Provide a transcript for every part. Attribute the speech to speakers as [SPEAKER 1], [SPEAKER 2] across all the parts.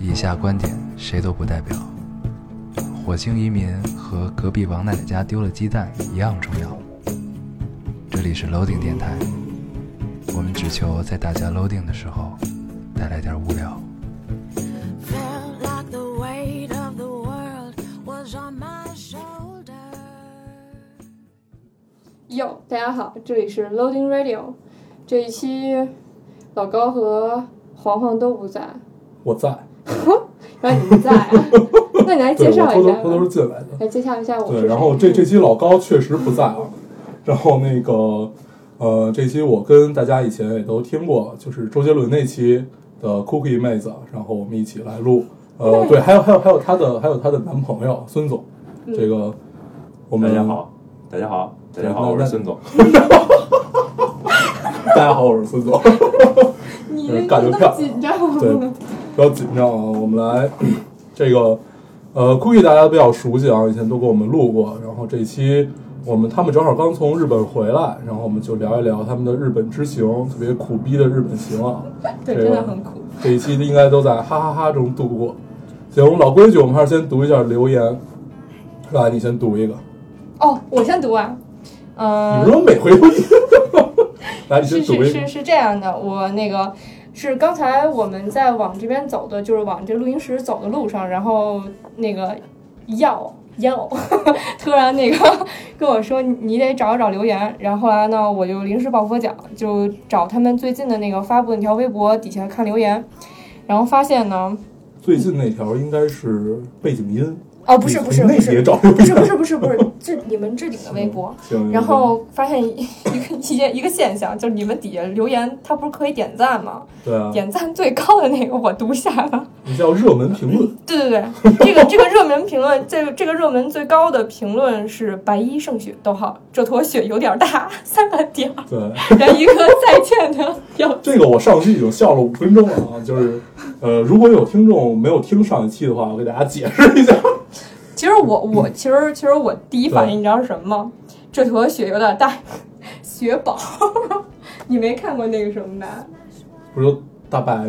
[SPEAKER 1] 以下观点谁都不代表。火星移民和隔壁王奶奶家丢了鸡蛋一样重要。这里是 Loading 电台，我们只求在大家 Loading 的时候带来点无聊。
[SPEAKER 2] Felt like the weight of the world was on my shoulders.
[SPEAKER 3] 哟，大家好，这里是 Loading Radio，这一期老高和黄黄都不在，
[SPEAKER 4] 我在，
[SPEAKER 3] 然后你不在 啊？那你来
[SPEAKER 4] 对
[SPEAKER 3] 介
[SPEAKER 4] 我
[SPEAKER 3] 绍
[SPEAKER 4] 偷
[SPEAKER 3] 一
[SPEAKER 4] 偷
[SPEAKER 3] 下
[SPEAKER 4] 偷偷
[SPEAKER 3] 吧，
[SPEAKER 4] 是进来的。
[SPEAKER 3] 来介绍一下我是
[SPEAKER 4] 对，
[SPEAKER 3] 谁
[SPEAKER 4] 然后这这期老高确实不在啊，然后那个呃，这期我跟大家以前也都听过，就是周杰伦那期的 Cookie 妹子，然后我们一起来录。呃，对，还有还有还有她的还有她的男朋友孙总，
[SPEAKER 3] 嗯
[SPEAKER 4] 这个我们
[SPEAKER 5] 大家，好，大家好，大家好，
[SPEAKER 4] 对
[SPEAKER 5] 我
[SPEAKER 4] 那
[SPEAKER 5] 是孙总。
[SPEAKER 4] 大家好，我是孙总。
[SPEAKER 3] 你
[SPEAKER 4] 对
[SPEAKER 3] 你
[SPEAKER 4] 呃感
[SPEAKER 3] 那
[SPEAKER 4] 觉
[SPEAKER 3] 么
[SPEAKER 4] 漂亮
[SPEAKER 3] 紧张，
[SPEAKER 4] 对，不要紧张啊，我们来这个，呃，估计大家比较熟悉啊，以前都给我们录过。然后这期我们他们正好刚从日本回来，然后我们就聊一聊他们的日本之行，特别苦逼的日本行啊。
[SPEAKER 3] 对，
[SPEAKER 4] 这
[SPEAKER 3] 真
[SPEAKER 4] 个
[SPEAKER 3] 的很苦。
[SPEAKER 4] 这一期应该都在哈哈哈中度过。行，我们老规矩，我们还是先读一下留言。来，你先读一个。
[SPEAKER 3] 哦，我先读啊，嗯、
[SPEAKER 4] 你说每回 都一个，来，你
[SPEAKER 3] 是
[SPEAKER 4] 先读
[SPEAKER 3] 是
[SPEAKER 4] 一
[SPEAKER 3] 是。
[SPEAKER 4] 个
[SPEAKER 3] 是这样的，我那个是刚才我们在往这边走的，就是往这录音室走的路上，然后那个要要 突然那个跟我说你你得找一找留言，然后后来呢我就临时抱佛脚，就找他们最近的那个发布的那条微博底下看留言，然后发现呢，
[SPEAKER 4] 最近那条应该是背景音，
[SPEAKER 3] 哦不是不是
[SPEAKER 4] 你从
[SPEAKER 3] 不
[SPEAKER 4] 那
[SPEAKER 3] 是
[SPEAKER 4] 别找
[SPEAKER 3] 不是不是不是不是置你们置顶的微博，
[SPEAKER 4] 行。
[SPEAKER 3] 然后发现一一个一 件一个现象，就是你们底下留言，它不是可以点赞吗？
[SPEAKER 4] 对啊，
[SPEAKER 3] 点赞最高的那个我读下了。
[SPEAKER 4] 你叫热门评论。
[SPEAKER 3] 对对对， 这个这个热门评论，这个这个热门最高的评论是白衣胜雪，逗号，这坨雪有点大， 三个点儿，
[SPEAKER 4] 对，
[SPEAKER 3] 然后一个再见的表
[SPEAKER 4] 这个我上期已经笑了五分钟了啊，就是，呃，如果有听众没有听上一期的话，我给大家解释一下。
[SPEAKER 3] 其实我我其实其实我第一反应你知道是什么吗？这坨雪有点大，雪宝， 你没看过那个什么吧？
[SPEAKER 4] 不是大白，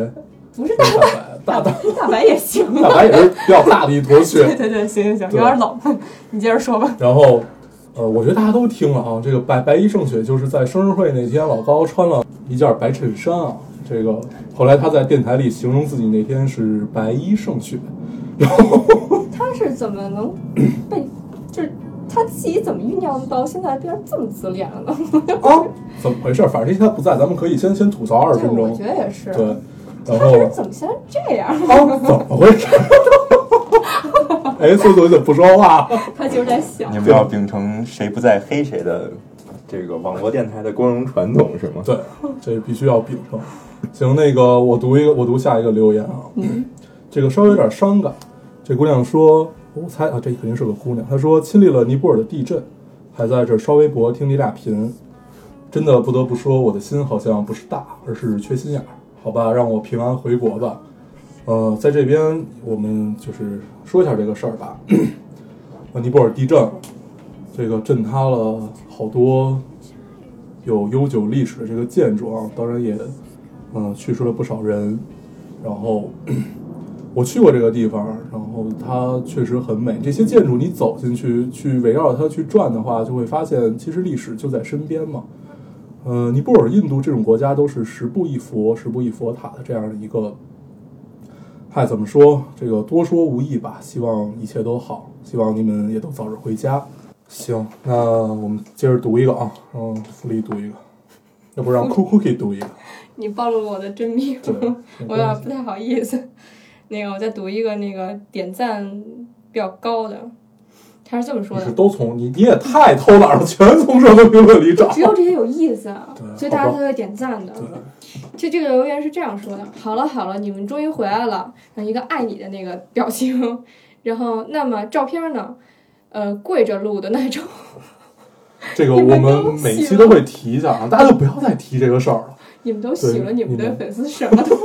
[SPEAKER 3] 不是
[SPEAKER 4] 不
[SPEAKER 3] 大
[SPEAKER 4] 是大白，大大
[SPEAKER 3] 大白也行
[SPEAKER 4] 大
[SPEAKER 3] 吗？
[SPEAKER 4] 白也是比较大的一坨
[SPEAKER 3] 对
[SPEAKER 4] 雪。
[SPEAKER 3] 对对，行行行，
[SPEAKER 4] 对
[SPEAKER 3] 有点冷，你接着说吧。
[SPEAKER 4] 然后，呃，我觉得大家都听了啊，这个白白衣胜雪就是在生日会那天，老高穿了一件白衬衫啊。这个后来他在电台里形容自己那天是白衣胜雪，
[SPEAKER 3] 他是怎么 能被，就是他自己怎么酝酿到现在变成这么自恋了呢？
[SPEAKER 4] 啊， 怎么回事？反正现在不在，咱们可以先先吐槽二十
[SPEAKER 3] 对，
[SPEAKER 4] 分
[SPEAKER 3] 我
[SPEAKER 4] 钟
[SPEAKER 3] 觉。得也是。
[SPEAKER 4] 对，
[SPEAKER 3] 他
[SPEAKER 4] 然
[SPEAKER 3] 是
[SPEAKER 4] 后
[SPEAKER 3] 怎么现在这样？
[SPEAKER 4] 啊，怎么回事？ 哎，孙总就不说话了。
[SPEAKER 3] 他就是在想
[SPEAKER 5] 你，们要秉承谁不在黑谁的这个网络电台的光荣传统是吗？
[SPEAKER 4] 对，这必须要秉承。行，那个我读一个，我读下一个留言啊。
[SPEAKER 3] 嗯，
[SPEAKER 4] 这个稍微有点伤感。这姑娘说，我猜啊，这肯定是个姑娘。她说亲历了尼泊尔的地震，还在这儿刷微博听你俩贫。真的不得不说，我的心好像不是大，而是缺心眼儿。好吧，让我平安回国吧。呃，在这边我们就是说一下这个事儿吧。 呃尼泊尔地震，这个震塌了好多有悠久历史的这个建筑啊，当然也嗯、呃去世了不少人。然后我去过这个地方，然后它确实很美。这些建筑你走进去，去围绕它去转的话，就会发现其实历史就在身边嘛。呃，尼泊尔、印度这种国家都是十步一佛、十步一佛塔的这样的一个。嗨，怎么说？这个多说无益吧。希望一切都好，希望你们也都早日回家。行，那我们接着读一个啊，让福利读一个，要不让 Cookie 读 一个。
[SPEAKER 3] 你暴露了我的真面
[SPEAKER 4] 对
[SPEAKER 3] 目，
[SPEAKER 4] 没
[SPEAKER 3] 我有
[SPEAKER 4] 关
[SPEAKER 3] 点
[SPEAKER 4] 系
[SPEAKER 3] 不太好意思。那个，我再读一个那个点赞比较高的，他是这么说
[SPEAKER 4] 你是
[SPEAKER 3] 的。
[SPEAKER 4] 都从你你也太偷懒了，全从热门评论里找。
[SPEAKER 3] 只有这些有意思啊
[SPEAKER 4] 对，
[SPEAKER 3] 所以大家
[SPEAKER 4] 好吧
[SPEAKER 3] 才会点赞的。嗯
[SPEAKER 4] 对，
[SPEAKER 3] 就这个留言是这样说的：好了好了，你们终于回来了，然后一个爱你的那个表情， 然后那么照片呢？呃，跪着录的那种，
[SPEAKER 4] 这个
[SPEAKER 3] 你
[SPEAKER 4] 我
[SPEAKER 3] 们都
[SPEAKER 4] 们每期都会提一下啊，大家就不要再提这个事儿了。
[SPEAKER 3] 你们都许了
[SPEAKER 4] 对
[SPEAKER 3] 你们
[SPEAKER 4] 你
[SPEAKER 3] 的
[SPEAKER 4] 们
[SPEAKER 3] 粉丝什么东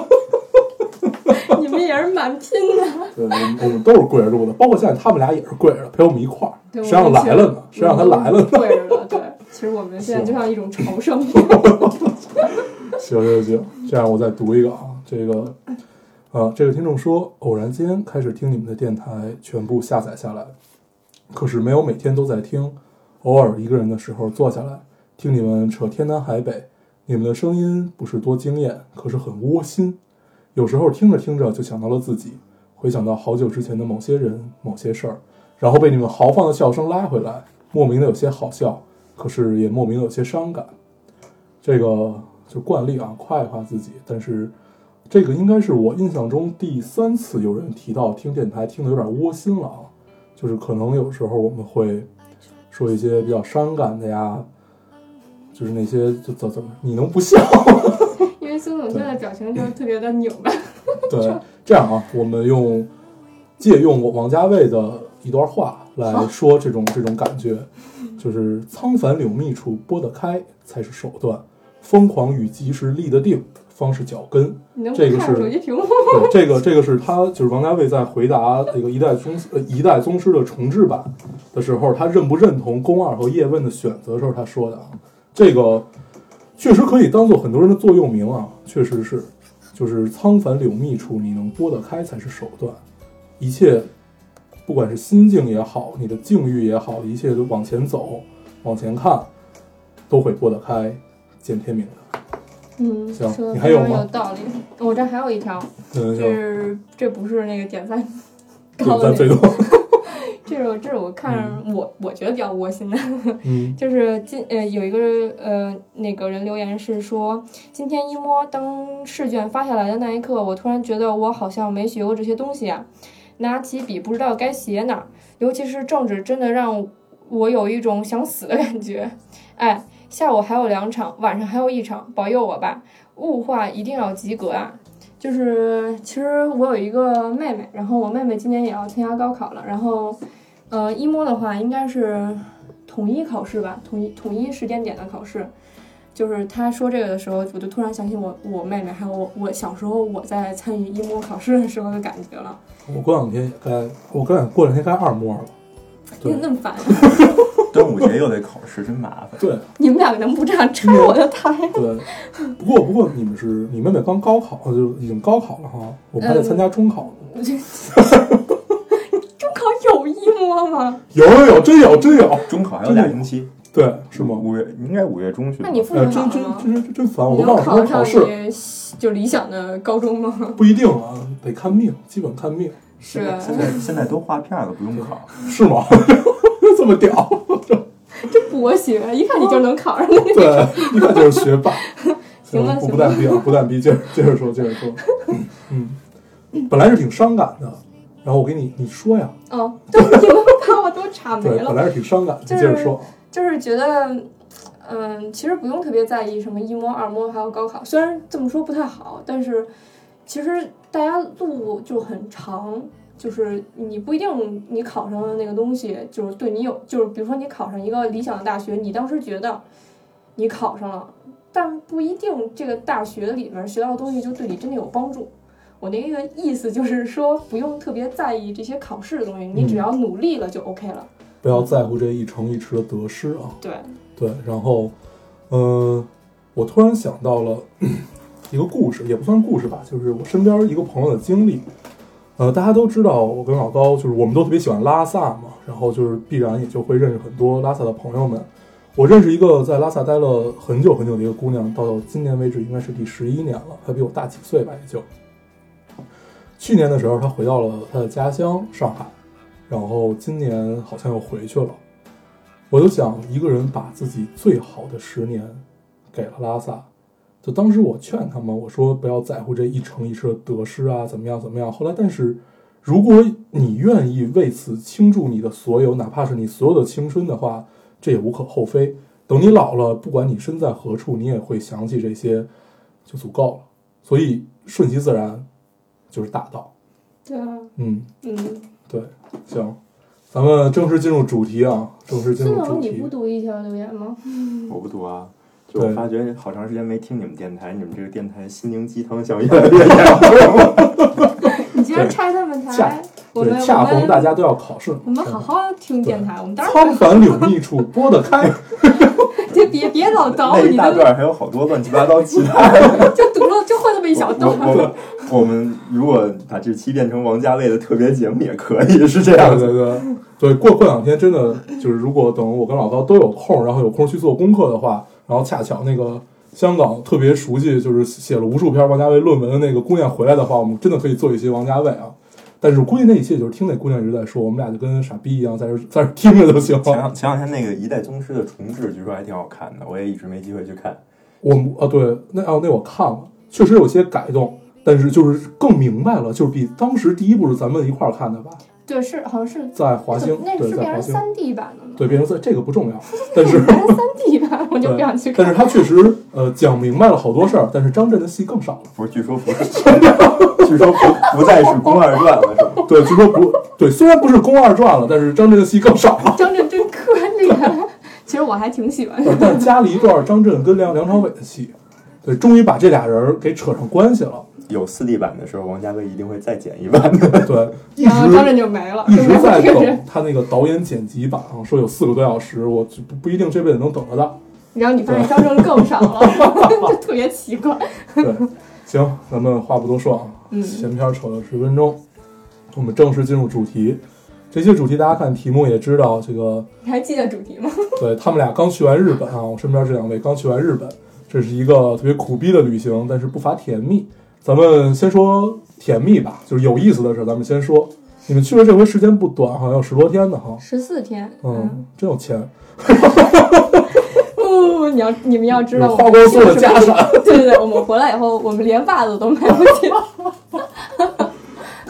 [SPEAKER 3] 西？ 你们也是蛮拼的。
[SPEAKER 4] 对，我们我们都是跪着录的，包括现在他们俩也是跪着陪我们一块儿。
[SPEAKER 3] 对
[SPEAKER 4] 谁让来了呢？谁让他来了呢？？
[SPEAKER 3] 嗯跪着了， 对。其实我们现在就像一种朝圣一样。
[SPEAKER 4] 行行行，这样我再读一个啊，这个啊，这个听众说，偶然间开始听你们的电台，全部下载下来，可是没有每天都在听，偶尔一个人的时候坐下来听你们扯天南海北，你们的声音不是多惊艳，可是很窝心。有时候听着听着就想到了自己，回想到好久之前的某些人、某些事儿，然后被你们豪放的笑声拉回来，莫名的有些好笑，可是也莫名的有些伤感。这个就惯例啊，夸一夸自己，但是。这个应该是我印象中第三次有人提到听电台听的有点窝心了啊，就是可能有时候我们会说一些比较伤感的呀，就是那些就怎怎么你能不笑？
[SPEAKER 3] 因为孙总现在表情就是特别的拧巴。
[SPEAKER 4] 对，这样啊，我们用借用我王家卫的一段话来说这种这种感觉，就是苍凡柳密处拨得开才是手段，疯狂与及时立得定方是脚跟。
[SPEAKER 3] 你能不
[SPEAKER 4] 这个
[SPEAKER 3] 看
[SPEAKER 4] 是
[SPEAKER 3] 手机屏幕？
[SPEAKER 4] 对，这个这个是他就是王家卫在回答那个一代宗呃一代宗师的重制版的时候，他认不认同宫二和叶问的选择的时候他说的啊，这个确实可以当做很多人的座右铭啊，确实是，就是苍凡柳密处，你能拨得开才是手段，一切不管是心境也好，你的境遇也好，一切都往前走，往前看，都会拨得开，见天明的，
[SPEAKER 3] 嗯，
[SPEAKER 4] 行
[SPEAKER 3] 说的
[SPEAKER 4] 你
[SPEAKER 3] 非
[SPEAKER 4] 还有
[SPEAKER 3] 常
[SPEAKER 4] 吗
[SPEAKER 3] 有道理。我这还有一条，这
[SPEAKER 4] 嗯，
[SPEAKER 3] 是这不是那个点 赞高的
[SPEAKER 4] 点赞
[SPEAKER 3] 那
[SPEAKER 4] 最嗯
[SPEAKER 3] 个，
[SPEAKER 4] 多，
[SPEAKER 3] 这是我这是我看我我觉得比较窝心的。
[SPEAKER 4] 嗯
[SPEAKER 3] 就是今呃有一个呃那个人留言是说，今天一摸当试卷发下来的那一刻，我突然觉得我好像没学过这些东西啊，拿起笔不知道该写哪儿，尤其是政治，真的让我有一种想死的感觉。哎，下午还有两场，晚上还有一场，保佑我吧！物化一定要及格啊！就是其实我有一个妹妹，然后我妹妹今年也要参加高考了，然后呃一摸的话应该是统一考试吧，统一统一时间点的考试。就是他说这个的时候，我就突然想起我我妹妹，还有我我小时候我在参与一模考试的时候的感觉了。
[SPEAKER 4] 我过两天也该，我过两过两天该二模了。
[SPEAKER 3] 你怎
[SPEAKER 4] 对
[SPEAKER 3] 么那么烦啊、
[SPEAKER 5] 端午节又得考试，真麻烦。
[SPEAKER 4] 对
[SPEAKER 3] 你们两个能不这样拆我的 台？
[SPEAKER 4] 对，不过不过你们是你妹妹刚高考，呃就已经高考了哈，我们还得参加中考呢。
[SPEAKER 3] 我就中考有一摸吗？
[SPEAKER 4] 有有有，真有真有。
[SPEAKER 5] 中考还有俩星期，
[SPEAKER 4] 对，是吗？
[SPEAKER 5] 五月应该五月中旬吧。
[SPEAKER 3] 那你父
[SPEAKER 4] 哎，
[SPEAKER 3] 母嗯好
[SPEAKER 4] 真
[SPEAKER 3] 了
[SPEAKER 4] 真
[SPEAKER 3] 吗？
[SPEAKER 4] 真真真烦，我
[SPEAKER 3] 你能
[SPEAKER 4] 都忘了什
[SPEAKER 3] 考
[SPEAKER 4] 么考
[SPEAKER 3] 上
[SPEAKER 4] 试，
[SPEAKER 3] 你就理想的高中吗？
[SPEAKER 4] 不一定啊，得看命，基本看命，
[SPEAKER 3] 是，
[SPEAKER 5] 现在现在都划片了，不用考。
[SPEAKER 4] 是吗？ 这么屌，
[SPEAKER 3] 这博学，一看你就能考上。
[SPEAKER 4] 对，一看就是学 霸。
[SPEAKER 3] 行吧
[SPEAKER 4] 不
[SPEAKER 3] 行
[SPEAKER 4] 不
[SPEAKER 3] 吧
[SPEAKER 4] 蛋逼啊，不蛋逼，接着接着说，接着说。嗯，嗯本来是挺伤感的，然后我给你你说呀，
[SPEAKER 3] 哦，对，你们把我都岔没
[SPEAKER 4] 对，
[SPEAKER 3] 了
[SPEAKER 4] 本。来是挺伤感的，
[SPEAKER 3] 就
[SPEAKER 4] 接
[SPEAKER 3] 是
[SPEAKER 4] 着说。啊
[SPEAKER 3] 就是觉得，嗯，其实不用特别在意什么一模、二模还有高考，虽然这么说不太好，但是其实大家路就很长，就是你不一定你考上的那个东西就是对你有，就是比如说你考上一个理想的大学，你当时觉得你考上了，但不一定这个大学里面学到的东西就对你真的有帮助。我的那个意思就是说，不用特别在意这些考试的东西，你只
[SPEAKER 4] 嗯
[SPEAKER 3] 要努力了就 OK 了。
[SPEAKER 4] 不要在乎这一城一池的得失啊。
[SPEAKER 3] 对，
[SPEAKER 4] 对，然后，嗯，我突然想到了一个故事，也不算故事吧，就是我身边一个朋友的经历。呃，大家都知道，我跟老高就是我们都特别喜欢拉萨嘛，然后就是必然也就会认识很多拉萨的朋友们。我认识一个在拉萨待了很久很久的一个姑娘，到今年为止应该是第十一年了，她比我大几岁吧，也就。去年的时候，她回到了她的家乡上海，然后今年好像又回去了。我就想一个人把自己最好的十年给了拉萨。就当时我劝他们，我说不要在乎这一城一市的得失啊，怎么样怎么样。后来，但是如果你愿意为此倾注你的所有，哪怕是你所有的青春的话，这也无可厚非。等你老了，不管你身在何处，你也会想起这些，就足够了。所以顺其自然就是大道。
[SPEAKER 3] 对啊，
[SPEAKER 4] 嗯，
[SPEAKER 3] 嗯。
[SPEAKER 4] 对，行，咱们正式进入主题啊，正式进
[SPEAKER 3] 孙
[SPEAKER 4] 入主
[SPEAKER 3] 总，你
[SPEAKER 4] 题
[SPEAKER 3] 不。读一条留言 吗？
[SPEAKER 5] 我不读啊，就我
[SPEAKER 4] 对
[SPEAKER 5] 发觉好长时间没听你们电台，你们这个电台心灵鸡汤像 越来越严重了。
[SPEAKER 3] 你竟然拆他们
[SPEAKER 4] 恰
[SPEAKER 3] 台，我
[SPEAKER 4] 对
[SPEAKER 3] 们，
[SPEAKER 4] 恰
[SPEAKER 3] 我
[SPEAKER 4] 逢大
[SPEAKER 3] 们
[SPEAKER 4] 家都要考试，
[SPEAKER 3] 我们好好听电台，我们当然
[SPEAKER 4] 苍凡柳密处拨得开，
[SPEAKER 3] 别别别老
[SPEAKER 5] 那
[SPEAKER 3] 叨
[SPEAKER 5] 一
[SPEAKER 3] 你
[SPEAKER 5] 大
[SPEAKER 3] 的，
[SPEAKER 5] 段还有好多乱七八糟其他的。
[SPEAKER 3] 就读了就会那么一小
[SPEAKER 5] 我
[SPEAKER 3] 段。
[SPEAKER 5] 我我我们如果把这期变成王家卫的特别节目也可以，是这样
[SPEAKER 4] 对
[SPEAKER 5] 子。
[SPEAKER 4] 对 对，对过过两天真的就是，如果等我跟老高都有空，然后有空去做功课的话，然后恰巧那个香港特别熟悉，就是写了无数篇王家卫论文的那个姑娘回来的话，我们真的可以做一期王家卫啊。但是估计那一期也就是听那姑娘一直在说，我们俩就跟傻逼一样在这在这听着就 行
[SPEAKER 5] 前
[SPEAKER 4] 了。
[SPEAKER 5] 两前两天那个《一代宗师》的重置，据说还挺好看的，我也一直没机会去看。
[SPEAKER 4] 我们啊，对，那啊那我看了，确实有些改动，但是就是更明白了，就是比当时第一部是咱们一块儿看的吧，
[SPEAKER 3] 对，是好像是
[SPEAKER 4] 在华星，
[SPEAKER 3] 那
[SPEAKER 4] 对，
[SPEAKER 3] 是
[SPEAKER 4] 在
[SPEAKER 3] 变
[SPEAKER 4] 华
[SPEAKER 3] 成
[SPEAKER 4] 星，
[SPEAKER 3] 三 D 版的吗？
[SPEAKER 4] 对，变成在这个不重要，但是。
[SPEAKER 3] 变 成三 D 版，我就
[SPEAKER 4] 对，
[SPEAKER 3] 不想去看。
[SPEAKER 4] 但是他确实呃讲明白了好多事儿，但是张震的戏更少了。
[SPEAKER 5] 不是，据说不是， 据说不不再是《宫二传》了，是吧？
[SPEAKER 4] 对，据说不对，虽然不是《宫二传》了，但是张震的戏更少了。
[SPEAKER 3] 张震真可怜，其实我还挺喜欢的。
[SPEAKER 4] 呃但是加了一段张震跟梁梁朝伟的戏，对，终于把这俩人儿给扯上关系了。
[SPEAKER 5] 有四 D 版的时候，王家卫一定会再剪一版的。
[SPEAKER 4] 对，一
[SPEAKER 3] 然后张震
[SPEAKER 4] 直
[SPEAKER 3] 就没了，
[SPEAKER 4] 一
[SPEAKER 3] 就没
[SPEAKER 4] 直在
[SPEAKER 3] 有这个
[SPEAKER 4] 等
[SPEAKER 3] 人。
[SPEAKER 4] 他那个导演剪辑版啊，说有四个多小时，我就不不一定这辈子能等得到。
[SPEAKER 3] 然后你发现张震更少 了， 就特别奇怪。
[SPEAKER 4] 对，行，咱们话不多说啊，
[SPEAKER 3] 嗯
[SPEAKER 4] 前片儿扯了十分钟，我们正式进入主题。这些主题大家看题目也知道，这个
[SPEAKER 3] 你还记得主题吗？
[SPEAKER 4] 对他们俩刚去完日本啊，我身边这两位刚去完日本，这是一个特别苦逼的旅行，但是不乏甜蜜。咱们先说甜蜜吧，就是有意思的事儿，咱们先说。你们去的这回时间不短，好像有十多天呢哈，
[SPEAKER 3] 十四天，
[SPEAKER 4] 嗯，，真有钱，
[SPEAKER 3] 不，你要你们要知道，
[SPEAKER 4] 有
[SPEAKER 3] 我
[SPEAKER 4] 花
[SPEAKER 3] 们
[SPEAKER 4] 光所有
[SPEAKER 3] 去
[SPEAKER 4] 家
[SPEAKER 3] 的时候
[SPEAKER 4] 产。
[SPEAKER 3] 对对对，我们回来以后，我们连袜子都买不 起。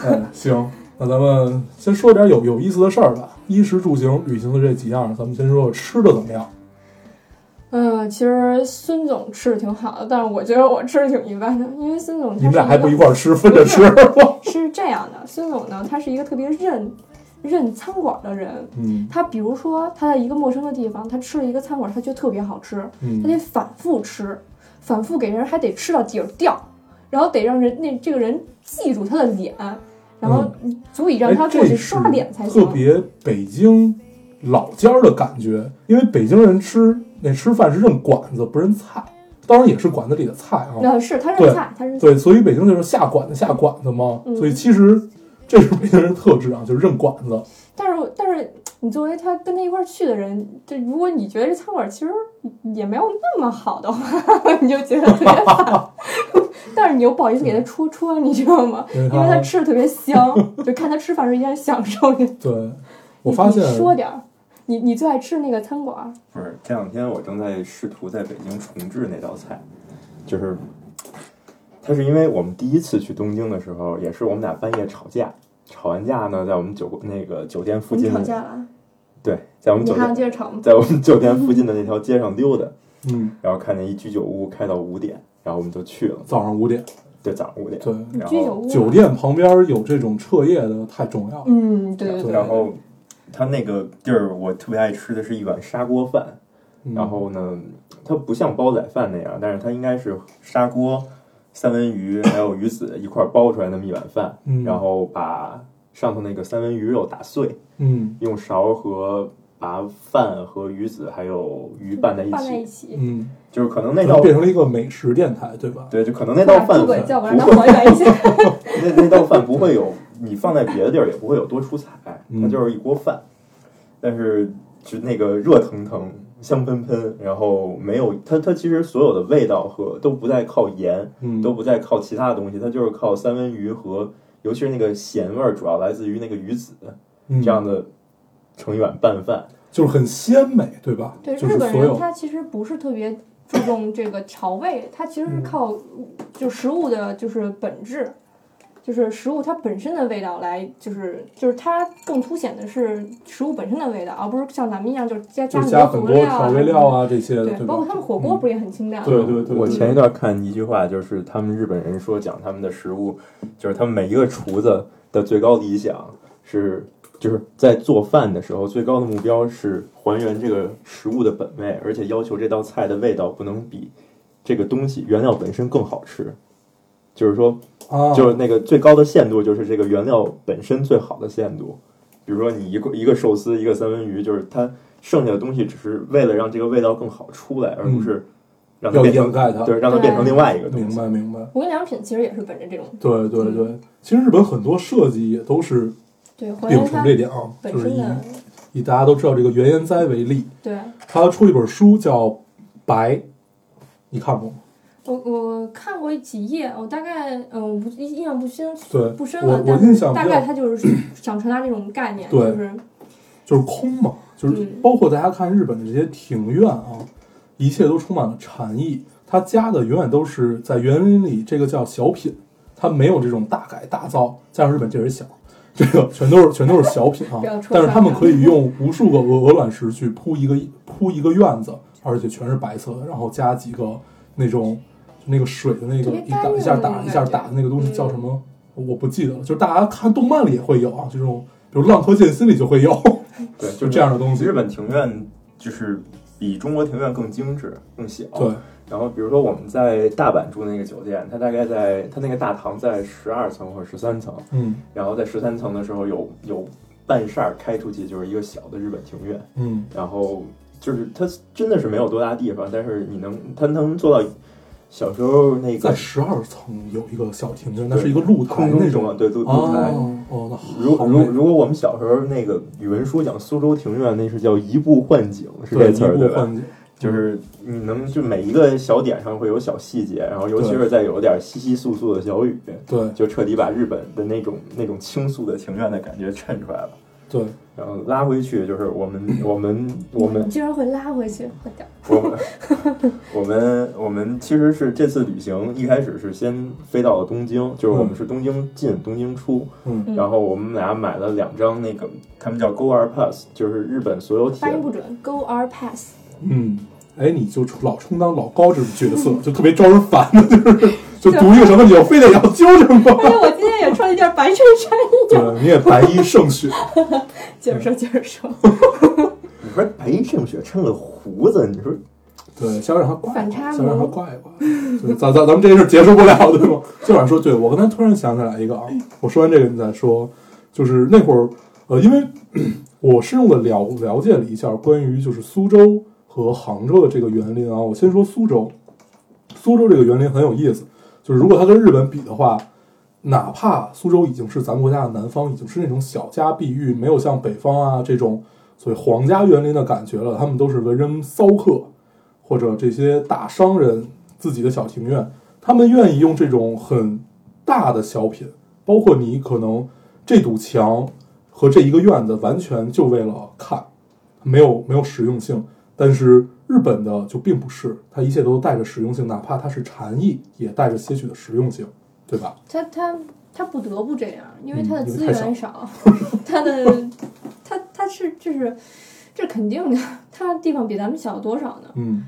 [SPEAKER 4] 哎，行，那咱们先说点有有意思的事儿吧，衣食住行，旅行的这几样，咱们先说说吃的怎么样。
[SPEAKER 3] 嗯，其实孙总吃的挺好的，但是我觉得我吃的挺一般的，因为孙总他
[SPEAKER 4] 你们俩
[SPEAKER 3] 是
[SPEAKER 4] 还
[SPEAKER 3] 个啊
[SPEAKER 4] 不一块儿吃，分着吃。
[SPEAKER 3] 是这样的，孙总呢，他是一个特别认认餐馆的人。
[SPEAKER 4] 嗯
[SPEAKER 3] 他比如说他在一个陌生的地方，他吃了一个餐馆，他觉得特别好吃，他
[SPEAKER 4] 嗯，
[SPEAKER 3] 得反复吃，反复给人还得吃到底儿掉，然后得让人那这个人记住他的脸，然后足以让
[SPEAKER 4] 哎，
[SPEAKER 3] 他
[SPEAKER 4] 这
[SPEAKER 3] 过
[SPEAKER 4] 是
[SPEAKER 3] 去刷脸才
[SPEAKER 4] 特
[SPEAKER 3] 行。
[SPEAKER 4] 别北京老家儿的感觉，因为北京人吃那吃饭是认馆子，不认菜，当然也是馆子里的菜啊。
[SPEAKER 5] 哦
[SPEAKER 3] 那呃是他
[SPEAKER 4] 对
[SPEAKER 3] 认菜，他认菜。
[SPEAKER 4] 对，所以北京就是下馆子下馆子嘛。
[SPEAKER 3] 嗯
[SPEAKER 4] 所以其实这是北京人特质啊，就是认馆子。
[SPEAKER 3] 但是但是你作为他跟他一块儿去的人，就如果你觉得这餐馆其实也没有那么好的话， 你就觉得 特别烦。但是你又不好意思给
[SPEAKER 5] 嗯
[SPEAKER 3] 他戳穿，你知道吗？
[SPEAKER 4] 因为
[SPEAKER 3] 因
[SPEAKER 4] 他
[SPEAKER 3] 为他吃的特别香，就看他吃饭时候一样享受着。
[SPEAKER 4] 对，我发现
[SPEAKER 3] 你你说点儿，你你最爱吃的那个餐馆儿，
[SPEAKER 5] 不是，这两天我正在试图在北京重制那道菜，就是，它是因为我们第一次去东京的时候，也是我们俩半夜吵架，吵完架呢，在我们酒那个酒店附
[SPEAKER 3] 你
[SPEAKER 5] 近
[SPEAKER 3] 吵
[SPEAKER 5] 的，
[SPEAKER 3] 架了，
[SPEAKER 5] 对，在我们
[SPEAKER 3] 你
[SPEAKER 5] 酒
[SPEAKER 3] 还想
[SPEAKER 5] 店，
[SPEAKER 3] 接着吵吗？
[SPEAKER 5] 在我们酒店附近的那条街上溜达，
[SPEAKER 4] 嗯，
[SPEAKER 5] 然后看见一居酒屋开到五点，然后我们就去了，
[SPEAKER 4] 早上五点，
[SPEAKER 5] 对，早上五点，
[SPEAKER 4] 对，
[SPEAKER 3] 你
[SPEAKER 5] 然
[SPEAKER 3] 居酒
[SPEAKER 5] 后
[SPEAKER 3] 屋啊
[SPEAKER 4] 酒，店旁边有这种彻夜的太重要了。
[SPEAKER 3] 嗯，对对对，
[SPEAKER 5] 然后它那个地儿我特别爱吃的是一碗砂锅饭，
[SPEAKER 4] 嗯
[SPEAKER 5] 然后呢，它不像煲仔饭那样，但是它应该是砂锅、三文鱼还有鱼子一块儿煲出来那么一碗饭，
[SPEAKER 4] 嗯
[SPEAKER 5] 然后把上头那个三文鱼肉打碎，
[SPEAKER 4] 嗯
[SPEAKER 5] 用勺和把饭和鱼子还有鱼拌在一
[SPEAKER 3] 放在一
[SPEAKER 5] 起，
[SPEAKER 3] 起，
[SPEAKER 4] 嗯，
[SPEAKER 5] 就是可能
[SPEAKER 4] 可
[SPEAKER 5] 那
[SPEAKER 4] 能
[SPEAKER 5] 道
[SPEAKER 4] 变成了一个美食电台，对吧？
[SPEAKER 5] 对，就可能那道
[SPEAKER 3] 把
[SPEAKER 5] 饭
[SPEAKER 3] 猪
[SPEAKER 5] 粉
[SPEAKER 3] 鬼 叫过来，
[SPEAKER 5] 不
[SPEAKER 3] 让
[SPEAKER 5] 会
[SPEAKER 3] 他还原一下。
[SPEAKER 5] 那那道饭不会有，你放在别的地儿也不会有多出彩，
[SPEAKER 4] 嗯
[SPEAKER 5] 它就是一锅饭，但是就那个热腾腾、香喷喷，然后没有它，它其实所有的味道和都不再靠盐，
[SPEAKER 4] 嗯，
[SPEAKER 5] 都不再靠其他的东西，它就是靠三文鱼和，尤其是那个咸味儿，主要来自于那个鱼子
[SPEAKER 4] 嗯
[SPEAKER 5] 这样的盛一碗拌饭。
[SPEAKER 4] 就是很鲜美，对吧？
[SPEAKER 3] 对
[SPEAKER 4] 就
[SPEAKER 3] 日
[SPEAKER 4] 是
[SPEAKER 3] 本
[SPEAKER 4] 所
[SPEAKER 3] 人，
[SPEAKER 4] 有
[SPEAKER 3] 他其实不是特别注重这个调味，他其实是
[SPEAKER 4] 嗯
[SPEAKER 3] 靠就食物的就是本质，就是食物它本身的味道来，就是就是它更凸显的是食物本身的味道，而不是像咱们一样就是加
[SPEAKER 4] 就是
[SPEAKER 3] 加
[SPEAKER 4] 加
[SPEAKER 3] 很
[SPEAKER 4] 很
[SPEAKER 3] 多
[SPEAKER 4] 多
[SPEAKER 3] 佐
[SPEAKER 4] 调味料
[SPEAKER 3] 料啊
[SPEAKER 4] 啊这些
[SPEAKER 3] 什
[SPEAKER 4] 的
[SPEAKER 3] 么，的。对，
[SPEAKER 4] 对
[SPEAKER 3] 包
[SPEAKER 4] 吧嗯
[SPEAKER 3] 括？他们火锅不是也很清淡吗？
[SPEAKER 4] 对对对，
[SPEAKER 5] 我
[SPEAKER 4] 对
[SPEAKER 5] 前一段看一句话，就是他们日本人说讲他们的食物，就是他们每一个厨子的最高理想是，就是在做饭的时候最高的目标是还原这个食物的本味，而且要求这道菜的味道不能比这个东西原料本身更好吃。就是说，
[SPEAKER 4] 啊，
[SPEAKER 5] 就是那个最高的限度，就是这个原料本身最好的限度。比如说，你一个一个寿司，一个三文鱼，就是它剩下的东西只是为了让这个味道更好出来，而
[SPEAKER 4] 嗯
[SPEAKER 5] 不是让它
[SPEAKER 4] 要
[SPEAKER 5] 变成
[SPEAKER 4] 掩盖它。
[SPEAKER 5] 对，让它变成另外一个东
[SPEAKER 4] 明
[SPEAKER 5] 西。
[SPEAKER 4] 白明白。
[SPEAKER 3] 无印良品其实也是本着这种
[SPEAKER 4] 对对
[SPEAKER 3] 嗯
[SPEAKER 4] 对，其实日本很多设计也都是
[SPEAKER 3] 对还
[SPEAKER 4] 秉
[SPEAKER 3] 原
[SPEAKER 4] 承
[SPEAKER 3] 它
[SPEAKER 4] 这点啊，
[SPEAKER 3] 本
[SPEAKER 4] 就是
[SPEAKER 3] 身
[SPEAKER 4] 以
[SPEAKER 3] 的
[SPEAKER 4] 以大家都知道这个原研哉为例，
[SPEAKER 3] 对。
[SPEAKER 4] 他出一本书叫《白》，你看过吗？
[SPEAKER 3] 我我看过几页，我大概嗯、呃不印象不深
[SPEAKER 4] 对，
[SPEAKER 3] 不深
[SPEAKER 4] 我
[SPEAKER 3] 了，
[SPEAKER 4] 我
[SPEAKER 3] 但
[SPEAKER 4] 印象
[SPEAKER 3] 大
[SPEAKER 4] 比
[SPEAKER 3] 概
[SPEAKER 4] 较
[SPEAKER 3] 它就是 想传达这种概念，
[SPEAKER 4] 对
[SPEAKER 3] 就是
[SPEAKER 4] 就是空嘛，就是
[SPEAKER 3] 嗯
[SPEAKER 4] 包括大家看日本的这些庭院啊，一切都充满了禅意。他家的永远都是在园林里，这个叫小品，它没有这种大改大造。加上日本地儿小，这个全都是全都是小品啊
[SPEAKER 3] 不要。戳
[SPEAKER 4] 但是他们
[SPEAKER 3] 穿
[SPEAKER 4] 可以用无数个鹅鹅卵石去铺一个铺一个院子，而且全是白色的，然后加几个那种那个水的那
[SPEAKER 3] 特
[SPEAKER 4] 个
[SPEAKER 3] 别
[SPEAKER 4] 一打
[SPEAKER 3] 干
[SPEAKER 4] 一下
[SPEAKER 3] 净的那
[SPEAKER 4] 打
[SPEAKER 3] 种
[SPEAKER 4] 一下
[SPEAKER 3] 感觉
[SPEAKER 4] 打的那个东西叫
[SPEAKER 3] 嗯
[SPEAKER 4] 什么？我不记得了。就是大家看动漫里也会有啊，这种比如《浪客剑心》里就会有。
[SPEAKER 5] 对，
[SPEAKER 4] 就这样的东西
[SPEAKER 5] 日本庭院就是比中国庭院更精致、更小。
[SPEAKER 4] 对，
[SPEAKER 5] 然后比如说我们在大阪住那个酒店，它大概在它那个大堂在十二层或者十三层，
[SPEAKER 4] 嗯
[SPEAKER 5] 然后在十三层的时候有有半扇儿开出去就是一个小的日本庭院，
[SPEAKER 4] 嗯，
[SPEAKER 5] 然后就是它真的是没有多大地方，但是你能它能做到小时候那
[SPEAKER 4] 在
[SPEAKER 5] 个
[SPEAKER 4] 十二层有一个小庭院，那
[SPEAKER 5] 对
[SPEAKER 4] 是一个露台
[SPEAKER 5] 空中
[SPEAKER 4] 那
[SPEAKER 5] 种
[SPEAKER 4] 种
[SPEAKER 5] 啊，对露露台。
[SPEAKER 4] 哦哦，那好
[SPEAKER 5] 如
[SPEAKER 4] 好
[SPEAKER 5] 如
[SPEAKER 4] 美
[SPEAKER 5] 如果我们小时候那个语文书讲苏州庭院，那是叫移步换景，是
[SPEAKER 4] 对
[SPEAKER 5] 这
[SPEAKER 4] 一
[SPEAKER 5] 词儿对
[SPEAKER 4] 步
[SPEAKER 5] 吧？
[SPEAKER 4] 换景，
[SPEAKER 5] 就是你能就每一个小点上会有小细节，然后尤其是在有点稀稀簌簌的小雨，
[SPEAKER 4] 对
[SPEAKER 5] 就彻底把日本的那种那种倾诉的庭院的感觉衬出来了。
[SPEAKER 4] 对，
[SPEAKER 5] 然后拉回去就是我们我们我们
[SPEAKER 3] 你居然会拉回去，好屌！
[SPEAKER 5] 我们 我们我们其实是这次旅行一开始是先飞到了东京，就是我们是东京进东京出，
[SPEAKER 4] 嗯
[SPEAKER 3] 嗯
[SPEAKER 5] 然后我们俩买了两张那个他们叫 Go R Pass，就是日本所有
[SPEAKER 3] 发
[SPEAKER 5] 铁
[SPEAKER 3] 音不准，Go R Pass，
[SPEAKER 4] 嗯，哎，你就老充当老高这种角 色，就特别招人烦的，就是就读一个什么你就非得要纠正
[SPEAKER 3] 而
[SPEAKER 4] 我，
[SPEAKER 3] 且我今天也穿了一件白衬衫。
[SPEAKER 4] 对，你也白衣胜雪，
[SPEAKER 3] 接着说，接着 说，
[SPEAKER 5] 你说白衣胜雪趁了胡子，你说
[SPEAKER 4] 对，想让他怪，
[SPEAKER 3] 反差
[SPEAKER 4] 想让他
[SPEAKER 3] 萌
[SPEAKER 4] 怪吧，对咱咱咱们这件事结束不了，对吗？就想说，对我刚才突然想起来一个啊，我说完这个你再说，就是那会儿，呃，因为 我深入的了了解了一下关于就是苏州和杭州的这个园林啊，我先说苏州，苏州这个园林很有意思，就是如果它跟日本比的话。哪怕苏州已经是咱们国家的南方，已经是那种小家碧玉，没有像北方啊这种所谓皇家园林的感觉了，他们都是文人骚客，或者这些大商人自己的小庭院，他们愿意用这种很大的小品，包括你可能这堵墙和这一个院子，完全就为了看，没有没有实用性。但是日本的就并不是，它一切都带着实用性，哪怕它是禅意，也带着些许的实用性，对吧？
[SPEAKER 3] 他他他不得不这样，因为他的
[SPEAKER 4] 嗯因为
[SPEAKER 3] 资
[SPEAKER 4] 太少
[SPEAKER 3] 源少， 他的他他是就是这是肯定的，他地方比咱们小多少呢？
[SPEAKER 4] 嗯，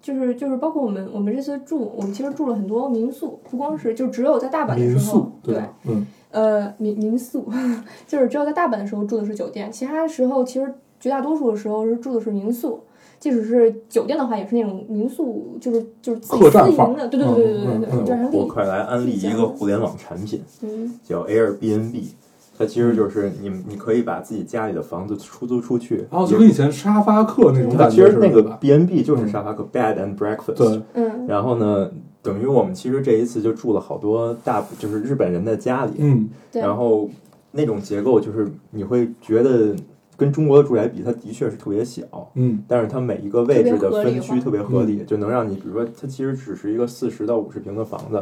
[SPEAKER 3] 就是就是包括我们我们这次住，我们其实住了很多民宿，不光是就只有在
[SPEAKER 5] 嗯
[SPEAKER 3] 大阪的
[SPEAKER 4] 民
[SPEAKER 3] 时候
[SPEAKER 4] 宿，对吧？嗯，
[SPEAKER 3] 呃，民民宿， 就是只有在大阪的时候住的是酒店，其他时候其实绝大多数的时候是住的是民宿。即使是酒店的话，也是那种民宿，就是就是自己
[SPEAKER 4] 客栈
[SPEAKER 3] 私
[SPEAKER 4] 范儿
[SPEAKER 3] 营的，对对对对对
[SPEAKER 4] 嗯
[SPEAKER 3] 对
[SPEAKER 4] 嗯嗯
[SPEAKER 3] 对，叫啥
[SPEAKER 5] 我
[SPEAKER 3] 丽？
[SPEAKER 5] 快来安利一个互联网产品
[SPEAKER 3] 嗯，
[SPEAKER 5] 叫 Airbnb，它其实就是你你可以把自己家里的房子出租出去，
[SPEAKER 4] 然后就跟以前沙发客那种
[SPEAKER 5] 它
[SPEAKER 4] 感
[SPEAKER 5] 其
[SPEAKER 4] 觉
[SPEAKER 5] 实
[SPEAKER 4] 似的，
[SPEAKER 5] 那个
[SPEAKER 4] 对吧
[SPEAKER 5] B&B 就是沙发客 bed and breakfast，
[SPEAKER 4] 对，
[SPEAKER 3] 嗯，
[SPEAKER 5] 然后呢，等于我们其实这一次就住了好多大，就是日本人的家里，
[SPEAKER 4] 嗯，
[SPEAKER 3] 对，
[SPEAKER 5] 然后那种结构就是你会觉得跟中国的住宅比，它的确是特别小，
[SPEAKER 4] 嗯，
[SPEAKER 5] 但是它每一个位置的分区特
[SPEAKER 3] 特
[SPEAKER 5] 别合理，就能让你，比如说它其实只是一个四十到五十平的房子，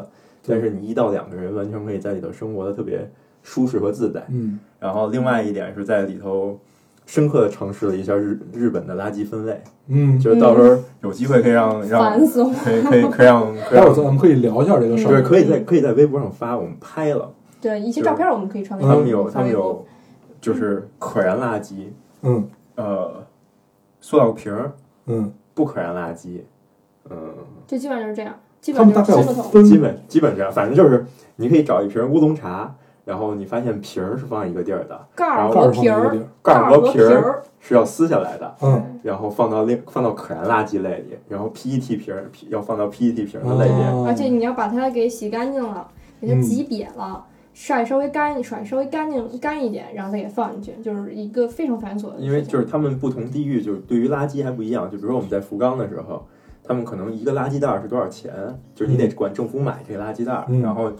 [SPEAKER 4] 对
[SPEAKER 5] 但是你一到两个人完全可以在里头生活的特别舒适和自在。
[SPEAKER 4] 嗯，
[SPEAKER 5] 然后另外一点是在里头深刻的尝试了一下日日本的垃圾分类，
[SPEAKER 4] 嗯，
[SPEAKER 5] 就是到时候有机会可以让让
[SPEAKER 3] 烦死我！
[SPEAKER 5] 可以可以可 以让可以
[SPEAKER 4] 待会儿
[SPEAKER 5] 让
[SPEAKER 4] 咱们可以聊一下这个事
[SPEAKER 5] 就
[SPEAKER 4] 儿
[SPEAKER 5] 是。可以在可以在微博上发，我们拍了，
[SPEAKER 3] 对，一些照片我们可以传给
[SPEAKER 5] 他们有
[SPEAKER 3] 们
[SPEAKER 5] 他们有就是可燃垃圾，
[SPEAKER 4] 嗯
[SPEAKER 5] 呃，塑料瓶儿
[SPEAKER 4] 嗯，
[SPEAKER 5] 不可燃垃圾，嗯、
[SPEAKER 3] 就基本上就是这样，基
[SPEAKER 4] 他
[SPEAKER 3] 本
[SPEAKER 4] 们大
[SPEAKER 3] 上就
[SPEAKER 4] 概
[SPEAKER 3] 是三个
[SPEAKER 4] 有
[SPEAKER 3] 桶。
[SPEAKER 4] 分
[SPEAKER 5] 基本基本上，反正就是你可以找一瓶乌龙茶，然后你发现瓶儿是放一个地儿的，
[SPEAKER 3] 盖
[SPEAKER 5] 然
[SPEAKER 3] 儿
[SPEAKER 5] 后
[SPEAKER 4] 盖
[SPEAKER 3] 和
[SPEAKER 4] 儿啊放
[SPEAKER 3] 瓶
[SPEAKER 4] 一个地
[SPEAKER 3] 儿，
[SPEAKER 4] 儿，
[SPEAKER 5] 盖
[SPEAKER 3] 儿
[SPEAKER 5] 儿
[SPEAKER 3] 和
[SPEAKER 5] 和
[SPEAKER 3] 瓶
[SPEAKER 5] 瓶儿
[SPEAKER 3] 儿，
[SPEAKER 5] 是要撕下来的，
[SPEAKER 4] 嗯，
[SPEAKER 5] 然后放到另放到可燃垃圾类里，然后 PET 瓶儿
[SPEAKER 3] 啊
[SPEAKER 5] 要放到 PET E 嗯瓶儿的类别。
[SPEAKER 4] 哦
[SPEAKER 3] 而且你要把它给洗干净了，给它
[SPEAKER 4] 嗯
[SPEAKER 3] 挤瘪了，晒稍微干，甩稍微干净干一点，然后再给放进去，就是一个非常繁琐的事情。
[SPEAKER 5] 因为就是他们不同地域，就是对于垃圾还不一样。就比如说我们在福冈的时候，他们可能一个垃圾袋儿是多少钱，就是你得管政府买这个垃圾袋儿，
[SPEAKER 4] 嗯
[SPEAKER 5] 然后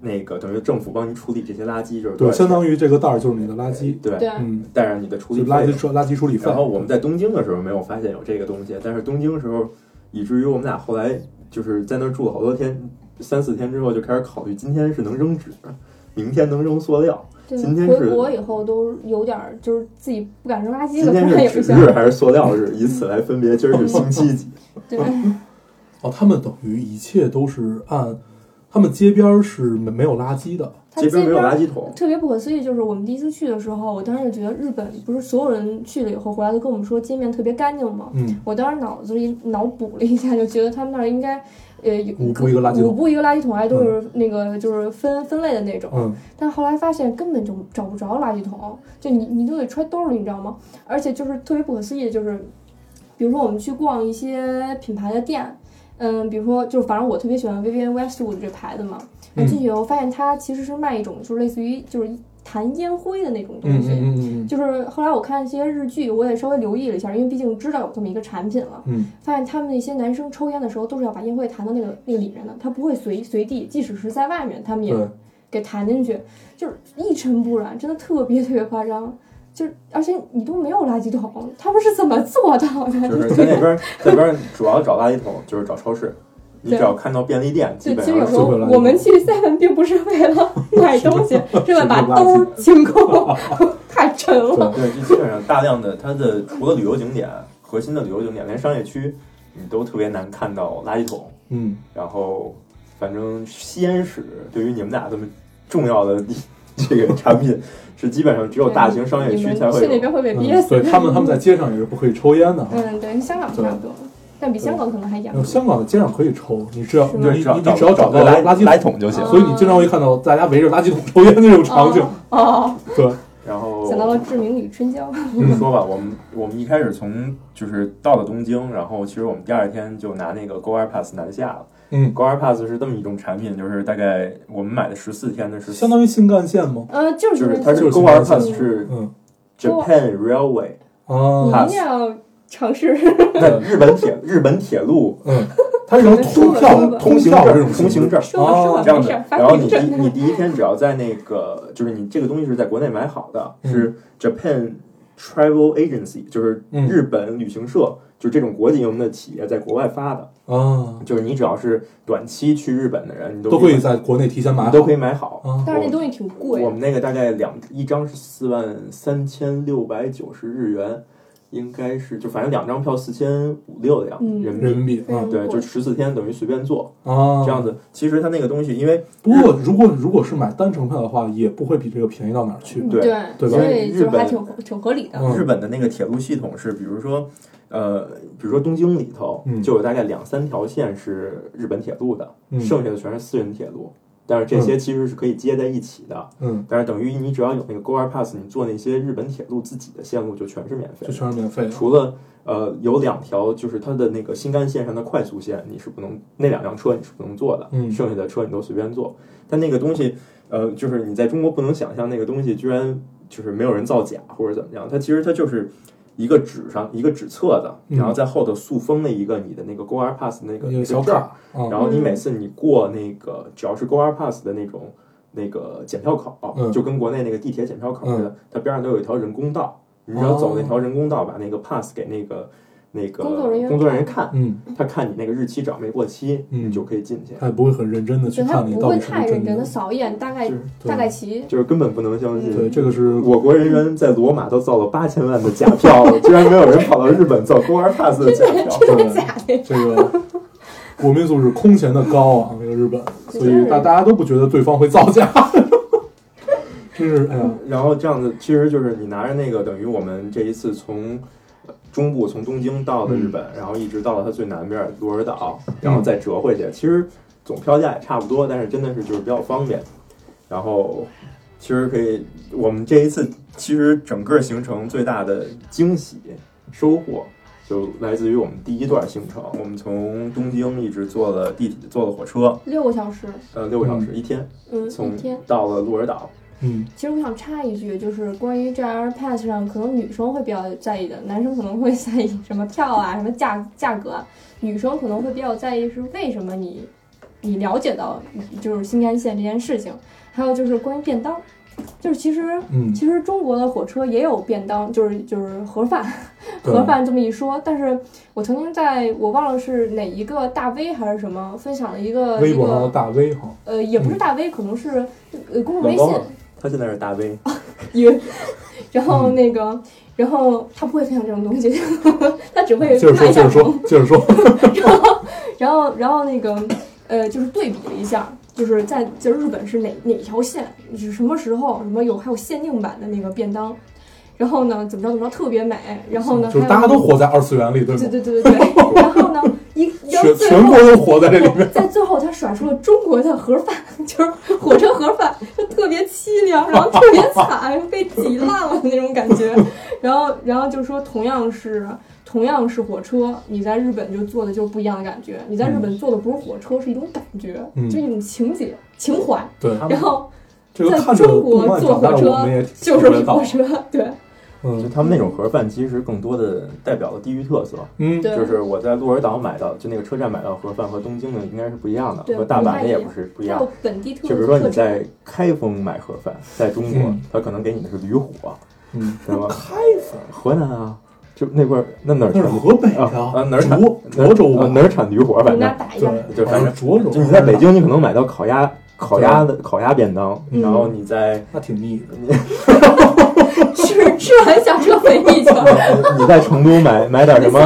[SPEAKER 5] 那个等于政府帮你处理这些垃圾，就是
[SPEAKER 4] 对，相
[SPEAKER 5] 于
[SPEAKER 4] 当于这个袋儿就是你的垃圾，
[SPEAKER 5] 对，
[SPEAKER 3] 对啊，
[SPEAKER 4] 嗯，
[SPEAKER 5] 带上你的处
[SPEAKER 4] 就
[SPEAKER 5] 理
[SPEAKER 4] 是垃
[SPEAKER 5] 费
[SPEAKER 4] 圾处垃圾处理费
[SPEAKER 5] 然。后我们在东京的时候没有发现有这个东西，但是东京时候，以至于我们俩后来就是在那儿住了好多天，三四天之后就开始考虑，今天是能扔纸，明天能扔塑料，
[SPEAKER 3] 对
[SPEAKER 5] 今天
[SPEAKER 3] 回
[SPEAKER 5] 是
[SPEAKER 3] 国以后都有点儿就是自己不敢扔垃圾
[SPEAKER 5] 今
[SPEAKER 3] 了，
[SPEAKER 5] 天
[SPEAKER 3] 不然也
[SPEAKER 5] 是
[SPEAKER 3] 不
[SPEAKER 5] 纸
[SPEAKER 3] 行。
[SPEAKER 5] 日还是塑料日，以此来分别今儿是星期几。
[SPEAKER 3] 对，
[SPEAKER 5] 啊
[SPEAKER 4] 哦，他们等于一切都是按他们街边儿是没没有垃圾的，
[SPEAKER 3] 他
[SPEAKER 5] 这边没有
[SPEAKER 3] 儿
[SPEAKER 5] 垃圾桶，
[SPEAKER 3] 特别不可思议，就是我们第一次去的时候，我当时就觉得日本不是所有人去了以后回来都跟我们说街面特别干净吗？
[SPEAKER 4] 嗯，
[SPEAKER 3] 我当时脑子里脑补了一下，就觉得他们那儿应该，呃，有
[SPEAKER 4] 五步一个垃圾
[SPEAKER 3] 五
[SPEAKER 4] 桶，
[SPEAKER 3] 步一个垃圾桶，还都
[SPEAKER 5] 嗯
[SPEAKER 3] 是那个就是分分类的那种。
[SPEAKER 4] 嗯，
[SPEAKER 3] 但后来发现根本就找不着垃圾桶，就你你都得揣兜里，你知道吗？而且就是特别不可思议的就是，比如说我们去逛一些品牌的店，嗯，比如说就是反正我特别喜欢 Vivienne Westwood 这牌子嘛，我进去
[SPEAKER 4] 嗯
[SPEAKER 3] 以后发现它其实是卖一种就是类似于就是弹烟灰的那种东
[SPEAKER 4] 嗯
[SPEAKER 3] 西。
[SPEAKER 4] 嗯嗯嗯
[SPEAKER 3] 就是后来我看一些日剧，我也稍微留意了一下，因为毕竟知道有这么一个产品了。
[SPEAKER 4] 嗯，
[SPEAKER 3] 发现他们那些男生抽烟的时候都是要把烟灰弹到那个那个里面的，他不会随随地，即使是在外面，他们也
[SPEAKER 4] 嗯对，
[SPEAKER 3] 给弹进去，就是一尘不染，真的特别特别夸张。就是而且你都没有垃圾桶，他们是怎么做到的？
[SPEAKER 5] 就是在那边儿，在那边儿主要找垃圾桶就是找超市，你只要看到便利店，基
[SPEAKER 3] 就
[SPEAKER 5] 本
[SPEAKER 3] 其实有
[SPEAKER 5] 上
[SPEAKER 3] 时
[SPEAKER 5] 是
[SPEAKER 3] 候
[SPEAKER 4] 就会垃圾桶
[SPEAKER 3] 我们去 seven 并不是为 了买东西，是为了把兜儿清空， 太沉了。
[SPEAKER 5] 对，就基本上大量的它的除了旅游景点，核心的旅游景点，连商业区你都特别难看到垃圾桶。
[SPEAKER 4] 嗯，
[SPEAKER 5] 然后，反正吸烟室对于你们俩这么重要的 这个产品，是基本上只有大型商业
[SPEAKER 3] 你
[SPEAKER 5] 区
[SPEAKER 3] 们
[SPEAKER 5] 才会
[SPEAKER 3] 去那
[SPEAKER 5] 有。
[SPEAKER 3] 边会被
[SPEAKER 4] 嗯
[SPEAKER 3] 憋死。
[SPEAKER 4] 对他们他们在街上也是不可以抽烟的哈。
[SPEAKER 3] 嗯，对，香港差不多，但比香港可能还严
[SPEAKER 4] 然。后香港的街上可以抽，你只要
[SPEAKER 3] 是
[SPEAKER 4] 你
[SPEAKER 3] 吗
[SPEAKER 4] 你你只要找
[SPEAKER 5] 找
[SPEAKER 4] 到
[SPEAKER 5] 垃
[SPEAKER 4] 垃圾
[SPEAKER 5] 垃圾
[SPEAKER 4] 桶，
[SPEAKER 5] 桶就行。
[SPEAKER 3] 啊
[SPEAKER 4] 所以你经常会看到大家围着垃圾桶抽烟的那种场景。
[SPEAKER 3] 哦，
[SPEAKER 4] 对，
[SPEAKER 5] 然
[SPEAKER 3] 哦
[SPEAKER 5] 后
[SPEAKER 3] 想到了志明与春娇。
[SPEAKER 4] 嗯
[SPEAKER 5] 就是说吧，我们我们一开始从就是到了东京，然后其实我们第二天就拿那个 Go Air Pass 南下了。
[SPEAKER 4] 嗯，
[SPEAKER 5] Go Air Pass 是这么一种产品，就是大概我们买的十四天的是，
[SPEAKER 4] 相当于新干线吗？
[SPEAKER 3] 呃，就
[SPEAKER 5] 就是是它
[SPEAKER 4] 就是是
[SPEAKER 5] Go Air Pass 是
[SPEAKER 4] 嗯
[SPEAKER 5] Japan Railway，
[SPEAKER 3] 你
[SPEAKER 4] 啊，
[SPEAKER 3] 一定要尝试。
[SPEAKER 5] 那日本铁日本铁路
[SPEAKER 4] 嗯，它是一张通
[SPEAKER 3] 通
[SPEAKER 4] 票
[SPEAKER 5] 通行
[SPEAKER 4] 票的这
[SPEAKER 5] 证
[SPEAKER 4] 种
[SPEAKER 5] 通行证。
[SPEAKER 3] 说吧说吧，
[SPEAKER 5] 哦这样
[SPEAKER 3] 没事
[SPEAKER 5] 的
[SPEAKER 3] 儿，，
[SPEAKER 5] 然
[SPEAKER 3] 发
[SPEAKER 5] 后你
[SPEAKER 3] 病
[SPEAKER 5] 第
[SPEAKER 3] 症。
[SPEAKER 5] 你第一天只要在那个，就是你这个东西是在国内买好的，
[SPEAKER 4] 嗯
[SPEAKER 5] 是 Japan Travel Agency，就是
[SPEAKER 4] 嗯
[SPEAKER 5] 日本旅行社，就这种国际营的企业在国外发的。
[SPEAKER 4] 啊，
[SPEAKER 5] 就是你只要是短期去日本的人，你都
[SPEAKER 4] 都
[SPEAKER 5] 可
[SPEAKER 4] 可
[SPEAKER 5] 以
[SPEAKER 4] 以在国内提前买
[SPEAKER 5] 你
[SPEAKER 4] 好，
[SPEAKER 5] 都可以买好。
[SPEAKER 4] 啊，
[SPEAKER 3] 但是那东西挺贵
[SPEAKER 5] 我。们那个大概两一张是四万三千六百九十日元，应该是就反正两张票四千五六的样子、
[SPEAKER 3] 嗯
[SPEAKER 5] 人
[SPEAKER 4] 人
[SPEAKER 5] 民币。
[SPEAKER 4] 民币
[SPEAKER 3] 非常
[SPEAKER 4] 啊
[SPEAKER 3] 贵
[SPEAKER 5] 对，就十四天等于随便坐
[SPEAKER 4] 啊
[SPEAKER 5] 这样。子。其实它那个东西，因为
[SPEAKER 4] 不过如果如果是买单程票的话，也不会比这个便宜到哪儿
[SPEAKER 3] 嗯
[SPEAKER 4] 去。
[SPEAKER 5] 对
[SPEAKER 4] 对吧
[SPEAKER 3] 所以
[SPEAKER 5] 日
[SPEAKER 3] 就是
[SPEAKER 5] 本
[SPEAKER 3] 还挺合挺合理的。
[SPEAKER 4] 嗯
[SPEAKER 5] 日本的那个铁路系统是，比如说，呃，比如说东京里头
[SPEAKER 4] 嗯
[SPEAKER 5] 就有大概两三条线是日本铁路的，
[SPEAKER 4] 嗯
[SPEAKER 5] 剩下的全是私人铁路。但是这些其实是可以接在一起的，
[SPEAKER 4] 嗯，
[SPEAKER 5] 但是等于你只要有那个 Go Air Pass，你坐那些日本铁路自己的线路就全是免
[SPEAKER 4] 就
[SPEAKER 5] 费的，
[SPEAKER 4] 全是免费的。
[SPEAKER 5] 除了呃有两条就是它的那个新干线上的快速线你是不能，那两辆车你是不能坐的，
[SPEAKER 4] 嗯
[SPEAKER 5] 剩下的车你都随便坐。但那个东西，呃，就是你在中国不能想象那个东西居然就是没有人造假或者怎么样，它其实它就是。一个纸上一个纸册子，
[SPEAKER 4] 嗯
[SPEAKER 5] 然后在后头塑封了一个你的那个 Go Air Pass 那个
[SPEAKER 4] 有小
[SPEAKER 5] 那个证儿
[SPEAKER 4] 卡啊，
[SPEAKER 5] 然后你每次你过那个只要是 Go R Pass 的那种那个检票口，
[SPEAKER 4] 嗯
[SPEAKER 5] 就跟国内那个地铁检票口似的，它边上都有一条人工道，你只要走
[SPEAKER 4] 哦
[SPEAKER 5] 那条人工道，把那个 pass 给那个那个
[SPEAKER 3] 工作人员
[SPEAKER 5] 工作人员看，
[SPEAKER 4] 嗯，
[SPEAKER 5] 他看你那个日期只要没过期，
[SPEAKER 4] 嗯
[SPEAKER 5] 你就可以进去。
[SPEAKER 4] 他也不会很认真的去
[SPEAKER 3] 就他
[SPEAKER 4] 看你
[SPEAKER 3] 不
[SPEAKER 4] 到
[SPEAKER 3] 会
[SPEAKER 4] 底是不
[SPEAKER 3] 太
[SPEAKER 4] 是
[SPEAKER 3] 认真
[SPEAKER 4] 真
[SPEAKER 3] 的扫一眼，大概
[SPEAKER 5] 就是
[SPEAKER 4] 对
[SPEAKER 3] 大概齐。
[SPEAKER 5] 就是根本不能相信，
[SPEAKER 4] 对，这个是
[SPEAKER 5] 我国人员在罗马都造了八千万的假 票了，居然没有人跑到日本造 Go R Pass 的假票。
[SPEAKER 4] 真的假的？这个国民素质空前的高啊，这个日本，所以大大家都不觉得对方会造假， 真是哎呀，
[SPEAKER 5] 然后这样子，其实就是你拿着那个，等于我们这一次从呃中部从东京到的日本，然后一直到了它最南边鹿儿岛，然后再折回去。其实总票价也差不多，但是真的是就是比较方便。然后其实可以，我们这一次其实整个行程最大的惊喜收获就来自于我们第一段行程。我们从东京一直坐了地铁，坐了火车，
[SPEAKER 3] 六个小时，
[SPEAKER 5] 呃，六个小时一天，
[SPEAKER 3] 嗯，
[SPEAKER 5] 从
[SPEAKER 3] 一天。
[SPEAKER 5] 到了鹿儿岛。
[SPEAKER 4] 嗯，
[SPEAKER 3] 其实我想插一句，就是关于这 AirPods 上，可能女生会比较在意的，男生可能会在意什么票啊、什么价价格啊，女生可能会比较在意是为什么你你了解到就是新干线这件事情，还有就是关于便当，就是其实
[SPEAKER 4] 嗯，
[SPEAKER 3] 其实中国的火车也有便当，就是就是盒 饭，
[SPEAKER 4] 对
[SPEAKER 3] 盒饭这么一说。但是我曾经在我忘了是哪一个大 V 还是什么分享了一个
[SPEAKER 4] 微
[SPEAKER 3] 一
[SPEAKER 4] 博上的
[SPEAKER 3] 呃个
[SPEAKER 4] 大 V 哈，
[SPEAKER 3] 呃，也不是大 V，可能是呃公众微
[SPEAKER 5] 老
[SPEAKER 3] 信
[SPEAKER 5] 高他现在是大 V，
[SPEAKER 3] 一个，然
[SPEAKER 4] 嗯
[SPEAKER 3] 后那个。然后他不会分享这种东西， 他只会
[SPEAKER 4] 接着
[SPEAKER 3] 骂一下
[SPEAKER 4] 嗯说，接着
[SPEAKER 3] 我
[SPEAKER 4] 说，接着说，
[SPEAKER 3] 然后，然后，然后那个，呃，就是对比了一下，就是在在日本是哪哪条线，是什么时候，什么有还有限定版的那个便当，然后呢，怎么着怎么着特别美，然后呢，
[SPEAKER 4] 就是
[SPEAKER 3] 还有
[SPEAKER 4] 大家都活在二次元里，
[SPEAKER 3] 对
[SPEAKER 4] 对吗？
[SPEAKER 3] 对对对对，然后呢，一然后
[SPEAKER 4] 全
[SPEAKER 3] 最
[SPEAKER 4] 全
[SPEAKER 3] 后
[SPEAKER 4] 国都活 在 这里面，
[SPEAKER 3] 在最后他甩出了中国的盒饭，就是火车盒饭，就特别凄凉，然后特别惨，被挤烂了那种感觉。然后，然后就说同样是同样是火车，你在日本就坐的就是不一样的感觉。你在日
[SPEAKER 5] 嗯
[SPEAKER 3] 本坐的不是火车，是一种感觉，
[SPEAKER 4] 嗯
[SPEAKER 3] 就一种情节情怀。
[SPEAKER 4] 对，
[SPEAKER 5] 嗯
[SPEAKER 3] 然后
[SPEAKER 4] 这个
[SPEAKER 3] 在
[SPEAKER 4] 看着
[SPEAKER 3] 中
[SPEAKER 4] 动
[SPEAKER 3] 国
[SPEAKER 4] 漫
[SPEAKER 3] 坐
[SPEAKER 4] 长大
[SPEAKER 3] 火
[SPEAKER 4] 的我
[SPEAKER 3] 车
[SPEAKER 4] 们也
[SPEAKER 3] 就
[SPEAKER 4] 体
[SPEAKER 3] 是
[SPEAKER 4] 会到
[SPEAKER 3] 火，车，对，
[SPEAKER 5] 就
[SPEAKER 4] 嗯
[SPEAKER 5] 他们那种盒饭其实更多的代表了地域特色。
[SPEAKER 4] 嗯，
[SPEAKER 3] 对
[SPEAKER 5] 就是我在鹿儿岛买到，就那个车站买到盒饭和东京的应该是不一样的，
[SPEAKER 3] 对
[SPEAKER 5] 和大阪的也不
[SPEAKER 3] 不
[SPEAKER 5] 是不一
[SPEAKER 3] 它
[SPEAKER 5] 样
[SPEAKER 3] 有。本地特
[SPEAKER 5] 就比如说
[SPEAKER 3] 特
[SPEAKER 5] 你
[SPEAKER 3] 征。
[SPEAKER 5] 在开封买盒饭，在中国
[SPEAKER 4] 嗯，
[SPEAKER 5] 他可能给你的是驴火，
[SPEAKER 4] 嗯，
[SPEAKER 5] 知道吗？开封、河南啊，就那块儿，那哪儿
[SPEAKER 4] 那
[SPEAKER 5] 产
[SPEAKER 4] 是河北
[SPEAKER 5] 啊啊哪儿产
[SPEAKER 4] 涿
[SPEAKER 5] 哪儿
[SPEAKER 4] 涿州
[SPEAKER 5] 啊
[SPEAKER 4] 吧
[SPEAKER 5] 哪？儿产驴火，
[SPEAKER 3] 我
[SPEAKER 5] 反
[SPEAKER 3] 们俩
[SPEAKER 5] 正
[SPEAKER 3] 打一架，
[SPEAKER 4] 对，
[SPEAKER 5] 就反正
[SPEAKER 4] 涿州，
[SPEAKER 5] 就你在北京，你可能买到烤鸭、烤鸭的烤鸭便当，
[SPEAKER 4] 嗯
[SPEAKER 5] 然后你在
[SPEAKER 4] 那挺腻的，
[SPEAKER 3] 吃吃完下车回 忆去。
[SPEAKER 5] 你在成都买买点什么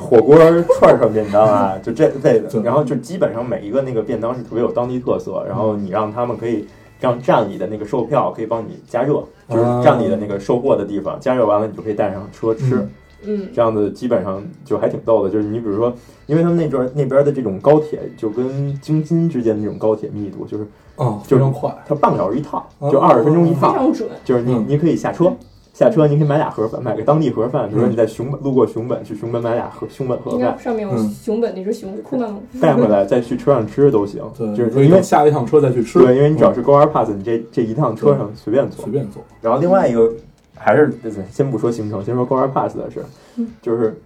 [SPEAKER 5] 火锅串串便 当啊，就这类的
[SPEAKER 4] 对。
[SPEAKER 5] 然后就基本上每一个那个便当是特别有当地特色，然后你让他们可以让站里的那个售票可以帮你加热，就是
[SPEAKER 4] 啊
[SPEAKER 5] 站里的那个售货的地方加热完了，你就可以带上车吃。
[SPEAKER 4] 嗯
[SPEAKER 3] 嗯，
[SPEAKER 5] 这样子基本上就还挺逗的，就是你比如说，因为他们那边那边的这种高铁就跟京津之间的这种高铁密度，就是
[SPEAKER 4] 啊，非
[SPEAKER 5] 就是
[SPEAKER 4] 常快，
[SPEAKER 5] 它半个小时一趟，
[SPEAKER 4] 啊
[SPEAKER 5] 就二十分钟一
[SPEAKER 3] 非
[SPEAKER 5] 趟，
[SPEAKER 3] 常准。
[SPEAKER 5] 就是你
[SPEAKER 4] 嗯
[SPEAKER 5] 你可以下车，下车你可以买俩盒饭，买个当地盒饭，比如说你在熊本路过熊本，去熊本买俩盒熊本盒
[SPEAKER 3] 你看
[SPEAKER 5] 饭，
[SPEAKER 3] 上面有
[SPEAKER 4] 嗯
[SPEAKER 3] 熊本那只熊，库曼
[SPEAKER 5] 带回来再去车上吃都行，
[SPEAKER 4] 对，
[SPEAKER 5] 就
[SPEAKER 4] 你可
[SPEAKER 5] 是
[SPEAKER 4] 以
[SPEAKER 5] 因为
[SPEAKER 4] 等。下一趟车再去吃，嗯
[SPEAKER 5] 对，因为你只要是 Go Air Pass，你这这一趟车上随便坐
[SPEAKER 4] 随。便坐，
[SPEAKER 5] 然后另外一个还是先不说行程，先说 Go Air Pass 的事，就是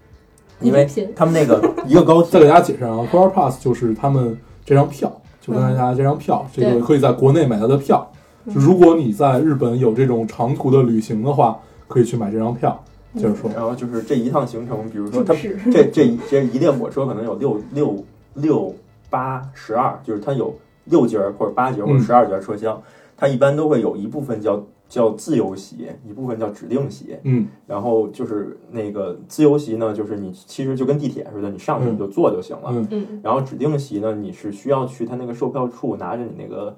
[SPEAKER 5] 因为
[SPEAKER 3] 你别贫
[SPEAKER 5] 他们那个一个高
[SPEAKER 4] 再给大家解释啊 g o r Pass 就是他们这张票，就跟大家这张票，这个
[SPEAKER 3] 嗯对
[SPEAKER 4] 可以在国内买到的票。
[SPEAKER 3] 嗯
[SPEAKER 4] 就如果你在日本有这种长途的旅行的话，可以去买这张票。
[SPEAKER 3] 嗯
[SPEAKER 4] 接着说，
[SPEAKER 5] 然后就是这一趟行程，比如说它
[SPEAKER 3] 注释。
[SPEAKER 5] 这这这一列火车可能有六六六八十二，就是它有六节儿或者八节儿或者
[SPEAKER 4] 嗯
[SPEAKER 5] 十二节儿车厢，它一般都会有一部分叫叫自由席，一部分叫指定席。
[SPEAKER 4] 嗯，
[SPEAKER 5] 然后就是那个自由席呢，就是你其实就跟地铁似的，你上去
[SPEAKER 4] 嗯
[SPEAKER 5] 你就坐就行了。
[SPEAKER 4] 嗯
[SPEAKER 3] 嗯，
[SPEAKER 5] 然后指定席呢，你是需要去它那个售票处拿着你那个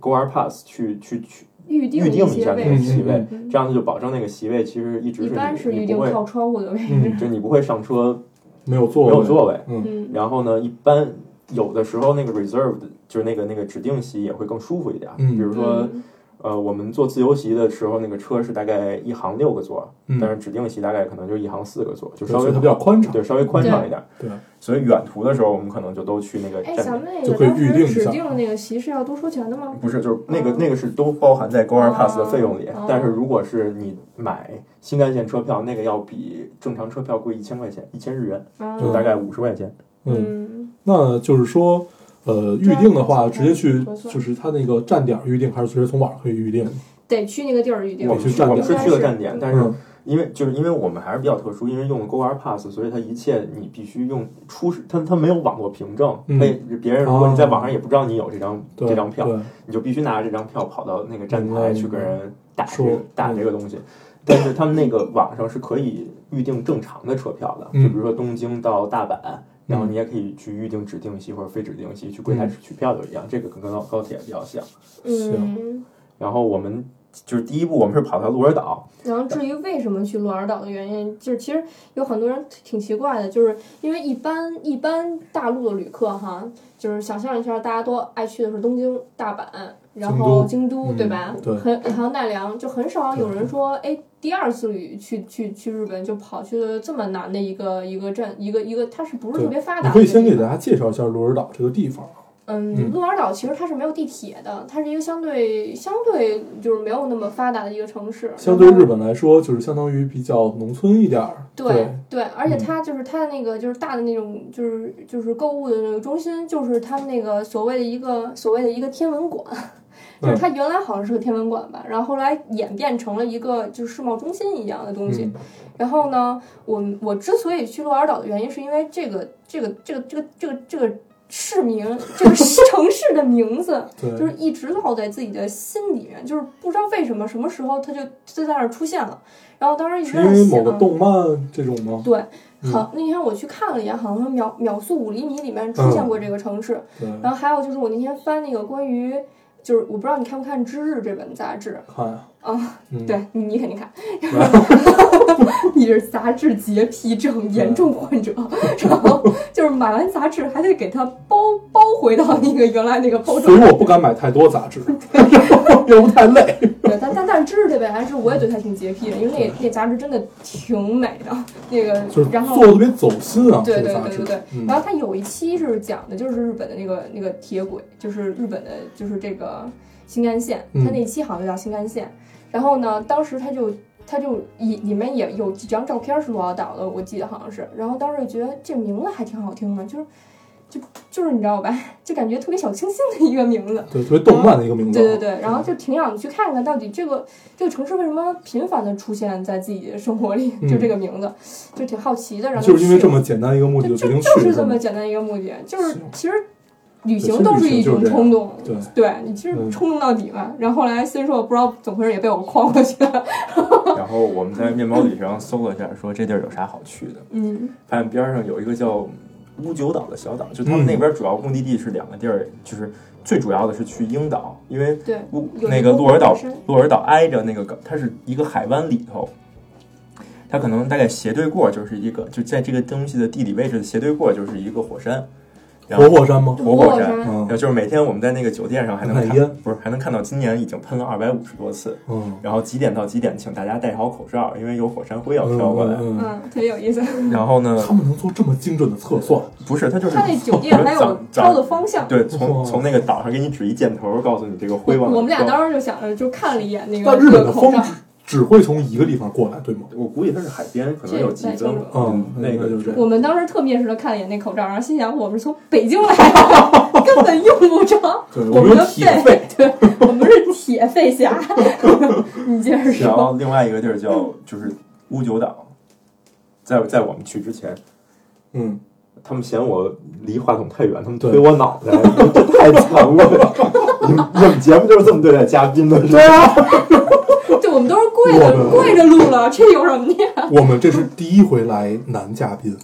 [SPEAKER 5] Go Air Pass 去去去
[SPEAKER 3] 预定
[SPEAKER 5] 预定一
[SPEAKER 3] 些
[SPEAKER 5] 下
[SPEAKER 3] 位置
[SPEAKER 5] 那个
[SPEAKER 4] 嗯
[SPEAKER 5] 席位，
[SPEAKER 3] 嗯
[SPEAKER 5] 这样子就保证那个席位其实一直
[SPEAKER 3] 一
[SPEAKER 5] 是
[SPEAKER 3] 般
[SPEAKER 5] 你
[SPEAKER 3] 是
[SPEAKER 5] 你
[SPEAKER 3] 预
[SPEAKER 5] 不
[SPEAKER 3] 定
[SPEAKER 5] 会
[SPEAKER 3] 靠窗户的位置。
[SPEAKER 4] 嗯，
[SPEAKER 5] 就你不会上车
[SPEAKER 4] 没有座
[SPEAKER 5] 没
[SPEAKER 4] 位，
[SPEAKER 5] 有座位。
[SPEAKER 4] 嗯，
[SPEAKER 3] 嗯，
[SPEAKER 5] 然后呢，一般有的时候那个 reserved 就是那个那个指定席也会更舒服一点。
[SPEAKER 4] 嗯
[SPEAKER 5] 比如说，
[SPEAKER 3] 嗯
[SPEAKER 5] 呃，我们坐自由席的时候，那个车是大概一行六个座，
[SPEAKER 4] 嗯
[SPEAKER 5] 但是指定席大概可能就一行四个座，就
[SPEAKER 4] 对
[SPEAKER 5] 稍
[SPEAKER 4] 所
[SPEAKER 5] 微
[SPEAKER 4] 以它比较宽敞，
[SPEAKER 5] 对稍微宽敞一点。
[SPEAKER 4] 对啊嗯对
[SPEAKER 5] 所以远途的时候，我们可能就都去那个
[SPEAKER 3] 哎，
[SPEAKER 5] 站
[SPEAKER 3] 咱
[SPEAKER 5] 点。
[SPEAKER 3] 们那
[SPEAKER 4] 就
[SPEAKER 3] 个
[SPEAKER 4] 可以
[SPEAKER 3] 当
[SPEAKER 4] 预定
[SPEAKER 3] 时
[SPEAKER 4] 一
[SPEAKER 3] 指
[SPEAKER 4] 下
[SPEAKER 3] 定那个席是要多收钱的吗？
[SPEAKER 5] 不是，就是那个那个是都包含在 Go Air Pass 的费用里
[SPEAKER 3] 哦，
[SPEAKER 5] 但是如果是你买新干线车票，那个要比正常车票贵一千块钱，一千日元，
[SPEAKER 3] 啊，
[SPEAKER 5] 就大概五十块钱。
[SPEAKER 4] 嗯，
[SPEAKER 3] 嗯，
[SPEAKER 4] 那就是说，呃，预定的话，
[SPEAKER 3] 对啊
[SPEAKER 4] 直接去
[SPEAKER 3] 合算
[SPEAKER 4] 就是它那个站点预定，还是直接从网上可以预定？
[SPEAKER 3] 得去那个地儿预定
[SPEAKER 5] 我。
[SPEAKER 4] 去
[SPEAKER 5] 们
[SPEAKER 4] 站
[SPEAKER 5] 我们
[SPEAKER 4] 点
[SPEAKER 5] 是去了
[SPEAKER 3] 应该是
[SPEAKER 5] 站点，但是
[SPEAKER 4] 嗯，
[SPEAKER 5] 因为就是因为我们还是比较特殊，因为用了 Go R Pass，所以它一切你必须用初始，它它没有网络凭证，
[SPEAKER 4] 嗯哦
[SPEAKER 5] 它也别人如果你在网上也不知道你有这张
[SPEAKER 4] 对，
[SPEAKER 5] 这张票，
[SPEAKER 4] 对，
[SPEAKER 5] 你就必须拿着这张票跑到那个站台
[SPEAKER 4] 嗯
[SPEAKER 5] 去跟人打这
[SPEAKER 4] 说嗯
[SPEAKER 5] 个打这个东西。但是他们那个网上是可以预定正常的车票的，
[SPEAKER 4] 嗯
[SPEAKER 5] 就比如说东京到大阪，然后你也可以去预定指定席或者非指定席，去柜台
[SPEAKER 4] 嗯
[SPEAKER 5] 取票就一样，这个跟高高铁比较像。
[SPEAKER 3] 嗯，
[SPEAKER 5] 然后我们就是第一步，我们是跑到鹿儿 岛，
[SPEAKER 3] 然后至于为什么去鹿儿岛的原因，就是其实有很多人挺奇怪的，就是因为一般一般大陆的旅客哈，就是想象一下，大家都爱去的是东京、大阪，然后
[SPEAKER 4] 京
[SPEAKER 3] 京都
[SPEAKER 4] 嗯
[SPEAKER 3] 对吧？
[SPEAKER 4] 对
[SPEAKER 3] 很还有奈良，就很少有人说，哎，第二次旅去去去日本就跑去了这么难的一个一个镇一个一个，它是不是
[SPEAKER 4] 对
[SPEAKER 3] 特别发达的
[SPEAKER 4] 你
[SPEAKER 3] 地方？
[SPEAKER 4] 可以先给大家介绍一下鹿儿岛这个地方啊。嗯
[SPEAKER 3] 嗯，鹿儿岛其实它是没有地铁的，它是一个相对相对就是没有那么发达的一个城市。
[SPEAKER 4] 相对
[SPEAKER 3] 然后
[SPEAKER 4] 日本来说，就是相当于比较农村一点儿。
[SPEAKER 3] 对
[SPEAKER 4] 对，嗯
[SPEAKER 3] 对，而且它就是它的那个就是大的那种就是就是购物的那个中心，就是他们那个所谓的一个所谓的一个天文馆，
[SPEAKER 4] 嗯
[SPEAKER 3] 就是它原来好像是个天文馆吧，然后后来演变成了一个就是世贸中心一样的东西。
[SPEAKER 4] 嗯，
[SPEAKER 3] 然后呢，我我之所以去鹿儿岛的原因，是因为这个这个这个这个这个这个市名，这个城市 的名字，就
[SPEAKER 4] 对
[SPEAKER 3] 是一直烙在自己的心里面，就是不知道为什么什么时候它就就在那儿出现了。然后当时一直
[SPEAKER 4] 是
[SPEAKER 3] 在
[SPEAKER 4] 因
[SPEAKER 3] 想，
[SPEAKER 4] 为某个动漫这种吗？
[SPEAKER 3] 对，
[SPEAKER 4] 嗯
[SPEAKER 3] 好，那天我去看了一眼，好像《秒秒速五厘米》里面出现过
[SPEAKER 4] 嗯
[SPEAKER 3] 这个城市。
[SPEAKER 4] 对，
[SPEAKER 3] 然后还有就是我那天翻那个关于，就是我不知道你看不看《知日》这本杂志，
[SPEAKER 4] 看呀。
[SPEAKER 3] 啊
[SPEAKER 4] 嗯，
[SPEAKER 3] 对你你肯定看， 你是杂志洁癖症严重患者，
[SPEAKER 4] 嗯
[SPEAKER 3] 然后就是买完杂志还得给它包包回到那个原来那个包
[SPEAKER 4] 所
[SPEAKER 3] 装
[SPEAKER 4] 以。我不敢买太多杂志，又不太累。
[SPEAKER 3] 对，但但但《知日》这本杂志我也对它挺洁癖的，因为那那杂志真的挺美的，那个
[SPEAKER 4] 嗯就是
[SPEAKER 3] 然后
[SPEAKER 4] 做的特别走心啊，
[SPEAKER 3] 对
[SPEAKER 4] 这
[SPEAKER 3] 对
[SPEAKER 4] 个杂
[SPEAKER 3] 对
[SPEAKER 4] 志
[SPEAKER 3] 对对。，
[SPEAKER 4] 嗯
[SPEAKER 3] 然，后它有一期是讲的就是日本的那个那个铁轨，就是日本的就是这个新干线，
[SPEAKER 4] 嗯
[SPEAKER 3] 它那一期好像就叫新干线。然后呢，当时它就它就里里面也有几张照片是罗小岛的，我记得好像是。然后当时就觉得这名字还挺好听的，就是就就是你知道吧， 就感觉特别小清新的一个名字。
[SPEAKER 4] 对，特别动漫的一个名字啊。
[SPEAKER 3] 对对对，然后就挺想去看看到底这个这个城市为什么频繁的出现在自己的生活里，就
[SPEAKER 4] 嗯
[SPEAKER 3] 这个名字，就挺好奇的。然后
[SPEAKER 4] 就是因为
[SPEAKER 3] 去
[SPEAKER 4] 这
[SPEAKER 3] 了
[SPEAKER 4] 么简单一个目的
[SPEAKER 3] 就
[SPEAKER 4] 就决
[SPEAKER 3] 就
[SPEAKER 4] 定去
[SPEAKER 3] 就
[SPEAKER 4] 了
[SPEAKER 3] 是
[SPEAKER 4] 是
[SPEAKER 3] 这
[SPEAKER 4] 吗
[SPEAKER 3] 么简单一个目的，就是
[SPEAKER 4] 行
[SPEAKER 3] 其实旅
[SPEAKER 4] 对其
[SPEAKER 3] 行
[SPEAKER 4] 实
[SPEAKER 3] 都
[SPEAKER 4] 旅
[SPEAKER 3] 是
[SPEAKER 4] 行
[SPEAKER 3] 一
[SPEAKER 4] 就
[SPEAKER 3] 种
[SPEAKER 4] 是这样
[SPEAKER 3] 冲动，
[SPEAKER 4] 对，
[SPEAKER 3] 对你其实
[SPEAKER 4] 嗯
[SPEAKER 3] 冲动到底嘛。然后后来虽说不知道怎么回事也被我诓过去 了，
[SPEAKER 5] 然后我们在面包旅上搜了一下，说这地儿有啥好去的，
[SPEAKER 3] 嗯，
[SPEAKER 5] 发现边上有一个叫乌九岛的小岛，就他们
[SPEAKER 4] 嗯
[SPEAKER 5] 那边主要目的地是两个地儿，就是最主要的是去樱岛，因为
[SPEAKER 3] 对，
[SPEAKER 5] 乌
[SPEAKER 3] 有
[SPEAKER 5] 那
[SPEAKER 3] 一
[SPEAKER 5] 个
[SPEAKER 3] 个
[SPEAKER 5] 鹿儿岛
[SPEAKER 3] 火山，
[SPEAKER 5] 鹿儿岛挨着那个港，它是一个海湾里头，它可能大概斜对过就是一个，就在这个东西的地理位置的斜对过就是一个火山，然
[SPEAKER 4] 活
[SPEAKER 5] 后
[SPEAKER 4] 火山吗？
[SPEAKER 5] 活
[SPEAKER 3] 活
[SPEAKER 5] 火
[SPEAKER 3] 火
[SPEAKER 5] 山，
[SPEAKER 3] 山，
[SPEAKER 4] 嗯
[SPEAKER 5] 然后就是每天我们在那个酒店上还能
[SPEAKER 4] 看
[SPEAKER 5] 看
[SPEAKER 4] 烟，
[SPEAKER 5] 不是还能看到今年已经喷了二百五十多次。
[SPEAKER 4] 嗯，
[SPEAKER 5] 然后几点到几点，请大家戴好口罩，因为有火山灰要飘过来。
[SPEAKER 4] 嗯嗯嗯
[SPEAKER 3] 嗯，特别有意思。
[SPEAKER 5] 然后呢，
[SPEAKER 4] 他们能做这么精准的测算，
[SPEAKER 3] 嗯
[SPEAKER 5] 不是，它就是
[SPEAKER 3] 他那酒店还有
[SPEAKER 5] 长
[SPEAKER 3] 标
[SPEAKER 5] 长
[SPEAKER 3] 的方向，
[SPEAKER 5] 对，
[SPEAKER 4] 哇
[SPEAKER 5] 从从那个岛上给你指一箭头，告诉你这个
[SPEAKER 3] 我
[SPEAKER 5] 灰往哪
[SPEAKER 3] 我们俩
[SPEAKER 5] 飘
[SPEAKER 3] 当时就想着，就看了一眼那
[SPEAKER 4] 但
[SPEAKER 3] 个
[SPEAKER 4] 日本的
[SPEAKER 3] 口
[SPEAKER 4] 风
[SPEAKER 3] 罩，
[SPEAKER 4] 只只会从一个地方过来，对吗？
[SPEAKER 5] 我估计它是海边，可能有
[SPEAKER 3] 这
[SPEAKER 5] 积
[SPEAKER 3] 太
[SPEAKER 5] 增
[SPEAKER 3] 清楚了。
[SPEAKER 4] 嗯，
[SPEAKER 5] 那
[SPEAKER 4] 个
[SPEAKER 5] 个
[SPEAKER 4] 就是这样。
[SPEAKER 3] 我们当时特蔑视的看了一眼那口罩，然后心想我们是从北京来的，根本用不着。
[SPEAKER 4] 对，
[SPEAKER 3] 我
[SPEAKER 4] 们
[SPEAKER 3] 的
[SPEAKER 4] 有铁肺，
[SPEAKER 3] 肺，对，我们是铁肺侠。你接着
[SPEAKER 5] 然
[SPEAKER 3] 说，
[SPEAKER 5] 后另外一个地儿叫就是乌九岛，在在我们去之前，
[SPEAKER 4] 嗯，
[SPEAKER 5] 他们嫌我离话筒太远，他们
[SPEAKER 4] 对
[SPEAKER 5] 推我脑袋， 这太残酷了。你们你们节目就是这么对待嘉宾的，对啊，
[SPEAKER 3] 对，我们都是跪
[SPEAKER 4] 我
[SPEAKER 3] 着
[SPEAKER 4] 们
[SPEAKER 3] 跪着录了，这有什么的？
[SPEAKER 4] 我们这是第一回来男嘉宾，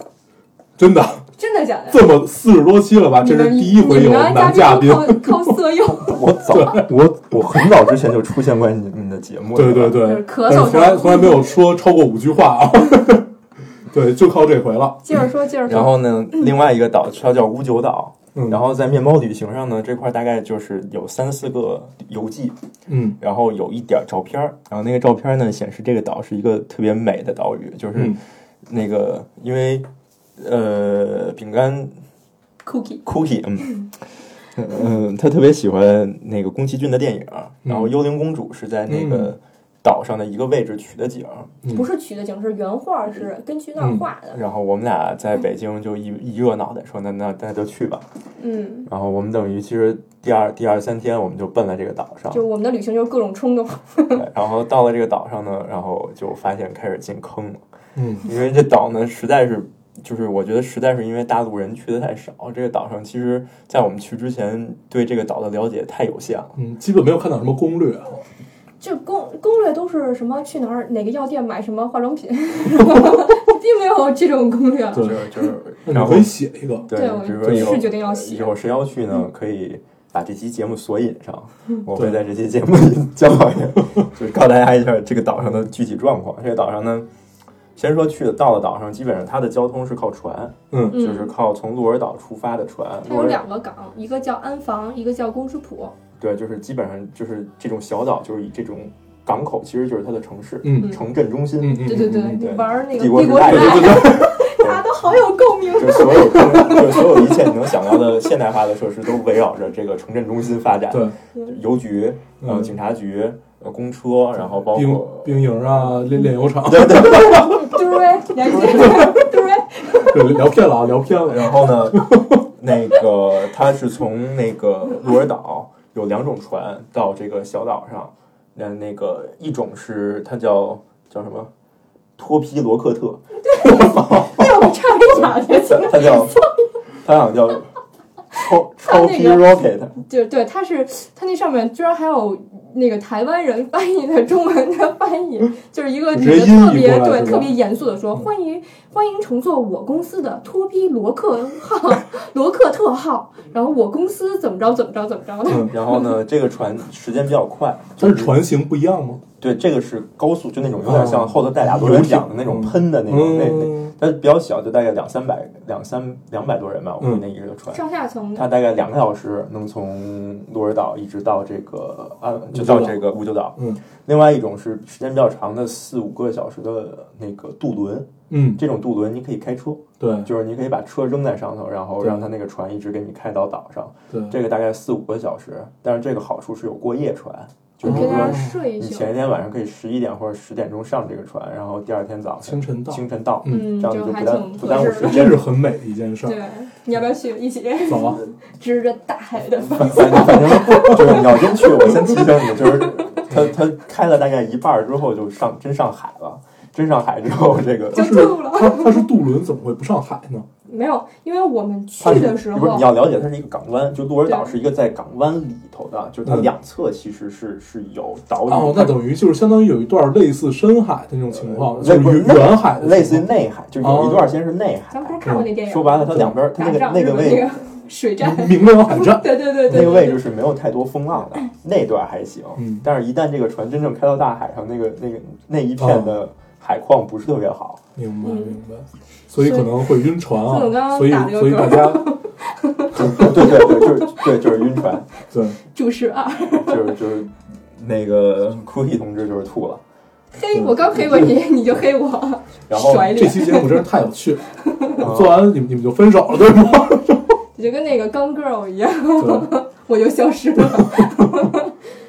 [SPEAKER 4] 真的，
[SPEAKER 3] 真的假的？
[SPEAKER 4] 这么四十多期了吧？
[SPEAKER 3] 你
[SPEAKER 4] 这
[SPEAKER 3] 们
[SPEAKER 4] 是第一回有男嘉
[SPEAKER 3] 你
[SPEAKER 4] 宾。
[SPEAKER 3] 们嘉靠靠色诱，
[SPEAKER 5] 我早我我很早之前就出现过你们的节目，
[SPEAKER 4] 对
[SPEAKER 3] 就
[SPEAKER 4] 对对
[SPEAKER 3] 是，咳嗽
[SPEAKER 4] 但是从来
[SPEAKER 3] 声
[SPEAKER 4] 从来没有说超过五句话 啊。对，就靠这回了。
[SPEAKER 3] 接着说，接着
[SPEAKER 5] 然
[SPEAKER 3] 说。
[SPEAKER 5] 后呢，另外一个岛它叫乌九岛，
[SPEAKER 4] 嗯，
[SPEAKER 5] 然后在面包旅行上呢，这块大概就是有三四个游记，
[SPEAKER 4] 嗯
[SPEAKER 5] 然后有一点照片儿，然后那个照片呢显示这个岛是一个特别美的岛屿，就是
[SPEAKER 4] 嗯
[SPEAKER 5] 那个、因为呃饼干
[SPEAKER 3] Cookie，
[SPEAKER 5] Cookie，嗯。嗯，他特别喜欢那个宫崎骏的电影，然后《幽灵公主》是在那个岛上的一个位置取的景，
[SPEAKER 3] 不是取的景，是原画，是根据那儿画的。
[SPEAKER 5] 然后我们俩在北京就一一热脑袋说那那那就去吧，
[SPEAKER 3] 嗯，
[SPEAKER 5] 然后我们等于其实第二第二三天我们就奔了这个岛上，
[SPEAKER 3] 就我们的旅行就是各种冲动。
[SPEAKER 5] 对，然后到了这个岛上呢，然后就发现开始进坑了，
[SPEAKER 4] 嗯，
[SPEAKER 5] 因为这岛呢实在是，就是我觉得实在是因为大陆人去的太少，这个岛上其实，在我们去之前对这个岛的了解太有限了。
[SPEAKER 4] 嗯，基本没有看到什么攻略啊。
[SPEAKER 3] 这攻攻略都是什么？去哪儿？哪个药店买什么化妆品？ 并没有这种攻略。
[SPEAKER 4] 对
[SPEAKER 5] 就是就是，
[SPEAKER 4] 那
[SPEAKER 5] 然
[SPEAKER 4] 你
[SPEAKER 5] 后
[SPEAKER 4] 可以写一个。
[SPEAKER 5] 对
[SPEAKER 3] 对我，
[SPEAKER 5] 比如
[SPEAKER 3] 就
[SPEAKER 5] 说
[SPEAKER 3] 是
[SPEAKER 5] 有
[SPEAKER 3] 决定要写
[SPEAKER 5] 有谁要去呢？可以把这期节目索引上，
[SPEAKER 3] 嗯
[SPEAKER 5] 我会在这期节目里教导你， 就是告诉大家一下这个岛上的具体状况。这个岛上呢，先说去的到了岛上，基本上它的交通是靠船，
[SPEAKER 4] 嗯
[SPEAKER 5] 就是靠从鹿儿岛出发的船。
[SPEAKER 3] 它有
[SPEAKER 5] 鹿儿
[SPEAKER 3] 两个港，一个叫安房，一个叫公之浦。
[SPEAKER 5] 对，就是基本上就是这种小岛，就是以这种港口，其实就是它的城市、
[SPEAKER 4] 嗯
[SPEAKER 5] 城镇中心。
[SPEAKER 4] 嗯嗯，
[SPEAKER 3] 对对对，
[SPEAKER 5] 嗯
[SPEAKER 3] 你
[SPEAKER 5] 对
[SPEAKER 3] 玩那个
[SPEAKER 5] 帝
[SPEAKER 3] 帝
[SPEAKER 5] 国
[SPEAKER 3] 国
[SPEAKER 5] 时
[SPEAKER 3] 时代，
[SPEAKER 5] 代，对对 对，
[SPEAKER 3] 大家都好有共鸣。
[SPEAKER 5] 就所有就所有一切你能想到的现代化的设施，都围绕着这个城镇中心发展。
[SPEAKER 4] 对，
[SPEAKER 5] 邮局、呃，
[SPEAKER 4] 嗯
[SPEAKER 5] 警察局、呃，公车，然后包
[SPEAKER 4] 兵
[SPEAKER 5] 括
[SPEAKER 4] 兵营啊，炼炼油厂，
[SPEAKER 3] 对不对？你还记得对不对？
[SPEAKER 4] 对，聊偏了啊，聊偏了，然
[SPEAKER 5] 然
[SPEAKER 4] 后
[SPEAKER 5] 后呢，那个它是从那个鹿儿岛有两种船到这个小岛上，那那个一种是它叫叫什么？托皮罗克特，
[SPEAKER 3] 哎呦，我差点讲这
[SPEAKER 5] 它它叫它好像叫超超皮 rocket，
[SPEAKER 3] 就对，他是他那上面居然还有那个台湾人翻译的中文的翻译，
[SPEAKER 5] 嗯
[SPEAKER 3] 就是一个女
[SPEAKER 4] 直
[SPEAKER 3] 的
[SPEAKER 4] 接音译
[SPEAKER 3] 特别
[SPEAKER 4] 过来
[SPEAKER 3] 对
[SPEAKER 4] 是吧
[SPEAKER 3] 特别严肃的说：“欢迎欢迎乘坐我公司的托皮罗克号 罗克特号。”然后我公司怎么着怎么着怎么着的，
[SPEAKER 5] 然后呢，这个船时间比较快，
[SPEAKER 4] 它是船型不一样吗？
[SPEAKER 5] 对，这个是高速，就那种有点
[SPEAKER 4] 哦
[SPEAKER 5] 像后头带俩螺旋桨的那种喷的那种，那那，但是比较小，就大概两三百、两三两百多人吧，我
[SPEAKER 4] 嗯
[SPEAKER 5] 们那一个船，
[SPEAKER 3] 上下层的。
[SPEAKER 5] 它大概两个小时能从鹿儿岛一直到这个啊，就到这个五九岛。
[SPEAKER 4] 嗯，
[SPEAKER 5] 另外一种是时间比较长的四五个小时的那个渡轮，
[SPEAKER 4] 嗯，
[SPEAKER 5] 这种渡轮你可以开车，
[SPEAKER 4] 对
[SPEAKER 5] 就是你可以把车扔在上头，然后
[SPEAKER 4] 对
[SPEAKER 5] 让它那个船一直给你开到岛上。
[SPEAKER 4] 对，
[SPEAKER 5] 这个大概四五个小时，但是这个好处是有过夜船，就
[SPEAKER 3] 你
[SPEAKER 5] 是
[SPEAKER 3] 可以在那
[SPEAKER 5] 说
[SPEAKER 3] 儿嗯睡一
[SPEAKER 5] 你
[SPEAKER 3] 宿，
[SPEAKER 5] 嗯前一天晚上可以十一点或者十点钟上这个船，然后第二天早
[SPEAKER 4] 清
[SPEAKER 5] 上
[SPEAKER 4] 晨到，
[SPEAKER 5] 清晨到，
[SPEAKER 3] 嗯，
[SPEAKER 5] 这样子就
[SPEAKER 3] 还
[SPEAKER 5] 不耽
[SPEAKER 3] 挺
[SPEAKER 5] 不
[SPEAKER 3] 合
[SPEAKER 5] 耽误
[SPEAKER 3] 适
[SPEAKER 5] 时
[SPEAKER 3] 的。
[SPEAKER 4] 这
[SPEAKER 5] 间。
[SPEAKER 4] 是 很美的一件事儿。
[SPEAKER 3] 对，你要不要去一起
[SPEAKER 4] 走啊，
[SPEAKER 3] 指着大海的方
[SPEAKER 5] 反正反正就是你要真去，我先提醒你， 就是他他开了大概一半儿之后就上真上海了，真上海之后这个
[SPEAKER 3] 就
[SPEAKER 4] 它是
[SPEAKER 3] 吐了？
[SPEAKER 4] 它它是渡轮，怎么会不上海呢？
[SPEAKER 5] 哦
[SPEAKER 3] 没有，因为我们去
[SPEAKER 5] 它是
[SPEAKER 3] 的时
[SPEAKER 5] 不是
[SPEAKER 3] 候
[SPEAKER 5] 你，要了解它是一个港湾，就鹿儿岛
[SPEAKER 3] 对
[SPEAKER 5] 是一个在港湾里头的，就是它
[SPEAKER 4] 嗯
[SPEAKER 5] 两侧其实是是有岛屿的，
[SPEAKER 4] 哦，那等于就是相当于有一段类似深海的那种情况，就
[SPEAKER 5] 类呃不
[SPEAKER 4] 是
[SPEAKER 5] 是
[SPEAKER 4] 远远海的情况
[SPEAKER 5] 类似于内海，就有
[SPEAKER 4] 哦
[SPEAKER 5] 一段先是内海
[SPEAKER 3] 咱们不是看过那电影？
[SPEAKER 5] 说白了，它两边儿它
[SPEAKER 3] 打
[SPEAKER 5] 那个
[SPEAKER 3] 仗
[SPEAKER 5] 那个
[SPEAKER 3] 日本
[SPEAKER 5] 位置
[SPEAKER 3] 那个水战，
[SPEAKER 4] 明亮海战，
[SPEAKER 3] 对对对对，
[SPEAKER 5] 那个
[SPEAKER 3] 对
[SPEAKER 5] 位置是没有太多风浪
[SPEAKER 3] 嗯
[SPEAKER 5] 的，那段还行。
[SPEAKER 4] 嗯
[SPEAKER 5] 但是，一旦这个船真正开到大海上，那个那个那一
[SPEAKER 4] 哦
[SPEAKER 5] 片的海况不是特别好。
[SPEAKER 4] 明白
[SPEAKER 3] 嗯
[SPEAKER 4] 明白，所以可能会晕船啊
[SPEAKER 3] 所以我刚，刚
[SPEAKER 4] 所以
[SPEAKER 3] 打了个
[SPEAKER 4] 所以大家
[SPEAKER 5] 就是对对对，就是对就是晕船，
[SPEAKER 4] 对
[SPEAKER 3] 注释啊，
[SPEAKER 5] 就是就是那个库伊同志就是吐了。
[SPEAKER 3] 黑我刚黑过你， 你就黑我，
[SPEAKER 5] 然后
[SPEAKER 3] 甩
[SPEAKER 4] 这
[SPEAKER 3] 脸，
[SPEAKER 4] 期节目真是太有 趣了，
[SPEAKER 5] 啊
[SPEAKER 4] 做完你们你们就分手了，对吗？
[SPEAKER 3] 你就跟那个钢 girl 一样，
[SPEAKER 4] 对，
[SPEAKER 3] 我又消失了。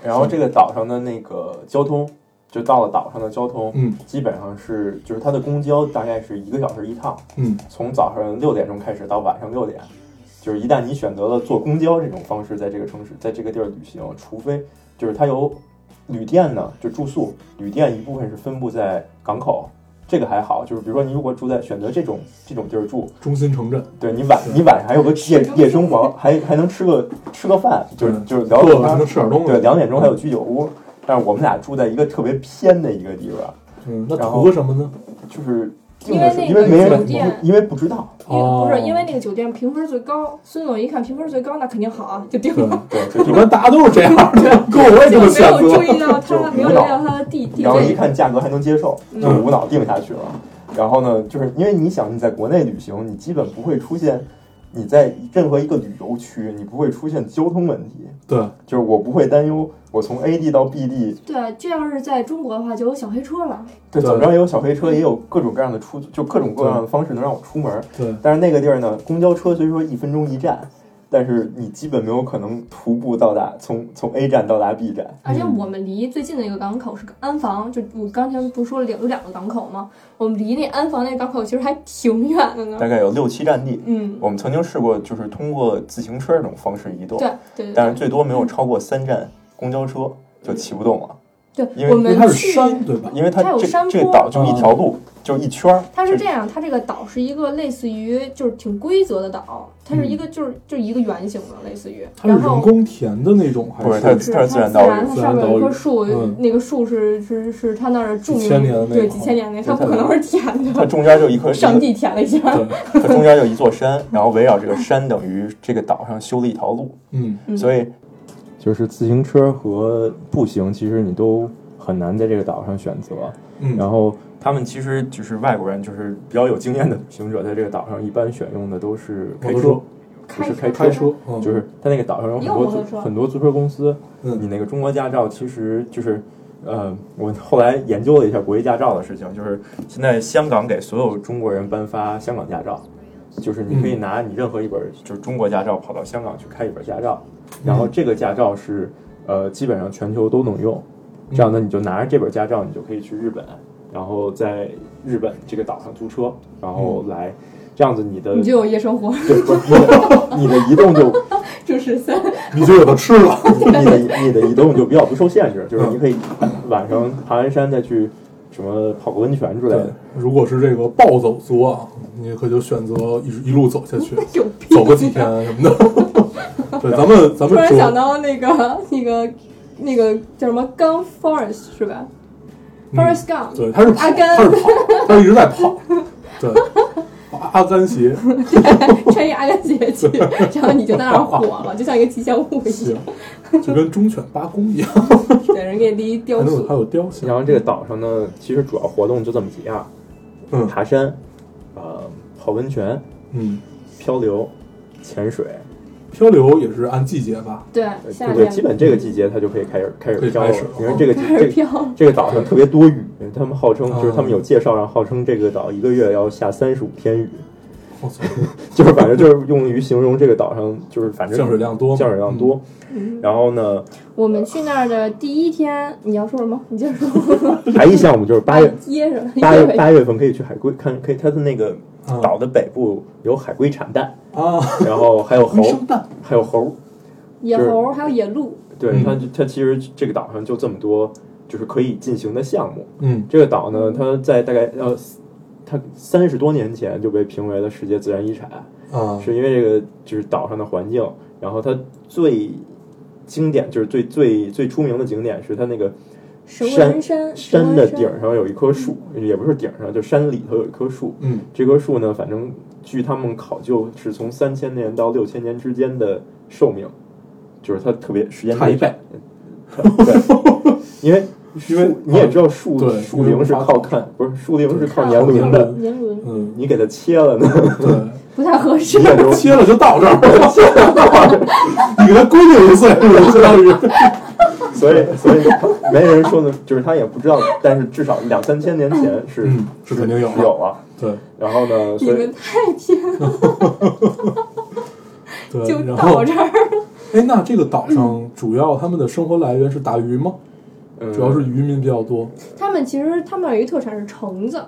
[SPEAKER 5] 然后这个岛上的那个交通，就到了岛上的交通，
[SPEAKER 4] 嗯
[SPEAKER 5] 基本上是就是它的公交大概是一个小时一趟，
[SPEAKER 4] 嗯
[SPEAKER 5] 从早上六点钟开始到晚上六点，就是一旦你选择了坐公交这种方式，在这个城市，在这个地儿旅行，除非就是它有旅店呢，就住宿旅店一部分是分布在港口，这个还好，就是比如说你如果住在选择这种这种地儿住，
[SPEAKER 4] 中心城镇，
[SPEAKER 5] 对你晚你晚上还有个夜
[SPEAKER 3] 中
[SPEAKER 5] 夜生活，还还能吃个吃个饭，就是
[SPEAKER 4] 对
[SPEAKER 5] 就是聊
[SPEAKER 4] 饿
[SPEAKER 5] 聊
[SPEAKER 4] 了还
[SPEAKER 5] 天
[SPEAKER 4] 能，吃点东
[SPEAKER 5] 对，
[SPEAKER 4] 西，
[SPEAKER 5] 两点钟还有居酒屋。但是我们俩住在一个特别偏的一个地方，
[SPEAKER 4] 嗯，那
[SPEAKER 5] 然
[SPEAKER 4] 图
[SPEAKER 5] 后
[SPEAKER 4] 个什么呢？
[SPEAKER 5] 就是定的是因
[SPEAKER 3] 因
[SPEAKER 5] 为
[SPEAKER 3] 为那
[SPEAKER 5] 没
[SPEAKER 3] 个
[SPEAKER 5] 人
[SPEAKER 3] 酒店，
[SPEAKER 5] 因为不知道，
[SPEAKER 3] 因为不
[SPEAKER 4] 哦
[SPEAKER 3] 是因为那个酒店评分最高，孙总一看评分最高，那肯定好啊，就定
[SPEAKER 4] 对
[SPEAKER 3] 了。，
[SPEAKER 5] 对，就
[SPEAKER 4] 一
[SPEAKER 5] 就
[SPEAKER 4] 般大家都是这样的，跟我
[SPEAKER 3] 就
[SPEAKER 4] 也这
[SPEAKER 3] 没
[SPEAKER 4] 么选
[SPEAKER 3] 有注
[SPEAKER 4] 择，
[SPEAKER 3] 意到他，
[SPEAKER 5] 就
[SPEAKER 3] 没有留意到他的地地
[SPEAKER 5] 然后一
[SPEAKER 3] 位。嗯
[SPEAKER 5] 看价格还能接受，就无脑定下去了。然后呢，就是因为你想你在国内旅行，你基本不会出现你在任何一个旅游区，你不会出现交通问题。
[SPEAKER 4] 对，
[SPEAKER 5] 就是我不会担忧我从 A 地到 B 地，
[SPEAKER 3] 对啊，这要是在中国的话，就有小黑车了。
[SPEAKER 4] 对
[SPEAKER 5] 对，嗯怎么着也有小黑车，也有各种各样的出，就各种各样的方式能让我出门。
[SPEAKER 4] 对，
[SPEAKER 5] 但是那个地儿呢，公交车虽说一分钟一站，但是你基本没有可能徒步到达，从从 A 站到达 B 站。
[SPEAKER 3] 而且我们离最近的一个港口是安防，就我刚才不是说了有两个港口吗？我们离那安防那港口其实还挺远的呢。
[SPEAKER 5] 大概有六七站地。
[SPEAKER 3] 嗯，
[SPEAKER 5] 我们曾经试过，就是通过自行车这种方式移动，
[SPEAKER 3] 对对
[SPEAKER 5] 但是最多没有超过三站公交车就骑不动了，
[SPEAKER 3] 对
[SPEAKER 5] 因
[SPEAKER 3] 对，
[SPEAKER 5] 为
[SPEAKER 3] 我
[SPEAKER 4] 因为
[SPEAKER 3] 们
[SPEAKER 4] 它是
[SPEAKER 3] 去
[SPEAKER 4] 山，对吧？
[SPEAKER 5] 因为它
[SPEAKER 3] 它有
[SPEAKER 5] 这
[SPEAKER 3] 山
[SPEAKER 5] 这
[SPEAKER 3] 坡
[SPEAKER 5] 岛就一条路，就一圈儿。
[SPEAKER 3] 它是这
[SPEAKER 5] 就
[SPEAKER 3] 样，它这个岛是一个类似于就是挺规则的岛，它是一个就是、就是一个圆形的，类似于。
[SPEAKER 4] 嗯它是
[SPEAKER 3] 然
[SPEAKER 4] 人
[SPEAKER 3] 后
[SPEAKER 4] 工填的那种，还
[SPEAKER 5] 不是它
[SPEAKER 4] 是
[SPEAKER 3] 是
[SPEAKER 5] 它
[SPEAKER 3] 它
[SPEAKER 5] 是自然
[SPEAKER 3] 自
[SPEAKER 5] 岛屿
[SPEAKER 3] 然，它
[SPEAKER 4] 自
[SPEAKER 3] 上
[SPEAKER 4] 然
[SPEAKER 3] 面
[SPEAKER 4] 岛
[SPEAKER 3] 有
[SPEAKER 4] 屿
[SPEAKER 3] 一棵树，
[SPEAKER 4] 嗯
[SPEAKER 3] 那个树是是是它那儿著名
[SPEAKER 4] 几千年的那
[SPEAKER 3] 对
[SPEAKER 4] 个
[SPEAKER 3] 几千年那，
[SPEAKER 5] 对
[SPEAKER 3] 它不
[SPEAKER 5] 它
[SPEAKER 3] 可能是填
[SPEAKER 5] 它
[SPEAKER 3] 的，
[SPEAKER 5] 中间就一棵，
[SPEAKER 3] 上帝填了一下。
[SPEAKER 4] 对，
[SPEAKER 5] 它中间就一座山，然后围绕这个山，等于这个岛上修了一条路，
[SPEAKER 4] 嗯，
[SPEAKER 3] 嗯
[SPEAKER 5] 所以就是自行车和步行，其实你都很难在这个岛上选择。
[SPEAKER 4] 嗯
[SPEAKER 5] 然后他们其实就是外国人，就是比较有经验的旅行者，在这个岛上一般选用的都是
[SPEAKER 4] 摩
[SPEAKER 5] 开
[SPEAKER 4] 托
[SPEAKER 5] 车
[SPEAKER 4] 车，
[SPEAKER 5] 不是
[SPEAKER 3] 开
[SPEAKER 5] 开
[SPEAKER 3] 车
[SPEAKER 4] 开车，嗯，
[SPEAKER 5] 就是它那个岛上有很
[SPEAKER 3] 也有
[SPEAKER 5] 多
[SPEAKER 3] 摩托
[SPEAKER 5] 租
[SPEAKER 3] 车啊
[SPEAKER 5] 很多租车公司，
[SPEAKER 4] 嗯
[SPEAKER 5] 你那个中国驾照其实就是，呃，我后来研究了一下国际驾照的事情，就是现在香港给所有中国人颁发香港驾照，
[SPEAKER 3] 嗯
[SPEAKER 5] 就是你可以拿你任何一本就是中国驾照跑到香港去开一本驾照，
[SPEAKER 3] 嗯
[SPEAKER 5] 然后这个驾照是呃基本上全球都能用，
[SPEAKER 3] 嗯
[SPEAKER 5] 这样呢你就拿着这本驾照你就可以去日本，然后在日本这个岛上租车，然后来。这样子你的
[SPEAKER 3] 嗯你就有夜生活，
[SPEAKER 5] 对不是你的移动就
[SPEAKER 3] 就是三
[SPEAKER 4] 你就有的吃 了。
[SPEAKER 5] 你 的你的移动就比较不受限制，就是
[SPEAKER 4] 嗯
[SPEAKER 5] 你可以晚上爬完山再去什么泡个温泉之类
[SPEAKER 4] 对
[SPEAKER 5] 的。，
[SPEAKER 4] 如果是这个暴走族啊，你可就选择一一路走 下去，
[SPEAKER 3] 有病。
[SPEAKER 4] 走个几天什 么的。对，咱们咱
[SPEAKER 3] 突
[SPEAKER 4] 们
[SPEAKER 3] 然想
[SPEAKER 4] 说，
[SPEAKER 3] 到那个那个那个叫什么 Gun Forest 是吧
[SPEAKER 4] 嗯
[SPEAKER 3] ？Forest Gump，、
[SPEAKER 4] 对，他是跑
[SPEAKER 3] 阿甘
[SPEAKER 4] 他是跑，他一直在跑。对，阿阿甘鞋
[SPEAKER 3] 穿一阿甘鞋去，然后你就在 那儿火了，就像一个吉祥物一
[SPEAKER 4] 行
[SPEAKER 3] 样，，
[SPEAKER 4] 就跟忠犬八公 一样，
[SPEAKER 3] 对，人给你立一
[SPEAKER 4] 还
[SPEAKER 3] 雕
[SPEAKER 4] 能有还
[SPEAKER 3] 塑。
[SPEAKER 4] 有雕像。
[SPEAKER 5] 然后这个岛上呢，其实主要活动就这么几样：
[SPEAKER 4] 嗯
[SPEAKER 5] 爬山、呃，泡温泉、
[SPEAKER 4] 嗯，
[SPEAKER 5] 漂流、潜水。
[SPEAKER 4] 漂流也是按季节吧？
[SPEAKER 3] 对，
[SPEAKER 5] 呃
[SPEAKER 3] 夏
[SPEAKER 5] 对，基
[SPEAKER 3] 天
[SPEAKER 5] 本这个季节它就可以开始开始
[SPEAKER 4] 可以
[SPEAKER 5] 漂
[SPEAKER 4] 开
[SPEAKER 5] 了
[SPEAKER 4] 始了。
[SPEAKER 5] 因为这个 季
[SPEAKER 3] 开始
[SPEAKER 5] 这个
[SPEAKER 3] 飘，
[SPEAKER 5] 这个岛上特别多雨，他们号称就是
[SPEAKER 4] 哦
[SPEAKER 5] 他们有介绍上号称这个岛一个月要下三十五天雨。
[SPEAKER 4] 我操，
[SPEAKER 5] 就是反正就是用于形容这个岛上，就是反正
[SPEAKER 4] 降水量多嘛
[SPEAKER 5] 降水量多。
[SPEAKER 3] 嗯
[SPEAKER 5] 然后呢，
[SPEAKER 3] 我们去那儿的第一天，你要说什么？你接着说。
[SPEAKER 5] 还一项目就是 八月
[SPEAKER 3] 接着，
[SPEAKER 5] 八月
[SPEAKER 3] 因为
[SPEAKER 5] 八月份可以去海龟看，可以它的那个
[SPEAKER 4] 啊
[SPEAKER 5] 岛的北部有海龟产蛋，
[SPEAKER 4] 啊，
[SPEAKER 5] 然后还有猴
[SPEAKER 4] 回，声蛋，
[SPEAKER 5] 还有猴。
[SPEAKER 3] 野猴还有野鹿，
[SPEAKER 5] 对
[SPEAKER 4] 嗯
[SPEAKER 5] 它它其实这个岛上就这么多，就是可以进行的项目。
[SPEAKER 4] 嗯，
[SPEAKER 5] 这个岛呢，它在大概呃，它三十多年前就被评为了世界自然遗产。
[SPEAKER 4] 啊，
[SPEAKER 5] 是因为这个就是岛上的环境，然后它最经典就是最最最出名的景点是它那个
[SPEAKER 3] 蛇纹山
[SPEAKER 5] 山的顶
[SPEAKER 3] 蛇纹
[SPEAKER 5] 上有一棵树，也不是顶上，就山里头有一棵树。
[SPEAKER 4] 嗯，
[SPEAKER 5] 这棵树呢，反正据他们考究是从三千年到六千年之间的寿命，就是它特别时间
[SPEAKER 4] 差一
[SPEAKER 5] 特别长。对，因为
[SPEAKER 4] 因为嗯
[SPEAKER 5] 你也知道树
[SPEAKER 4] 对
[SPEAKER 5] 树龄是靠看，不是树龄是靠年
[SPEAKER 4] 靠
[SPEAKER 5] 轮
[SPEAKER 4] 年
[SPEAKER 5] 的
[SPEAKER 4] 轮，
[SPEAKER 3] 山哦年轮
[SPEAKER 4] 嗯，
[SPEAKER 5] 你给它切了呢，
[SPEAKER 4] 对，
[SPEAKER 3] 不太合适
[SPEAKER 5] 你。也就
[SPEAKER 4] 切了就到这儿了，切了到这儿，你给他规定一岁数，相当于
[SPEAKER 5] 所以，所以没人说呢，就是他也不知道，但是至少两三千年前是、
[SPEAKER 4] 嗯是肯定有
[SPEAKER 5] 有
[SPEAKER 4] 的
[SPEAKER 5] 有了。
[SPEAKER 4] 对
[SPEAKER 5] 然后呢，
[SPEAKER 3] 你
[SPEAKER 5] 所以
[SPEAKER 3] 们太 偏了，
[SPEAKER 4] 对，
[SPEAKER 3] 就
[SPEAKER 4] 然后
[SPEAKER 3] 到这儿。
[SPEAKER 4] 哎，那这个岛上主要他们的生活来源是打鱼吗？
[SPEAKER 5] 嗯
[SPEAKER 4] 主要是渔民比较多，
[SPEAKER 3] 他们其实他们有一个特产是橙子，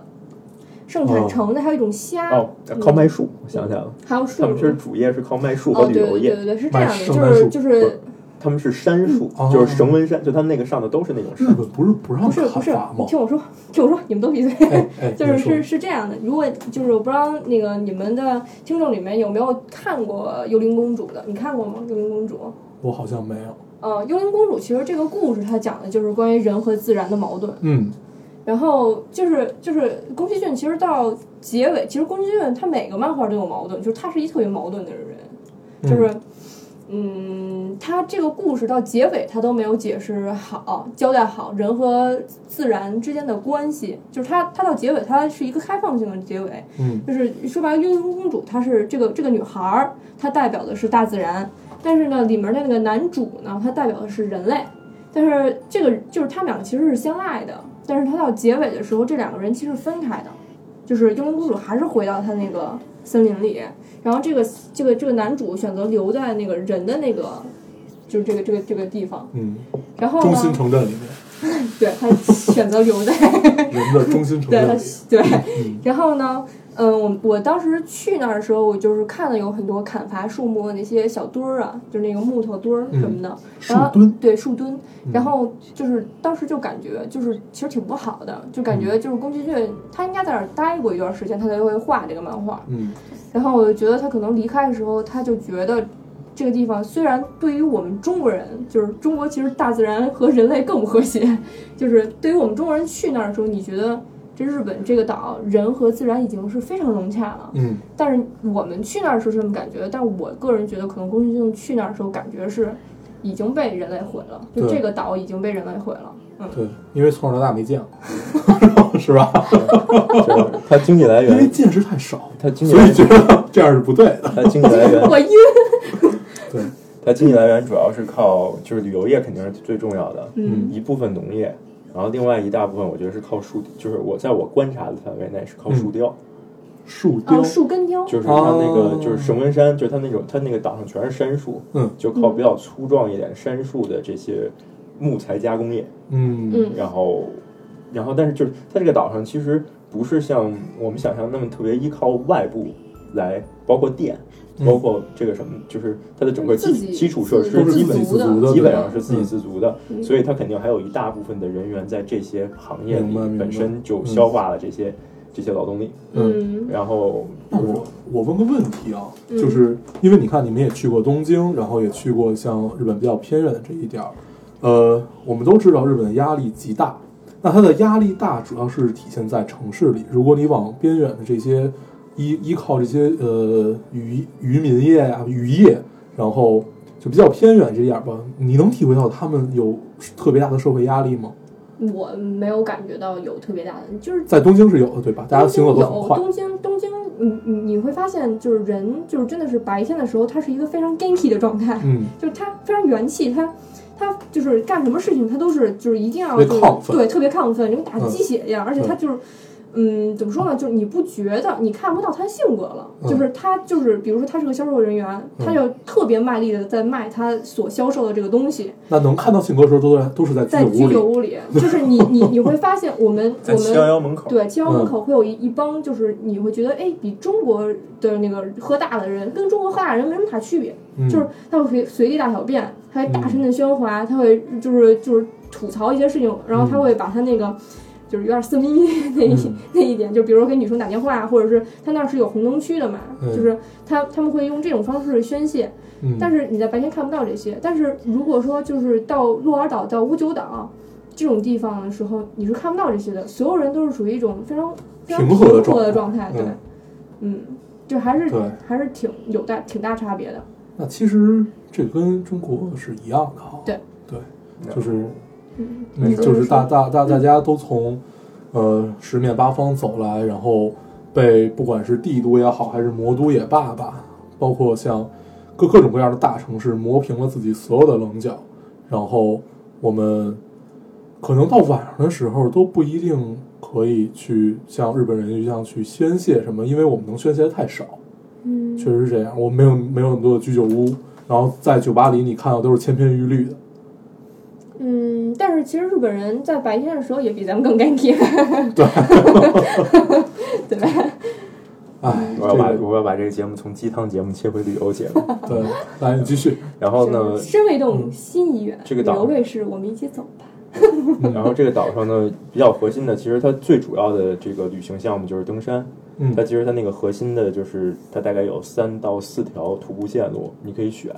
[SPEAKER 3] 盛产橙子，还有一种虾，
[SPEAKER 5] 哦，
[SPEAKER 4] 嗯
[SPEAKER 5] 靠卖树，我想起来了，
[SPEAKER 3] 还有
[SPEAKER 5] 他
[SPEAKER 3] 树
[SPEAKER 5] 们其实主业是靠卖树和
[SPEAKER 3] 哦，
[SPEAKER 5] 旅
[SPEAKER 3] 对
[SPEAKER 5] 游
[SPEAKER 3] 对
[SPEAKER 5] 业，
[SPEAKER 3] 对对对，是这样
[SPEAKER 4] 卖
[SPEAKER 3] 的，
[SPEAKER 4] 圣
[SPEAKER 3] 就
[SPEAKER 4] 诞
[SPEAKER 3] 是
[SPEAKER 4] 树
[SPEAKER 3] 就是
[SPEAKER 5] 他们是杉树，
[SPEAKER 4] 嗯
[SPEAKER 5] 就是绳纹杉，就他们那个上的都是那种
[SPEAKER 4] 日
[SPEAKER 5] 杉。
[SPEAKER 4] 本不是不让
[SPEAKER 3] 不是
[SPEAKER 4] 砍
[SPEAKER 3] 不是
[SPEAKER 4] 伐，吗
[SPEAKER 3] 你？听我说， 听我说，你们都闭嘴。
[SPEAKER 4] 哎 哎，
[SPEAKER 3] 就是是是这样的，如果就是我不知道那个你们的听众里面有没有看过《幽灵公主》的，你看过吗？《幽灵公主》
[SPEAKER 4] 我好像没有，
[SPEAKER 3] 呃，《幽灵公主》其实这个故事它讲的就是关于人和自然的矛盾。
[SPEAKER 4] 嗯
[SPEAKER 3] 然后就是就是宫崎骏，其实到结尾，其实宫崎骏他每个漫画都有矛盾，就是他是一特别矛盾的人，就是嗯他这个故事到结尾他都没有解释好，交代好人和自然之间的关系，就是他他到结尾他是一个开放性的结尾，
[SPEAKER 4] 嗯
[SPEAKER 3] 就是说白了，幽灵公主她是这个这个女孩儿，她代表的是大自然，但是呢，里面的那个男主呢，他代表的是人类，但是这个就是他们两个其实是相爱的，但是他到结尾的时候，这两个人其实是分开的，就是幽灵公主还是回到她那个森林里，然后这个这个这个男主选择留在那个人的那个。就是这个这个这个地方，
[SPEAKER 4] 嗯，
[SPEAKER 3] 然后
[SPEAKER 4] 中心
[SPEAKER 3] 呢，
[SPEAKER 4] 城镇里面，
[SPEAKER 3] 对他选择留在
[SPEAKER 4] 人的中心城
[SPEAKER 3] 对
[SPEAKER 4] 镇
[SPEAKER 3] 他
[SPEAKER 4] 里，
[SPEAKER 3] 对
[SPEAKER 4] 嗯，
[SPEAKER 3] 然后呢，嗯，我我当时去那儿的时候，我就是看到有很多砍伐树木的那些小墩儿啊，就是那个木头墩儿什么的，
[SPEAKER 4] 嗯树
[SPEAKER 3] 然后
[SPEAKER 4] 墩，
[SPEAKER 3] 对树墩，
[SPEAKER 4] 嗯
[SPEAKER 3] 然后就是当时就感觉就是其实挺不好的，就感
[SPEAKER 4] 嗯
[SPEAKER 3] 觉就是宫崎骏他应该在那儿待过一段时间，他才会画这个漫画。
[SPEAKER 4] 嗯
[SPEAKER 3] 然后我就觉得他可能离开的时候，他就觉得这个地方虽然对于我们中国人，就是中国其实大自然和人类更不和谐，就是对于我们中国人去那儿的时候，你觉得这日本这个岛人和自然已经是非常融洽了。
[SPEAKER 4] 嗯。
[SPEAKER 3] 但是我们去那儿是这么感觉的，但我个人觉得可能宫崎骏去那儿的时候感觉是已经被人类毁了，就
[SPEAKER 4] 对
[SPEAKER 3] 这个岛已经被人类毁了。嗯，
[SPEAKER 4] 对，因为从小到大没见过，是吧？
[SPEAKER 5] 就是它经济来
[SPEAKER 4] 因为
[SPEAKER 5] 源，
[SPEAKER 4] 见识太少，
[SPEAKER 5] 它经济
[SPEAKER 4] 所
[SPEAKER 5] 来
[SPEAKER 4] 以觉
[SPEAKER 5] 源
[SPEAKER 4] 得这样是不对的。
[SPEAKER 5] 它经济 来源，
[SPEAKER 3] 我晕，
[SPEAKER 4] 对，
[SPEAKER 5] 它经济来源主要是靠就是旅游业肯定是最重要的，
[SPEAKER 4] 嗯
[SPEAKER 5] 一部分农业，然后另外一大部分我觉得是靠树，就是我在我观察的范围内是靠树雕，
[SPEAKER 4] 树雕
[SPEAKER 3] 哦，，树根雕，
[SPEAKER 5] 就是它那个、
[SPEAKER 4] 哦
[SPEAKER 5] 就是神文山，就是它那种它那个岛上全是杉树，
[SPEAKER 4] 嗯
[SPEAKER 5] 就靠比较粗壮一点杉树的这些木材加工业，
[SPEAKER 4] 嗯
[SPEAKER 3] 嗯
[SPEAKER 5] 然后，然后但是就是它这个岛上其实不是像我们想象那么特别依靠外部来，包括电，
[SPEAKER 4] 嗯
[SPEAKER 5] 包括这个什么，就是它的整个
[SPEAKER 3] 自
[SPEAKER 5] 基
[SPEAKER 3] 己
[SPEAKER 5] 基础设
[SPEAKER 3] 自
[SPEAKER 5] 施
[SPEAKER 4] 都是
[SPEAKER 5] 基
[SPEAKER 4] 自
[SPEAKER 5] 本
[SPEAKER 4] 给自足的，
[SPEAKER 5] 基
[SPEAKER 4] 对
[SPEAKER 5] 本
[SPEAKER 4] 吧
[SPEAKER 5] 上是自给自足的，
[SPEAKER 3] 嗯
[SPEAKER 5] 所以它肯定还有一大部分的人员在这些行业
[SPEAKER 4] 明
[SPEAKER 5] 里
[SPEAKER 4] 白明白
[SPEAKER 5] 本身就
[SPEAKER 4] 嗯
[SPEAKER 5] 消化了这些这些劳动力，
[SPEAKER 4] 嗯。
[SPEAKER 3] 嗯
[SPEAKER 5] 然后
[SPEAKER 4] 那我我问个问题啊，就是因为你看你们也去过东京，然后也去过像日本比较偏远的这一点儿，呃，我们都知道日本的压力极大，那它的压力大主要是体现在城市里。如果你往边远的这些依依靠这些呃渔渔民业呀、渔业，然后就比较偏远这点儿吧，你能体会到他们有特别大的社会压力吗？
[SPEAKER 3] 我没有感觉到有特别大的，就是
[SPEAKER 4] 在东京是有的，对吧？大家行动
[SPEAKER 3] 东
[SPEAKER 4] 都
[SPEAKER 3] 京
[SPEAKER 4] 很
[SPEAKER 3] 有
[SPEAKER 4] 快，
[SPEAKER 3] 东京，东京，你你你会发现，就是人，就是真的是白天的时候，他是一个非常 ganky 的状态，
[SPEAKER 4] 嗯，
[SPEAKER 3] 就是他非常元气，他他就是干什么事情，他都是就是一定要
[SPEAKER 4] 特别
[SPEAKER 3] 就是
[SPEAKER 4] 亢奋
[SPEAKER 3] 对，特别亢奋，跟打
[SPEAKER 4] 嗯
[SPEAKER 3] 鸡血一样，而且他就是。嗯，怎么说呢？就是你不觉得，你看不到他性格了。
[SPEAKER 4] 嗯
[SPEAKER 3] 就是他，就是比如说他是个销售人员，
[SPEAKER 4] 嗯
[SPEAKER 3] 他就特别卖力的在卖他所销售的这个东西，
[SPEAKER 4] 那能看到性格的时候都在都是在
[SPEAKER 3] 在
[SPEAKER 4] 居
[SPEAKER 3] 居
[SPEAKER 4] 酒屋里
[SPEAKER 3] 酒。屋里，就是你你你会发现，我们我
[SPEAKER 5] 在七
[SPEAKER 3] 们
[SPEAKER 5] 幺幺门口，
[SPEAKER 3] 对，七幺
[SPEAKER 4] 嗯
[SPEAKER 3] 门口会有一一帮，就是你会觉得，哎，比中国的那个喝大的人跟中国喝大的人没什么大区别，
[SPEAKER 4] 嗯
[SPEAKER 3] 就是他会随随地大小便，他会大声的喧哗，他会就是就是吐槽一些事情，然后他会把他那个。就是有点色眯眯那一、
[SPEAKER 4] 嗯
[SPEAKER 3] 那一点，就比如说给女生打电话，或者是他那儿是有红灯区的嘛，
[SPEAKER 4] 嗯
[SPEAKER 3] 就是他他们会用这种方式宣泄，
[SPEAKER 4] 嗯，
[SPEAKER 3] 但是你在白天看不到这些。但是如果说就是到鹿儿岛、到乌九岛这种地方的时候，你是看不到这些的。所有人都是属于一种非常非常
[SPEAKER 4] 平和的
[SPEAKER 3] 平和的
[SPEAKER 4] 状
[SPEAKER 3] 状态，
[SPEAKER 4] 态
[SPEAKER 3] 对，嗯，就还是
[SPEAKER 4] 对
[SPEAKER 3] 还是挺有大挺大差别的。
[SPEAKER 4] 那其实这跟中国是一样的哈。
[SPEAKER 3] 对
[SPEAKER 4] 对，就是
[SPEAKER 3] 嗯，
[SPEAKER 4] 嗯，
[SPEAKER 5] 没错
[SPEAKER 4] 就是大大大大家都从呃十面八方走来，然后被不管是帝都也好，还是魔都也罢吧，包括像各各种各样的大城市磨平了自己所有的棱角，然后我们可能到晚上的时候都不一定可以去像日本人一样去宣泄什么，因为我们能宣泄的太少。
[SPEAKER 3] 嗯
[SPEAKER 4] 确实是这样，我没有没有那么多的居酒屋，然后在酒吧里你看到都是千篇一律的。
[SPEAKER 3] 嗯，但是其实日本人在白天的时候也比咱们更干净， 对，对吧？
[SPEAKER 4] 哎，
[SPEAKER 5] 我要把
[SPEAKER 4] 这个
[SPEAKER 5] 我要把这个节目从鸡汤节目切回旅游节 目，
[SPEAKER 4] 对，来你继续。
[SPEAKER 5] 然后呢
[SPEAKER 3] 就是，身为一
[SPEAKER 4] 嗯
[SPEAKER 3] 栋新医院，
[SPEAKER 5] 这个岛
[SPEAKER 3] 刘卫士，我们一起走吧。
[SPEAKER 5] 然后这个岛上呢比较核心的，其实它最主要的这个旅行项目就是登山，
[SPEAKER 4] 嗯
[SPEAKER 5] 它其实它那个核心的就是它大概有三到四条徒步线路，你可以选，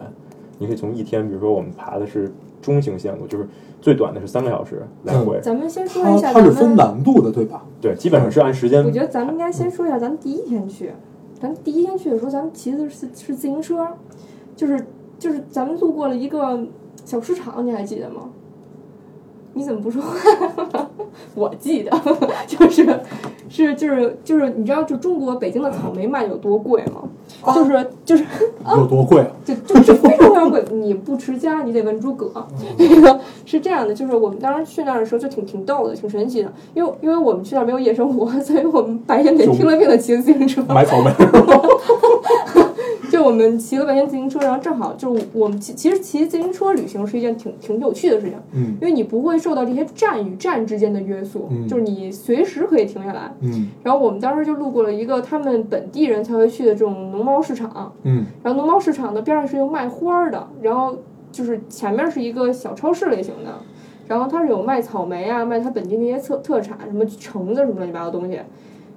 [SPEAKER 5] 你可以从一天，比如说我们爬的是中型线路，就是最短的是三个小时来回，
[SPEAKER 3] 咱们先说一
[SPEAKER 4] 它
[SPEAKER 3] 下，
[SPEAKER 4] 它
[SPEAKER 3] 咱
[SPEAKER 4] 是
[SPEAKER 3] 们。
[SPEAKER 4] 分难度的，对吧？
[SPEAKER 5] 对，基本上是按时间
[SPEAKER 3] 我觉得咱们应该先说一下咱们第一天去，咱们第一天去的时候，咱们骑的是是自行车，就是就是咱们路过了一个小市场，你还记得吗？你怎么不说 话？我记得， 就是是就是就是，你知道就中国北京的草莓卖有多贵吗？就是就是
[SPEAKER 4] 有多贵啊？
[SPEAKER 3] 就就是非常非常贵，你不持家，你得问诸葛。
[SPEAKER 4] 嗯
[SPEAKER 3] 这个是这样的，就是我们当时去那儿的时候就挺挺逗的，挺神奇的，因为因为我们去那儿没有夜生活，所以我们白天得
[SPEAKER 4] 就
[SPEAKER 3] 拼了命的骑自行车。
[SPEAKER 4] 买草莓，
[SPEAKER 3] 就我们骑了半天自行车，然后正好就是我们骑，其实骑自行车旅行是一件挺挺有趣的事情，
[SPEAKER 4] 嗯
[SPEAKER 3] 因为你不会受到这些站与站之间的约束，
[SPEAKER 4] 嗯
[SPEAKER 3] 就是你随时可以停下来。
[SPEAKER 4] 嗯
[SPEAKER 3] 然后我们当时就路过了一个他们本地人才会去的这种农贸市场，
[SPEAKER 4] 嗯
[SPEAKER 3] 然后农贸市场的边上是有卖花儿的，然后就是前面是一个小超市类型的，然后它是有卖草莓啊，卖它本地那些特特产，什么橙子什么乱七八糟的东西，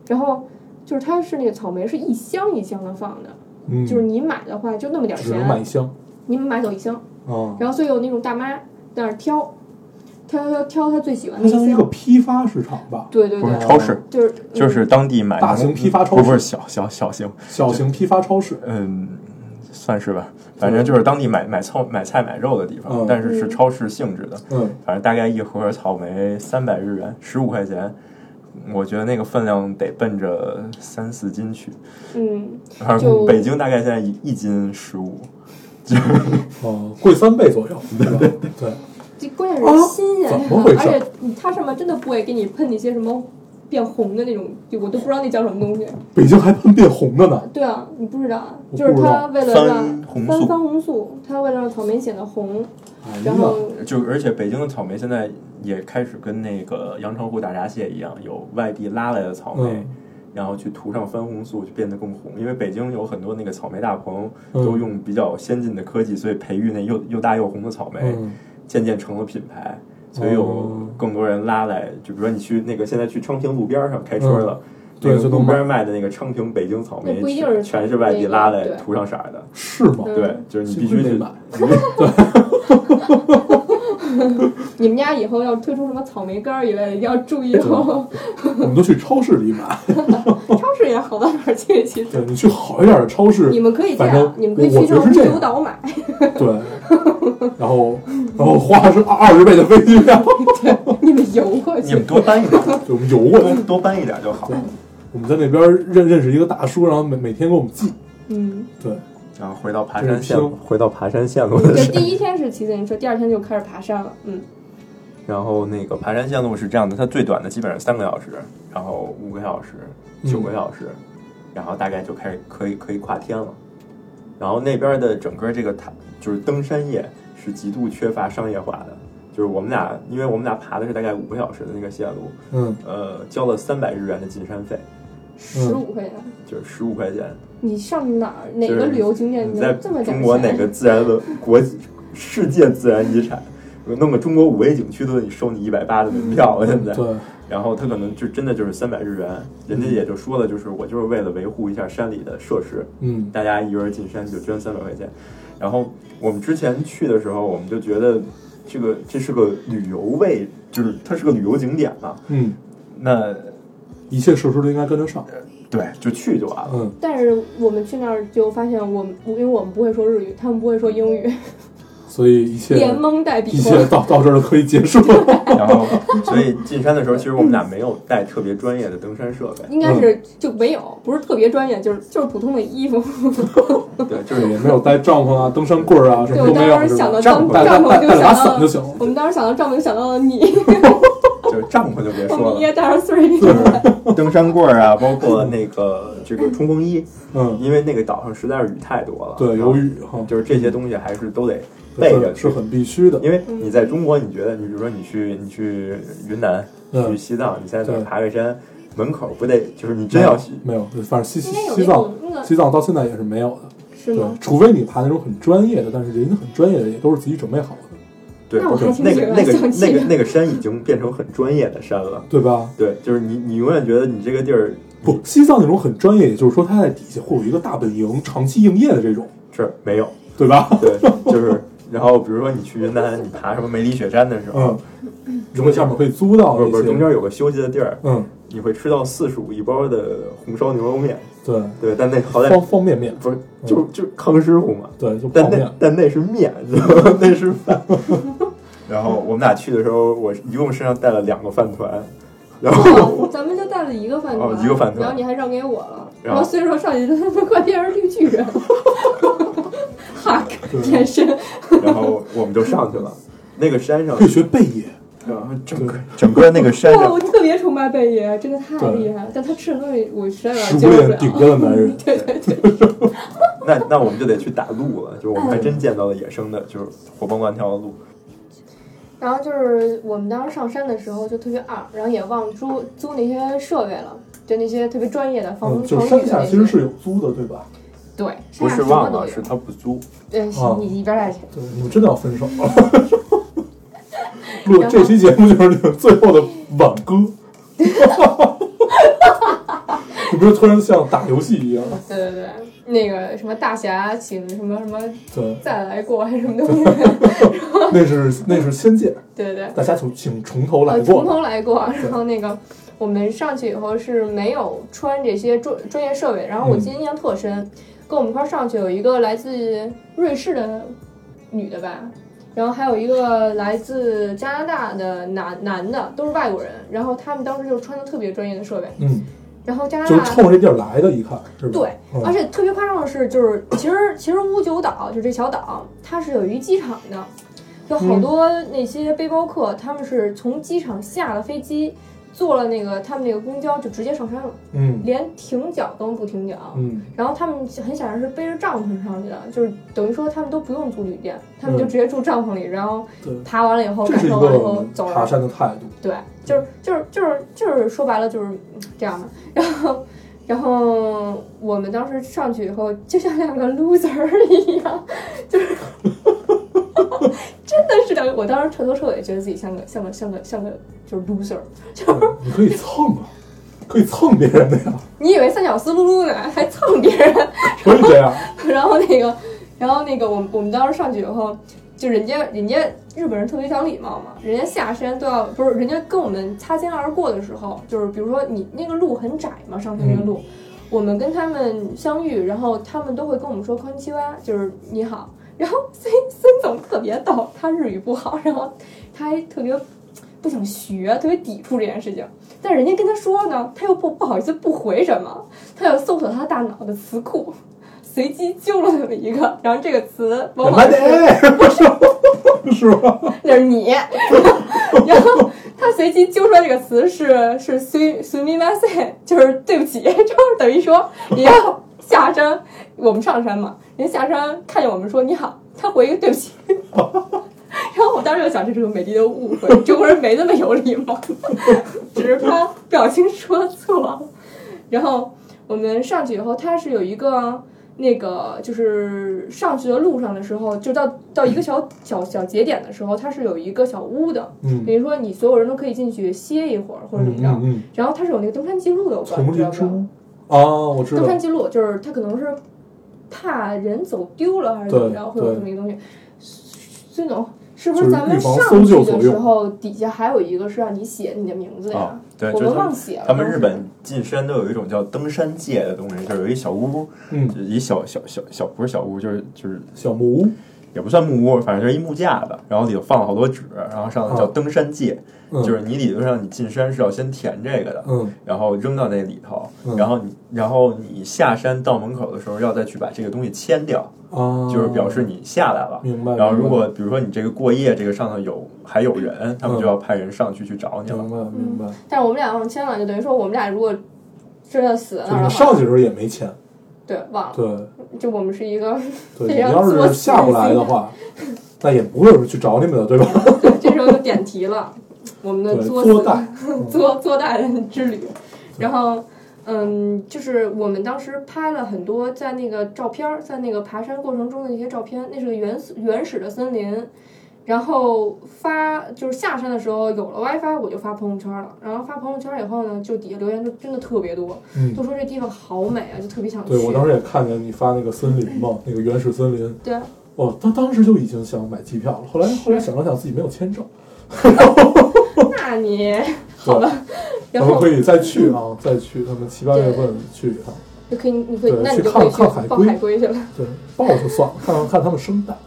[SPEAKER 3] 然后就是它是那个草莓是一箱一箱的放的，
[SPEAKER 4] 嗯，
[SPEAKER 3] 就是你买的话就那么点儿
[SPEAKER 4] 只能买一
[SPEAKER 3] 钱，
[SPEAKER 4] 箱
[SPEAKER 3] 你买走一箱，
[SPEAKER 4] 啊。
[SPEAKER 3] 然后所以有那种大妈在那儿挑，挑挑挑挑她最喜欢
[SPEAKER 4] 它
[SPEAKER 3] 的一
[SPEAKER 4] 相当于一个
[SPEAKER 3] 箱，
[SPEAKER 4] 批发市场吧，
[SPEAKER 3] 对对
[SPEAKER 5] 不是
[SPEAKER 3] 对，
[SPEAKER 5] 超市，
[SPEAKER 3] 就是
[SPEAKER 5] 就是当地买
[SPEAKER 4] 大型批发超市
[SPEAKER 5] 不是小小小型，
[SPEAKER 4] 小型批发超市。
[SPEAKER 5] 嗯，算是吧，反正就是当地买买菜买菜买肉的地
[SPEAKER 4] 嗯
[SPEAKER 5] 方，但是是超市性质的，
[SPEAKER 4] 嗯
[SPEAKER 5] 反正大概一盒草莓三百日元，十五块钱，我觉得那个分量得奔着三四斤去，
[SPEAKER 6] 嗯，
[SPEAKER 5] 而
[SPEAKER 6] 就
[SPEAKER 5] 北京大概现在一一斤十五，
[SPEAKER 4] 哦，贵三倍左右，对吧？ 对，
[SPEAKER 3] 这关键是新鲜
[SPEAKER 4] 啊
[SPEAKER 3] 那
[SPEAKER 4] 怎
[SPEAKER 3] 种，
[SPEAKER 4] 么回
[SPEAKER 3] 而
[SPEAKER 4] 事
[SPEAKER 3] 且你它上面真的不会给你喷那些什么变红的那种，就我都不知道那叫什么东西。
[SPEAKER 4] 北京还喷变红的呢。
[SPEAKER 3] 对啊，你不知道啊，
[SPEAKER 4] 我
[SPEAKER 3] 就是
[SPEAKER 4] 不知
[SPEAKER 3] 它
[SPEAKER 4] 道
[SPEAKER 3] 为了
[SPEAKER 5] 番
[SPEAKER 3] 让
[SPEAKER 5] 红
[SPEAKER 3] 翻
[SPEAKER 5] 素
[SPEAKER 3] 番红素，它为了让草莓显得红，
[SPEAKER 4] 哎呀
[SPEAKER 3] 然，后
[SPEAKER 5] 就而且北京的草莓现在也开始跟那个阳澄湖大闸蟹一样，有外地拉来的草莓。
[SPEAKER 4] 嗯
[SPEAKER 5] 然后去涂上番红素，就变得更红。因为北京有很多那个草莓大棚，
[SPEAKER 4] 嗯
[SPEAKER 5] 都用比较先进的科技，所以培育那又又大又红的草莓。
[SPEAKER 4] 嗯，
[SPEAKER 5] 渐渐成了品牌，所以有
[SPEAKER 4] 哦
[SPEAKER 5] 更多人拉来。就比如说你去那个现在去昌平路边儿上开春了，
[SPEAKER 4] 嗯对
[SPEAKER 5] 那个
[SPEAKER 4] 就能
[SPEAKER 5] 路边
[SPEAKER 4] 买
[SPEAKER 5] 儿卖的那个昌平北京草莓
[SPEAKER 3] 那不一定是，
[SPEAKER 5] 全是外地
[SPEAKER 3] 那个
[SPEAKER 5] 拉来
[SPEAKER 3] 对
[SPEAKER 5] 涂上色儿的。
[SPEAKER 4] 是吗？
[SPEAKER 3] 嗯
[SPEAKER 5] 对，就是你必
[SPEAKER 4] 幸
[SPEAKER 5] 须
[SPEAKER 4] 亏没
[SPEAKER 5] 去
[SPEAKER 4] 买。
[SPEAKER 3] 你们家以后要推出什么草莓干儿一类的，一定要注意 哦。
[SPEAKER 4] 我们都去超市里买。
[SPEAKER 3] 超市也好到哪儿去， 其实
[SPEAKER 4] 对你去好一点的超市，
[SPEAKER 3] 你们可以这
[SPEAKER 4] 反正
[SPEAKER 3] 样，你们可以
[SPEAKER 4] 我
[SPEAKER 3] 去
[SPEAKER 4] 我觉
[SPEAKER 3] 上红
[SPEAKER 4] 得是这样
[SPEAKER 3] 牛岛 买。
[SPEAKER 4] 对，然后然后花是二十倍的飞机票，
[SPEAKER 3] 你们游过
[SPEAKER 5] 你
[SPEAKER 3] 去
[SPEAKER 5] 们，多搬一点儿，
[SPEAKER 4] 对我们游过
[SPEAKER 5] 多
[SPEAKER 4] 去。
[SPEAKER 5] 多搬一点儿就好
[SPEAKER 4] 对。我们在那边认认识一个大叔，然后每每天给我们寄。
[SPEAKER 3] 嗯，
[SPEAKER 4] 对，
[SPEAKER 5] 然后回到爬
[SPEAKER 4] 这
[SPEAKER 5] 山
[SPEAKER 4] 是
[SPEAKER 5] 线，
[SPEAKER 4] 听
[SPEAKER 5] 回到爬山线路的
[SPEAKER 3] 就
[SPEAKER 5] 时候
[SPEAKER 3] 第一天是骑自行车，第二天就开始爬山了。嗯，
[SPEAKER 5] 然后那个爬山线路是这样的，它最短的基本上三个小时，然后五个小时、
[SPEAKER 4] 嗯
[SPEAKER 5] 九个小时，然后大概就开始可以可以跨天了。然后那边的整个这个塔就是登山业是极度缺乏商业化的，就是我们俩，因为我们俩爬的是大概五个小时的那个线路，
[SPEAKER 4] 嗯，
[SPEAKER 5] 呃，交了三百日元的进山费，
[SPEAKER 3] 十五块钱。
[SPEAKER 5] 就是十五块钱。
[SPEAKER 3] 你上哪儿哪
[SPEAKER 5] 就是
[SPEAKER 3] 个旅游景点？
[SPEAKER 5] 你
[SPEAKER 3] 你
[SPEAKER 5] 在
[SPEAKER 3] 能这么
[SPEAKER 5] 中
[SPEAKER 3] 讲
[SPEAKER 5] 国
[SPEAKER 3] 钱？
[SPEAKER 5] 哪个自然文国际世界自然遗产，弄个中国五 A 景区都得收你一百八的门票了，现在。
[SPEAKER 4] 对，
[SPEAKER 5] 然后他可能就真的就是三百日元，人家也就说了，就是我就是为了维护一下山里的设施，
[SPEAKER 4] 嗯
[SPEAKER 5] 大家一人进山就捐三百块钱。然后我们之前去的时候，我们就觉得这个这是个旅游位，就是它是个旅游景点嘛。
[SPEAKER 4] 嗯，
[SPEAKER 5] 那
[SPEAKER 4] 一切设施都应该跟得上。
[SPEAKER 5] 对，就去就 完了。
[SPEAKER 4] 嗯，
[SPEAKER 3] 但是我们去那儿就发现，我们因为我们不会说日语，他们不会说英语，
[SPEAKER 4] 所以一切
[SPEAKER 3] 连蒙带比
[SPEAKER 4] 一切
[SPEAKER 3] 划。
[SPEAKER 4] 到到这儿就可以结束了。
[SPEAKER 5] 然后，所以进山的时候，其实我们俩没有带特别专业的登山设 备，
[SPEAKER 3] 应该是就没有，不是特别专业，就是就是普通的衣 服。
[SPEAKER 5] 对，就
[SPEAKER 4] 对，也
[SPEAKER 5] 是
[SPEAKER 4] 没有带帐篷啊、登山棍儿啊，什
[SPEAKER 3] 对
[SPEAKER 4] 么
[SPEAKER 3] 我
[SPEAKER 4] 都没有
[SPEAKER 3] 当。时
[SPEAKER 4] 是吧
[SPEAKER 3] 想到
[SPEAKER 5] 帐
[SPEAKER 3] 帐
[SPEAKER 5] 篷
[SPEAKER 4] 带带
[SPEAKER 3] 帐
[SPEAKER 4] 带
[SPEAKER 3] 篷
[SPEAKER 4] 带
[SPEAKER 3] 就
[SPEAKER 4] 着把
[SPEAKER 3] 想
[SPEAKER 4] 伞
[SPEAKER 3] 到
[SPEAKER 4] 就
[SPEAKER 3] 了，
[SPEAKER 4] 行了。
[SPEAKER 3] 我们当时想到帐篷就想到了你，
[SPEAKER 5] 就是帐篷就别
[SPEAKER 3] 我
[SPEAKER 5] 说
[SPEAKER 3] 们一
[SPEAKER 5] 了，
[SPEAKER 3] 人带上碎
[SPEAKER 5] 就
[SPEAKER 3] 冰。
[SPEAKER 5] 是登山棍儿啊，包括那个这个冲锋衣，
[SPEAKER 4] 嗯，
[SPEAKER 5] 因为那个岛上实在是雨太多了，
[SPEAKER 4] 对，
[SPEAKER 5] 然后
[SPEAKER 4] 有雨哈，
[SPEAKER 5] 嗯就是这些东西还是都得备着
[SPEAKER 4] 是
[SPEAKER 5] 去
[SPEAKER 4] 嗯是。很必须的。
[SPEAKER 5] 因为你在中国，你觉得你比如说你去你去云南、去
[SPEAKER 4] 嗯，
[SPEAKER 5] 西藏，你现在
[SPEAKER 4] 对
[SPEAKER 5] 爬个山，门口不得就是你真要去
[SPEAKER 4] 没有，嗯反正西西
[SPEAKER 3] 应该有
[SPEAKER 4] 西
[SPEAKER 3] 那
[SPEAKER 4] 藏
[SPEAKER 3] 种那个
[SPEAKER 4] 西藏到现在也是没有的。
[SPEAKER 3] 是
[SPEAKER 4] 对
[SPEAKER 3] 吗，？
[SPEAKER 4] 除非你爬那种很专业的，但是人家很专业的也都是自己准备好的，
[SPEAKER 5] 对，
[SPEAKER 3] 那我
[SPEAKER 5] 不是
[SPEAKER 3] 还挺
[SPEAKER 5] 那个
[SPEAKER 3] 喜欢
[SPEAKER 5] 那
[SPEAKER 3] 上
[SPEAKER 5] 个
[SPEAKER 3] 去
[SPEAKER 5] 那
[SPEAKER 3] 的
[SPEAKER 5] 个那个山已经变成很专业的山了。
[SPEAKER 4] 对吧？
[SPEAKER 5] 对，就是你你永远觉得你这个地儿
[SPEAKER 4] 不，西藏那种很专业，也就是说它在底下会有一个大本营，长期营业的这种，
[SPEAKER 5] 这没有，
[SPEAKER 4] 对吧？
[SPEAKER 5] 对，就是然后比如说你去云南，你爬什么梅里雪山的时候
[SPEAKER 4] 嗯，，中下面可以租到
[SPEAKER 5] 不是不
[SPEAKER 4] 那
[SPEAKER 5] 是中
[SPEAKER 4] 些，
[SPEAKER 5] 间有个休息的地儿，
[SPEAKER 4] 嗯，
[SPEAKER 5] 你会吃到四十五一包的红烧牛肉面，
[SPEAKER 4] 对，
[SPEAKER 5] 对，但那好歹
[SPEAKER 4] 方方便面，
[SPEAKER 5] 不是，就就康师傅嘛，
[SPEAKER 4] 对，就泡
[SPEAKER 5] 但
[SPEAKER 4] 面
[SPEAKER 5] 那，但那是面，你知道吗 那是饭。 然后我们俩去的时候，我一共身上带了两个饭团，然后
[SPEAKER 3] 哦咱们就带了一个饭
[SPEAKER 5] 哦
[SPEAKER 3] 团，
[SPEAKER 5] 一个饭团
[SPEAKER 3] 然后你还让给我了，然
[SPEAKER 5] 然后
[SPEAKER 3] 后所以说上去就 快变成绿巨人，哈克
[SPEAKER 4] 对
[SPEAKER 3] 眼神，
[SPEAKER 5] 然后我们就上去了。那个山 上
[SPEAKER 4] 可以，学贝爷，
[SPEAKER 5] 然后整个整个那个山
[SPEAKER 3] 哇，
[SPEAKER 5] 上，
[SPEAKER 3] 我特别崇拜贝爷，真的太
[SPEAKER 4] 对
[SPEAKER 3] 厉害了，但他吃的东西我实在
[SPEAKER 4] 食
[SPEAKER 3] 有点
[SPEAKER 4] 物
[SPEAKER 3] 接受不
[SPEAKER 4] 链
[SPEAKER 3] 了。
[SPEAKER 4] 顶端的男人，
[SPEAKER 3] 对对对，
[SPEAKER 5] 那那我们就得去打鹿了，就是我们
[SPEAKER 3] 嗯
[SPEAKER 5] 还真见到了野生的，就是活蹦乱跳的鹿。
[SPEAKER 3] 然后就是我们当时上山的时候就特别二，然后也忘租租那些设备了，就那些特别专业的防
[SPEAKER 4] 嗯，
[SPEAKER 3] 防
[SPEAKER 4] 就是
[SPEAKER 3] 雨
[SPEAKER 4] 山
[SPEAKER 3] 的
[SPEAKER 4] 下
[SPEAKER 3] 那
[SPEAKER 4] 其实
[SPEAKER 3] 些。
[SPEAKER 4] 是有租的，对吧？
[SPEAKER 3] 对，
[SPEAKER 5] 不
[SPEAKER 3] 山下
[SPEAKER 5] 是
[SPEAKER 3] 什么
[SPEAKER 5] 忘
[SPEAKER 3] 都
[SPEAKER 5] 了，
[SPEAKER 3] 有
[SPEAKER 5] 是。他不租。
[SPEAKER 3] 对
[SPEAKER 4] 啊，
[SPEAKER 3] 你一边带去。
[SPEAKER 4] 对，你们真的要 分手了。录这期节目就是你们最后的挽 歌， 你不是突然像打游戏一样？
[SPEAKER 3] 对对对，那个什么大侠请什么什么
[SPEAKER 4] 对，
[SPEAKER 3] 再来过还是什么东西？
[SPEAKER 4] 那是那是仙界，
[SPEAKER 3] 对对对，
[SPEAKER 4] 大家请请从头来
[SPEAKER 3] 呃，从
[SPEAKER 4] 过。
[SPEAKER 3] 头来过。然后那个我们上去以后是没有穿这些专专业设备，然
[SPEAKER 4] 嗯
[SPEAKER 3] 后我记得印象特深，跟我们一块儿上去有一个来自瑞士的女的吧，然后还有一个来自加拿大的男男的，都是外国人，然后他们当时就穿的特别专业的设备，
[SPEAKER 4] 嗯，
[SPEAKER 3] 然后加拿
[SPEAKER 4] 就是
[SPEAKER 3] 大。
[SPEAKER 4] 冲着这地儿来的，一看是吧？
[SPEAKER 3] 对，
[SPEAKER 4] 嗯
[SPEAKER 3] 而且特别夸张的是，就是其实其实乌九岛就这小岛，它是有一机场的，有
[SPEAKER 4] 嗯
[SPEAKER 3] 好多那些背包客，他们是从机场下了飞机，坐了那个他们那个公交就直接上山了，
[SPEAKER 4] 嗯
[SPEAKER 3] 连停脚都不停脚。
[SPEAKER 4] 嗯
[SPEAKER 3] 然后他们很显然是背着帐篷上去的，就是等于说他们都不用住旅店，他们就
[SPEAKER 4] 嗯
[SPEAKER 3] 直接住帐篷里，然后
[SPEAKER 4] 对，
[SPEAKER 3] 爬完了以后，
[SPEAKER 4] 这
[SPEAKER 3] 感
[SPEAKER 4] 是一
[SPEAKER 3] 受完了以后
[SPEAKER 4] 个
[SPEAKER 3] 走
[SPEAKER 4] 爬
[SPEAKER 3] 了。
[SPEAKER 4] 山的态度。
[SPEAKER 3] 对，就是就是就是就是说白了就是嗯这样的。然后然后我们当时上去以后，就像两个 loser 一样，就是 真的是两个。我当时彻头彻尾觉得自己像个像个像个像个就是 loser，就是
[SPEAKER 4] 嗯你可以蹭啊，可以蹭别人的呀，
[SPEAKER 3] 你以为三小四噜噜呢，还蹭别人。
[SPEAKER 4] 不是这样。
[SPEAKER 3] 然后那个，然后那个，我们我们当时上去以后，就人家人家日本人特别讲礼貌嘛，人家下山都要不是人家跟我们擦肩而过的时候，就是比如说你那个路很窄嘛，上山那个路，我们跟他们相遇，然后他们都会跟我们说康七哇，就是你好。 然后孙孙总特别逗，他日语不好，然后他还特别不想学，特别抵触这件事情。但人家跟他说呢，他又不不好意思不回什么，他又搜索他大脑的词库，随机揪了那么一个，然后这个词往往
[SPEAKER 4] 慢
[SPEAKER 3] 是
[SPEAKER 4] 点，哎是吧？
[SPEAKER 3] 那是你，然后他随机揪出来这个词是是 “su su mi ma se”，就是对不起， 就是等于说你要下山，我们上山嘛，人下山看见我们说你好，他回一个对不起， 然后我当时就想这是个美丽的误会，中国人没那么有礼貌，只是他表情说错了。然后我们上去以后，它是有一个那个就是上去的路上的时候，就到到一个小小小节点的时候，它是有一个小屋的，
[SPEAKER 4] 嗯
[SPEAKER 3] 等于说你所有人都可以进去歇一会儿或者怎么
[SPEAKER 4] 嗯
[SPEAKER 3] 着。
[SPEAKER 4] 嗯嗯，
[SPEAKER 3] 然后它是有那个登山记录的，我不知道你
[SPEAKER 4] 丛
[SPEAKER 3] 知道
[SPEAKER 4] 林
[SPEAKER 3] 吗
[SPEAKER 4] 之屋啊，我知道
[SPEAKER 3] 登。山记录，就是他可能是怕人走丢了还是怎么着，会
[SPEAKER 4] 对
[SPEAKER 3] 有
[SPEAKER 4] 对
[SPEAKER 3] 这么一个东西。孙总，是不
[SPEAKER 4] 就是
[SPEAKER 3] 咱们
[SPEAKER 4] 预防
[SPEAKER 3] 上
[SPEAKER 4] 搜救
[SPEAKER 3] 去
[SPEAKER 4] 所
[SPEAKER 3] 的
[SPEAKER 4] 用
[SPEAKER 3] 时候底下还有一个是让你写你的名字呀？
[SPEAKER 5] 啊对
[SPEAKER 3] 我
[SPEAKER 5] 就是
[SPEAKER 3] 们
[SPEAKER 5] 他们
[SPEAKER 3] 忘写了。
[SPEAKER 5] 他们日本进山都有一种叫登山界的东西，就是有一小屋，
[SPEAKER 4] 嗯
[SPEAKER 5] 就，是一小小小小不是小屋，就是就是
[SPEAKER 4] 小木屋，
[SPEAKER 5] 也不算木屋，反正就是一木架子，然后里头放了好多纸，然后上头叫
[SPEAKER 4] 啊
[SPEAKER 5] 登山界，
[SPEAKER 4] 嗯
[SPEAKER 5] 就是你理论上你进山是要先填这个的，
[SPEAKER 4] 嗯
[SPEAKER 5] 然后扔到那里头，
[SPEAKER 4] 嗯
[SPEAKER 5] 然后你然后你下山到门口的时候要再去把这个东西签掉，
[SPEAKER 4] 啊，
[SPEAKER 5] 就是表示你下来了。
[SPEAKER 4] 明白。
[SPEAKER 5] 然后如
[SPEAKER 4] 明白
[SPEAKER 5] 果比如说你这个过夜，这个上头有还有人，他们
[SPEAKER 4] 嗯
[SPEAKER 5] 就要派人上去去找你了
[SPEAKER 4] 明。白明白，
[SPEAKER 3] 但是我们俩忘签了，就等于说我们俩如果真的死在
[SPEAKER 4] 就
[SPEAKER 3] 那儿
[SPEAKER 4] 是
[SPEAKER 3] 的
[SPEAKER 4] 你
[SPEAKER 3] 话，
[SPEAKER 4] 上去的时候也没钱，
[SPEAKER 3] 对，忘了，
[SPEAKER 4] 对
[SPEAKER 3] 就我们是一个，
[SPEAKER 4] 对，
[SPEAKER 3] 非
[SPEAKER 4] 你
[SPEAKER 3] 常
[SPEAKER 4] 要是下不来的话，那也不会有人去找你们的，对吧？
[SPEAKER 3] 对，这时候就点题了，我们的
[SPEAKER 4] 对，
[SPEAKER 3] 作
[SPEAKER 4] 作
[SPEAKER 3] 死
[SPEAKER 4] 带，
[SPEAKER 3] 作作大人之旅。 然后，嗯，就是我们当时拍了很多在那个照片儿，在那个爬山过程中的一些照片，那是个原始原始的森林。然后发就是下山的时候有了 WiFi，我就发朋友圈了。然后发朋友圈以后呢，就底下留言就真的特别多，
[SPEAKER 4] 嗯
[SPEAKER 3] 都，说这地方好美啊，就特别想去。
[SPEAKER 4] 对我当时也看见你发那个森林嘛，那个原始森林，
[SPEAKER 3] 对啊
[SPEAKER 4] 哦，他当时就已经想买机票了，后来后来想了想自己没有签证，
[SPEAKER 3] 那你好吧，
[SPEAKER 4] 咱
[SPEAKER 3] 然
[SPEAKER 4] 们
[SPEAKER 3] 后
[SPEAKER 4] 可以再去啊，再去，咱们七八月份去一趟，
[SPEAKER 3] 就可以，你可以
[SPEAKER 4] 对，
[SPEAKER 3] 那你
[SPEAKER 4] 去
[SPEAKER 3] 就
[SPEAKER 4] 看
[SPEAKER 3] 可以去
[SPEAKER 4] 看海
[SPEAKER 3] 抱
[SPEAKER 4] 龟
[SPEAKER 3] 海龟去了，
[SPEAKER 4] 对，抱就算了，看看看他们生蛋，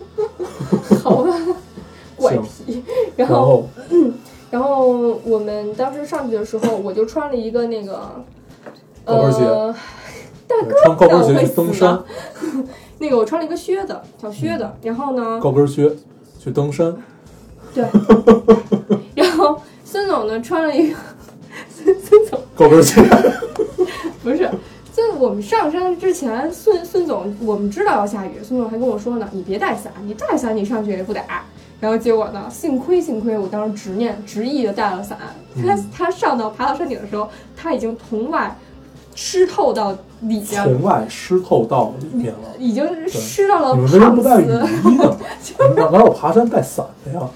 [SPEAKER 3] 好吧，怪
[SPEAKER 4] 行
[SPEAKER 3] 癖。然
[SPEAKER 4] 然
[SPEAKER 3] 后
[SPEAKER 4] 后
[SPEAKER 3] 然后我们当时上去的时候，我就穿了一个那个，
[SPEAKER 4] 高跟鞋
[SPEAKER 3] 呃，
[SPEAKER 4] 对穿高跟鞋去登
[SPEAKER 3] 那
[SPEAKER 4] 山
[SPEAKER 3] 我，那个我穿了一个靴子，小靴子。然后呢，
[SPEAKER 4] 嗯高跟靴去登山，
[SPEAKER 3] 对，然后孙总呢穿了一个，孙孙总
[SPEAKER 4] 高 跟鞋，
[SPEAKER 3] 不是。孙，我们上山之前，孙孙总我们知道要下雨，孙总还跟我说呢，你别带伞，你带伞你上去也不打。然后结果呢，幸亏幸亏我当时执念执意的带了伞，
[SPEAKER 4] 嗯
[SPEAKER 3] 他他上到爬到山顶的时候，他已经从外湿透到里边了，
[SPEAKER 4] 从外湿透到里面了。
[SPEAKER 3] 已经湿到了
[SPEAKER 4] 你们为什么不带
[SPEAKER 3] 胖
[SPEAKER 4] 雨
[SPEAKER 3] 子。
[SPEAKER 4] 衣 呢？哪哪有爬山带伞的呀？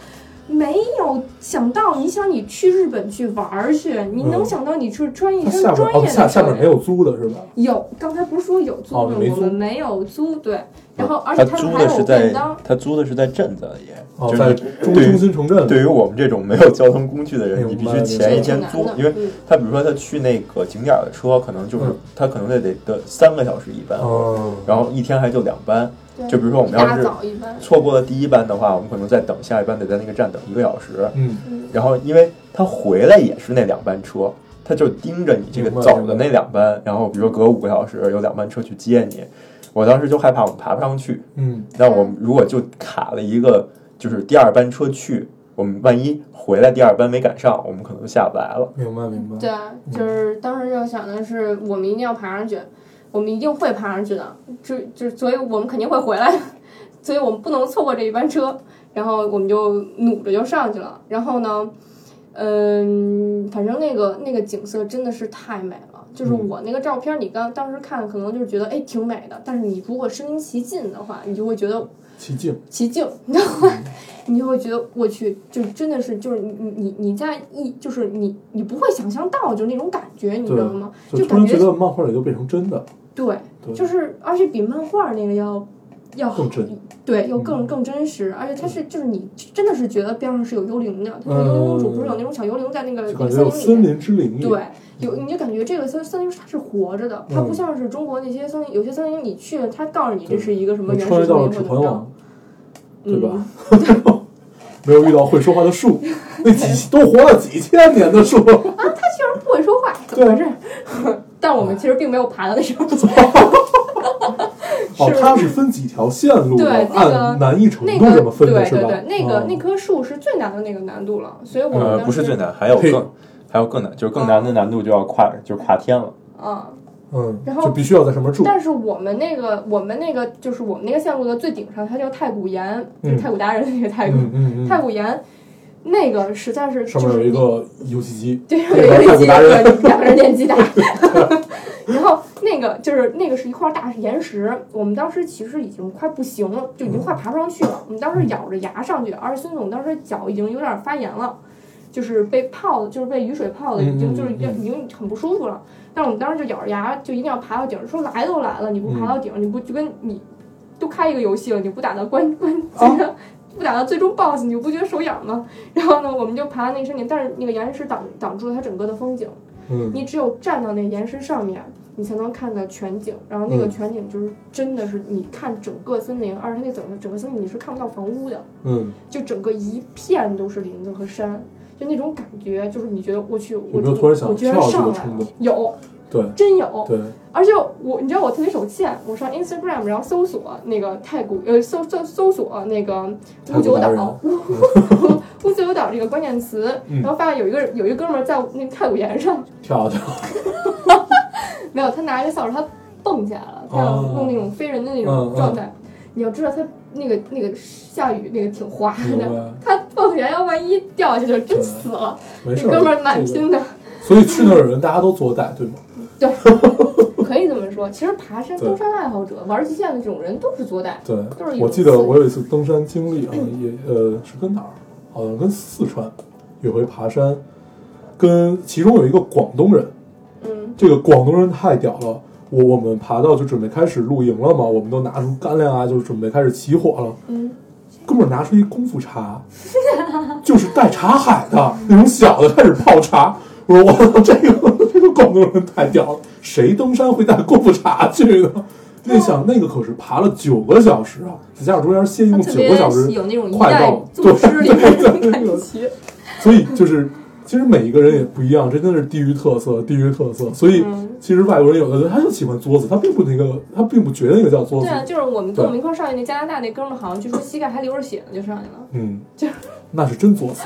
[SPEAKER 3] 没有想到，你想你去日本去玩儿去，你能
[SPEAKER 4] 嗯
[SPEAKER 3] 想到你去穿一
[SPEAKER 4] 它
[SPEAKER 3] 身
[SPEAKER 4] 下面
[SPEAKER 3] 专
[SPEAKER 4] 哦
[SPEAKER 3] 业的
[SPEAKER 4] 下下面
[SPEAKER 3] 设备
[SPEAKER 4] 没有租的是吧？
[SPEAKER 3] 有，刚才不是说有租
[SPEAKER 4] 哦
[SPEAKER 3] 吗？
[SPEAKER 4] 没
[SPEAKER 3] 我
[SPEAKER 4] 租
[SPEAKER 3] 们没有租，对。然后，而
[SPEAKER 5] 呃他
[SPEAKER 3] 且他
[SPEAKER 5] 租
[SPEAKER 3] 们还
[SPEAKER 5] 的是
[SPEAKER 3] 有
[SPEAKER 5] 在
[SPEAKER 3] 便当，
[SPEAKER 5] 他租的是在镇子里，
[SPEAKER 4] 哦，
[SPEAKER 5] 就
[SPEAKER 4] 在
[SPEAKER 5] 是
[SPEAKER 4] 中
[SPEAKER 5] 对于
[SPEAKER 4] 中心城镇
[SPEAKER 5] 对于我们这种没有交通工具的人，你
[SPEAKER 4] 明
[SPEAKER 5] 必
[SPEAKER 4] 白
[SPEAKER 5] 须前一天
[SPEAKER 3] 明
[SPEAKER 5] 租
[SPEAKER 3] 白，
[SPEAKER 5] 因为
[SPEAKER 3] 嗯
[SPEAKER 5] 他比如说他去那个景点儿的车，可能就是
[SPEAKER 4] 嗯
[SPEAKER 5] 他可能得得得三个小时一班，
[SPEAKER 4] 哦
[SPEAKER 5] 然后一天还就两班，
[SPEAKER 3] 对
[SPEAKER 5] 就比如说我们要
[SPEAKER 3] 大
[SPEAKER 5] 是
[SPEAKER 3] 早一般，
[SPEAKER 5] 错过了第一班的话，我们可能再等下一班，得在那个站等一个小时。
[SPEAKER 4] 嗯，
[SPEAKER 5] 然后因为他回来也是那两班车，他就盯着你这个
[SPEAKER 4] 明白
[SPEAKER 5] 走的那两班，然后比如说隔五个小时有两班车去接你，我当时就害怕我们爬不上去。
[SPEAKER 4] 嗯，
[SPEAKER 5] 那我们如果就卡了一个就是第二班车去，我们万一回来第二班没赶上，我们可能就下不来了。
[SPEAKER 4] 明白明白。
[SPEAKER 3] 对
[SPEAKER 5] 嗯
[SPEAKER 3] 啊，就是当时就想的是，我们一定要爬上去，我们一定会爬上去的，就就所以我们肯定会回来，所以我们不能错过这一班车，然后我们就努着就上去了，然后呢，嗯，反正那个那个景色真的是太美了，就是
[SPEAKER 4] 嗯
[SPEAKER 3] 我那个照片，你刚当时看可能就是觉得哎挺美的，但是你如果身临其境的话，你就会觉得
[SPEAKER 4] 奇境，
[SPEAKER 3] 奇境，你
[SPEAKER 4] 嗯
[SPEAKER 3] 知道吗？ 你就会觉得我去，就真的是就是你你你你在一就是你你不会想象到就那种感觉，你知道吗？
[SPEAKER 4] 就
[SPEAKER 3] 就
[SPEAKER 4] 突然
[SPEAKER 3] 感
[SPEAKER 4] 觉
[SPEAKER 3] 觉
[SPEAKER 4] 得漫画也就变成真的，
[SPEAKER 3] 对，
[SPEAKER 4] 对，
[SPEAKER 3] 就是而且比漫画那个要要好
[SPEAKER 4] 更嗯真
[SPEAKER 3] 对，又更更真实，而且它是就是你真的是觉得边上是有幽灵的，它幽
[SPEAKER 4] 嗯
[SPEAKER 3] 灵公主不是有那种小幽灵在那个
[SPEAKER 4] 就
[SPEAKER 3] 那
[SPEAKER 4] 感
[SPEAKER 3] 个
[SPEAKER 4] 觉有
[SPEAKER 3] 森林
[SPEAKER 4] 森
[SPEAKER 3] 里。
[SPEAKER 4] 林之灵力。
[SPEAKER 3] 对，有你就感觉这个森森林它是活着的，它
[SPEAKER 4] 嗯
[SPEAKER 3] 不像是中国那些森林，有些森林你去了，它告诉你这
[SPEAKER 4] 对
[SPEAKER 3] 是一个什么
[SPEAKER 4] 能
[SPEAKER 3] 原始
[SPEAKER 4] 穿
[SPEAKER 3] 森林
[SPEAKER 4] 越到
[SPEAKER 3] 或
[SPEAKER 4] 指
[SPEAKER 3] 者怎
[SPEAKER 4] 环
[SPEAKER 3] 么着
[SPEAKER 4] 王，，对吧
[SPEAKER 3] 嗯？
[SPEAKER 4] 没有遇到会说话的树，那几都活了几千年的树，
[SPEAKER 3] 不会说话，怎么回事？ 但我们其实并没有爬到那上 面去。
[SPEAKER 4] 哦，
[SPEAKER 3] 是
[SPEAKER 4] 它是分几条线路的，
[SPEAKER 3] 对那个
[SPEAKER 4] 按难易程
[SPEAKER 3] 那
[SPEAKER 4] 度
[SPEAKER 3] 个
[SPEAKER 4] 这么分
[SPEAKER 3] 对
[SPEAKER 4] 的是
[SPEAKER 3] 对
[SPEAKER 4] 吧？
[SPEAKER 3] 对，那个
[SPEAKER 4] 哦
[SPEAKER 3] 那棵树是最难的那个难度了，所以我们
[SPEAKER 5] 呃，
[SPEAKER 3] 当
[SPEAKER 5] 不是
[SPEAKER 3] 时
[SPEAKER 5] 最难，还有
[SPEAKER 4] 嘿
[SPEAKER 5] 更还有更难，就是更难的难度就要跨就是跨天了。
[SPEAKER 3] 啊。
[SPEAKER 4] 嗯，
[SPEAKER 3] 然后
[SPEAKER 4] 就必须要在上面住。
[SPEAKER 3] 但是我们那个我们那个就是我们那个线路的最顶上，它叫太古岩，就是
[SPEAKER 4] 嗯
[SPEAKER 3] 太古达人那个太古
[SPEAKER 4] 嗯嗯
[SPEAKER 3] 太
[SPEAKER 4] 嗯，
[SPEAKER 3] 古岩，那个实在是就
[SPEAKER 4] 上面有
[SPEAKER 3] 是
[SPEAKER 4] 一
[SPEAKER 3] 你
[SPEAKER 4] 个游戏机，
[SPEAKER 3] 对，上
[SPEAKER 4] 对
[SPEAKER 3] 面有
[SPEAKER 4] 太
[SPEAKER 3] 一个
[SPEAKER 4] 古达人
[SPEAKER 3] 两个人练击打。 然后那个就是那个是一块大岩石，我们当时其实已经快不行了，就已经快爬不上去了。我们当时咬着牙上去，而且孙总当时脚已经有点发炎了，就是被泡的，就是被雨水泡的，已经就是已
[SPEAKER 4] 嗯嗯嗯
[SPEAKER 3] 经很不舒服了。但是我们当时就咬着牙，就一定要爬到顶儿，说来都来了，你不爬
[SPEAKER 4] 嗯
[SPEAKER 3] 到顶儿，你不就跟你都开一个游戏了，你不打到关关键
[SPEAKER 4] 哦
[SPEAKER 3] 上。 不打到最终 BOSS，你就不觉得手痒吗？然后呢，我们就爬到那个山顶，但是那个岩石挡挡住了它整个的风景。
[SPEAKER 4] 嗯，
[SPEAKER 3] 你只有站到那岩石上面，你才能看到全景。然后那
[SPEAKER 4] 嗯
[SPEAKER 3] 个全景就是真的是你看整个森林，而且它那整个整个森林你是看不到房屋的，
[SPEAKER 4] 嗯，
[SPEAKER 3] 就整个一片都是林子和山，就那种感觉，就是你觉得我去，
[SPEAKER 4] 有
[SPEAKER 3] 我
[SPEAKER 4] 没有突然
[SPEAKER 3] 我
[SPEAKER 4] 想
[SPEAKER 3] 居然
[SPEAKER 4] 跳这
[SPEAKER 3] 上
[SPEAKER 4] 个
[SPEAKER 3] 来
[SPEAKER 4] 冲
[SPEAKER 3] 了
[SPEAKER 4] 动？
[SPEAKER 3] 有，
[SPEAKER 4] 对
[SPEAKER 3] 真有。
[SPEAKER 4] 对，
[SPEAKER 3] 而且我你知道我特别手欠，我上 Instagram 然后搜索那个太古呃搜搜搜索那个
[SPEAKER 4] 太
[SPEAKER 3] 五
[SPEAKER 4] 古
[SPEAKER 3] 九
[SPEAKER 4] 达人
[SPEAKER 3] 岛，乌自由岛这个关键词，
[SPEAKER 4] 嗯
[SPEAKER 3] 然后发现有一个有一哥们儿在那个太古岩上，
[SPEAKER 4] 跳啊下去，
[SPEAKER 3] 没有，他拿一个扫帚，他蹦起来了，他要
[SPEAKER 4] 哦
[SPEAKER 3] 弄那种飞人的那
[SPEAKER 4] 嗯嗯
[SPEAKER 3] 种状态。你要知道，他那个那个下雨那个挺滑
[SPEAKER 4] 明
[SPEAKER 3] 的，
[SPEAKER 4] 白？
[SPEAKER 3] 他蹦起来，要万一掉下去就真死了。
[SPEAKER 4] 没
[SPEAKER 3] 那
[SPEAKER 4] 事儿，
[SPEAKER 3] 哥们儿蛮
[SPEAKER 4] 这个
[SPEAKER 3] 拼的，
[SPEAKER 4] 所以去那儿的人大家都作歹，对吗？
[SPEAKER 3] 可以这么说。其实爬山、
[SPEAKER 4] 对
[SPEAKER 3] 登山爱好者、玩极限的这种人都是作歹，
[SPEAKER 4] 对
[SPEAKER 3] 都是，有
[SPEAKER 4] 我记得我有一次登山经历啊，也呃是跟哪儿？好像跟四川，有回爬山，跟其中有一个广东人，
[SPEAKER 3] 嗯，
[SPEAKER 4] 这个广东人太屌了。我我们爬到就准备开始露营了嘛，我们都拿出干粮啊，就是准备开始起火了。
[SPEAKER 3] 嗯，
[SPEAKER 4] 哥们儿拿出一功夫茶，就是带茶海的那种小的，开始泡茶。我说我 操，这个这个广东人太屌了，谁登山会带功夫茶去的？那想那个可是爬了九个小时啊，再加上中间歇一
[SPEAKER 3] 他啊
[SPEAKER 4] 共
[SPEAKER 3] 特
[SPEAKER 4] 九
[SPEAKER 3] 别
[SPEAKER 4] 个小时，
[SPEAKER 3] 有那种一
[SPEAKER 4] 快
[SPEAKER 3] 代
[SPEAKER 4] 到
[SPEAKER 3] 宗师里面
[SPEAKER 4] 对
[SPEAKER 3] 那种
[SPEAKER 4] 对 对
[SPEAKER 3] 感觉。
[SPEAKER 4] 所以就是，其实每一个人也不一样，这真的是地域特色，地域特色。所以
[SPEAKER 3] 嗯
[SPEAKER 4] 其实外国人有的人他就喜欢作死，他并不那个，他并不觉得那个叫 作
[SPEAKER 3] 对
[SPEAKER 4] 死。
[SPEAKER 3] 啊，就是我们跟
[SPEAKER 4] 对
[SPEAKER 3] 我们一块儿上去那加拿大那哥们儿，好像据说膝盖还流着血呢，就上去了。
[SPEAKER 4] 嗯
[SPEAKER 3] 就，
[SPEAKER 4] 那是真作死。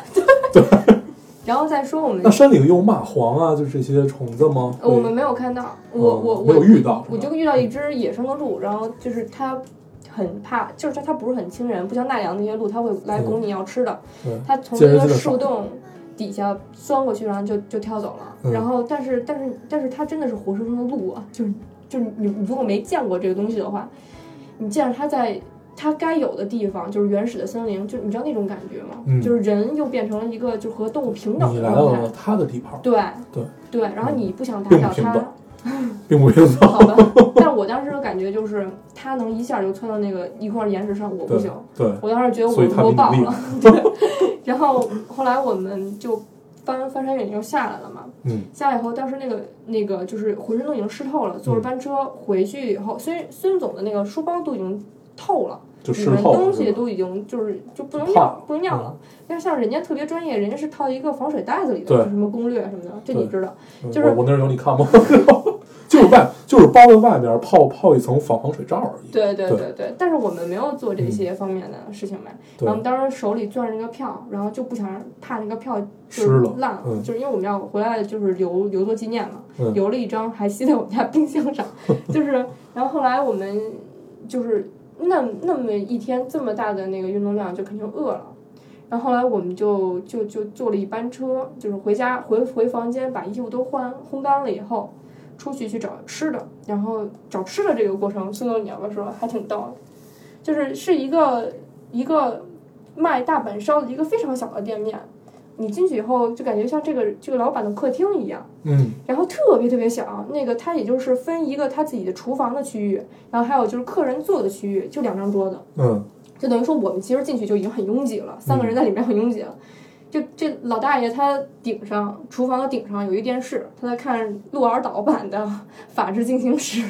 [SPEAKER 3] 然后再说我们
[SPEAKER 4] 那山里有蚂蟥啊，就是这些虫子吗？
[SPEAKER 3] 呃，我们没有看到，我
[SPEAKER 4] 哦
[SPEAKER 3] 我
[SPEAKER 4] 没
[SPEAKER 3] 我
[SPEAKER 4] 有遇到，
[SPEAKER 3] 我
[SPEAKER 4] 是吧
[SPEAKER 3] 就遇到一只野生的鹿，然后就是它很怕，就是它它不是很亲人，不像奈良那些鹿，它会
[SPEAKER 4] 嗯
[SPEAKER 3] 来拱你要吃的。
[SPEAKER 4] 对
[SPEAKER 3] 它从
[SPEAKER 4] 见
[SPEAKER 3] 那
[SPEAKER 4] 人
[SPEAKER 3] 个
[SPEAKER 4] 就得
[SPEAKER 3] 树
[SPEAKER 4] 杀
[SPEAKER 3] 洞底下钻过去，然后就就跳走了。
[SPEAKER 4] 嗯
[SPEAKER 3] 然后但是但是但是它真的是活生生的鹿啊，就是就是你你如果没见过这个东西的话，你见着它在。它该有的地方就是原始的森林，就是你知道那种感觉吗？
[SPEAKER 4] 嗯
[SPEAKER 3] 就是人又变成了一个就和动物平等
[SPEAKER 4] 你
[SPEAKER 3] 的
[SPEAKER 4] 来到
[SPEAKER 3] 状态
[SPEAKER 4] 了。他的地盘，
[SPEAKER 3] 对
[SPEAKER 4] 对嗯
[SPEAKER 3] 对，然后你不想打
[SPEAKER 4] 并
[SPEAKER 3] 扰
[SPEAKER 4] 不平
[SPEAKER 3] 它，
[SPEAKER 4] 等并不知道。
[SPEAKER 3] 好 吧，但我当时的感觉就是，他能一下就窜到那个一块岩石上，我不
[SPEAKER 4] 对
[SPEAKER 3] 行。
[SPEAKER 4] 对，
[SPEAKER 3] 我当时觉得
[SPEAKER 4] 所以他
[SPEAKER 3] 我我
[SPEAKER 4] 比你
[SPEAKER 3] 爆
[SPEAKER 4] 厉
[SPEAKER 3] 了，对。然后后来我们就翻翻山越岭就下来了嘛。
[SPEAKER 4] 嗯。
[SPEAKER 3] 下来以后，当时那个那个
[SPEAKER 4] 嗯
[SPEAKER 3] 就是浑身都已经湿透了，坐着班车回去以后，虽然孙总的那个书包都已经透了，
[SPEAKER 4] 就
[SPEAKER 3] 里
[SPEAKER 4] 吃
[SPEAKER 3] 面
[SPEAKER 4] 透了
[SPEAKER 3] 东西
[SPEAKER 4] 是吧嗯
[SPEAKER 3] 都已经就是就不能
[SPEAKER 4] 泡
[SPEAKER 3] 要
[SPEAKER 4] 了
[SPEAKER 3] 了不能要了。但是像人家特别专业，人家是套一个防水袋子里
[SPEAKER 4] 对
[SPEAKER 3] 的，什么攻略什么的，这
[SPEAKER 4] 对
[SPEAKER 3] 你知道。就是
[SPEAKER 4] 嗯我我那儿有你看吗？ 就是外就是包在外面泡泡一层防防水罩而已。
[SPEAKER 3] 对对
[SPEAKER 4] 对嗯
[SPEAKER 3] 对对，但是我们没有做这些方面的事情嘛。然后我
[SPEAKER 4] 对
[SPEAKER 3] 们当时手里攥着那个票，然后就不想让怕那个票就
[SPEAKER 4] 湿
[SPEAKER 3] 是
[SPEAKER 4] 了
[SPEAKER 3] 烂了，
[SPEAKER 4] 嗯
[SPEAKER 3] 就是因为我们要回来就是留留作纪念嘛，
[SPEAKER 4] 嗯
[SPEAKER 3] 留了一张还吸在我们家冰箱 上，就是然后后来我们就是那那么一天这么大的那个运动量就肯定饿了。然后后来我们就就就坐了一班车，就是回家回回房间把衣服都换烘干了以后，出去去找吃的，然后找吃的这个过程，孙总你要不要说还挺逗的，就是是一个一个卖大阪烧的一个非常小的店面，你进去以后就感觉像这个这个老板的客厅一样，
[SPEAKER 4] 嗯，
[SPEAKER 3] 然后特别特别小，那个它也就是分一个他自己的厨房的区域，然后还有就是客人坐的区域，就两张桌子，
[SPEAKER 4] 嗯，
[SPEAKER 3] 就等于说我们其实进去就已经很拥挤了，三个人在里面很拥挤了。就这老大爷他顶上厨房的顶上有一电视，他在看鹿儿岛版的《法制进行时》，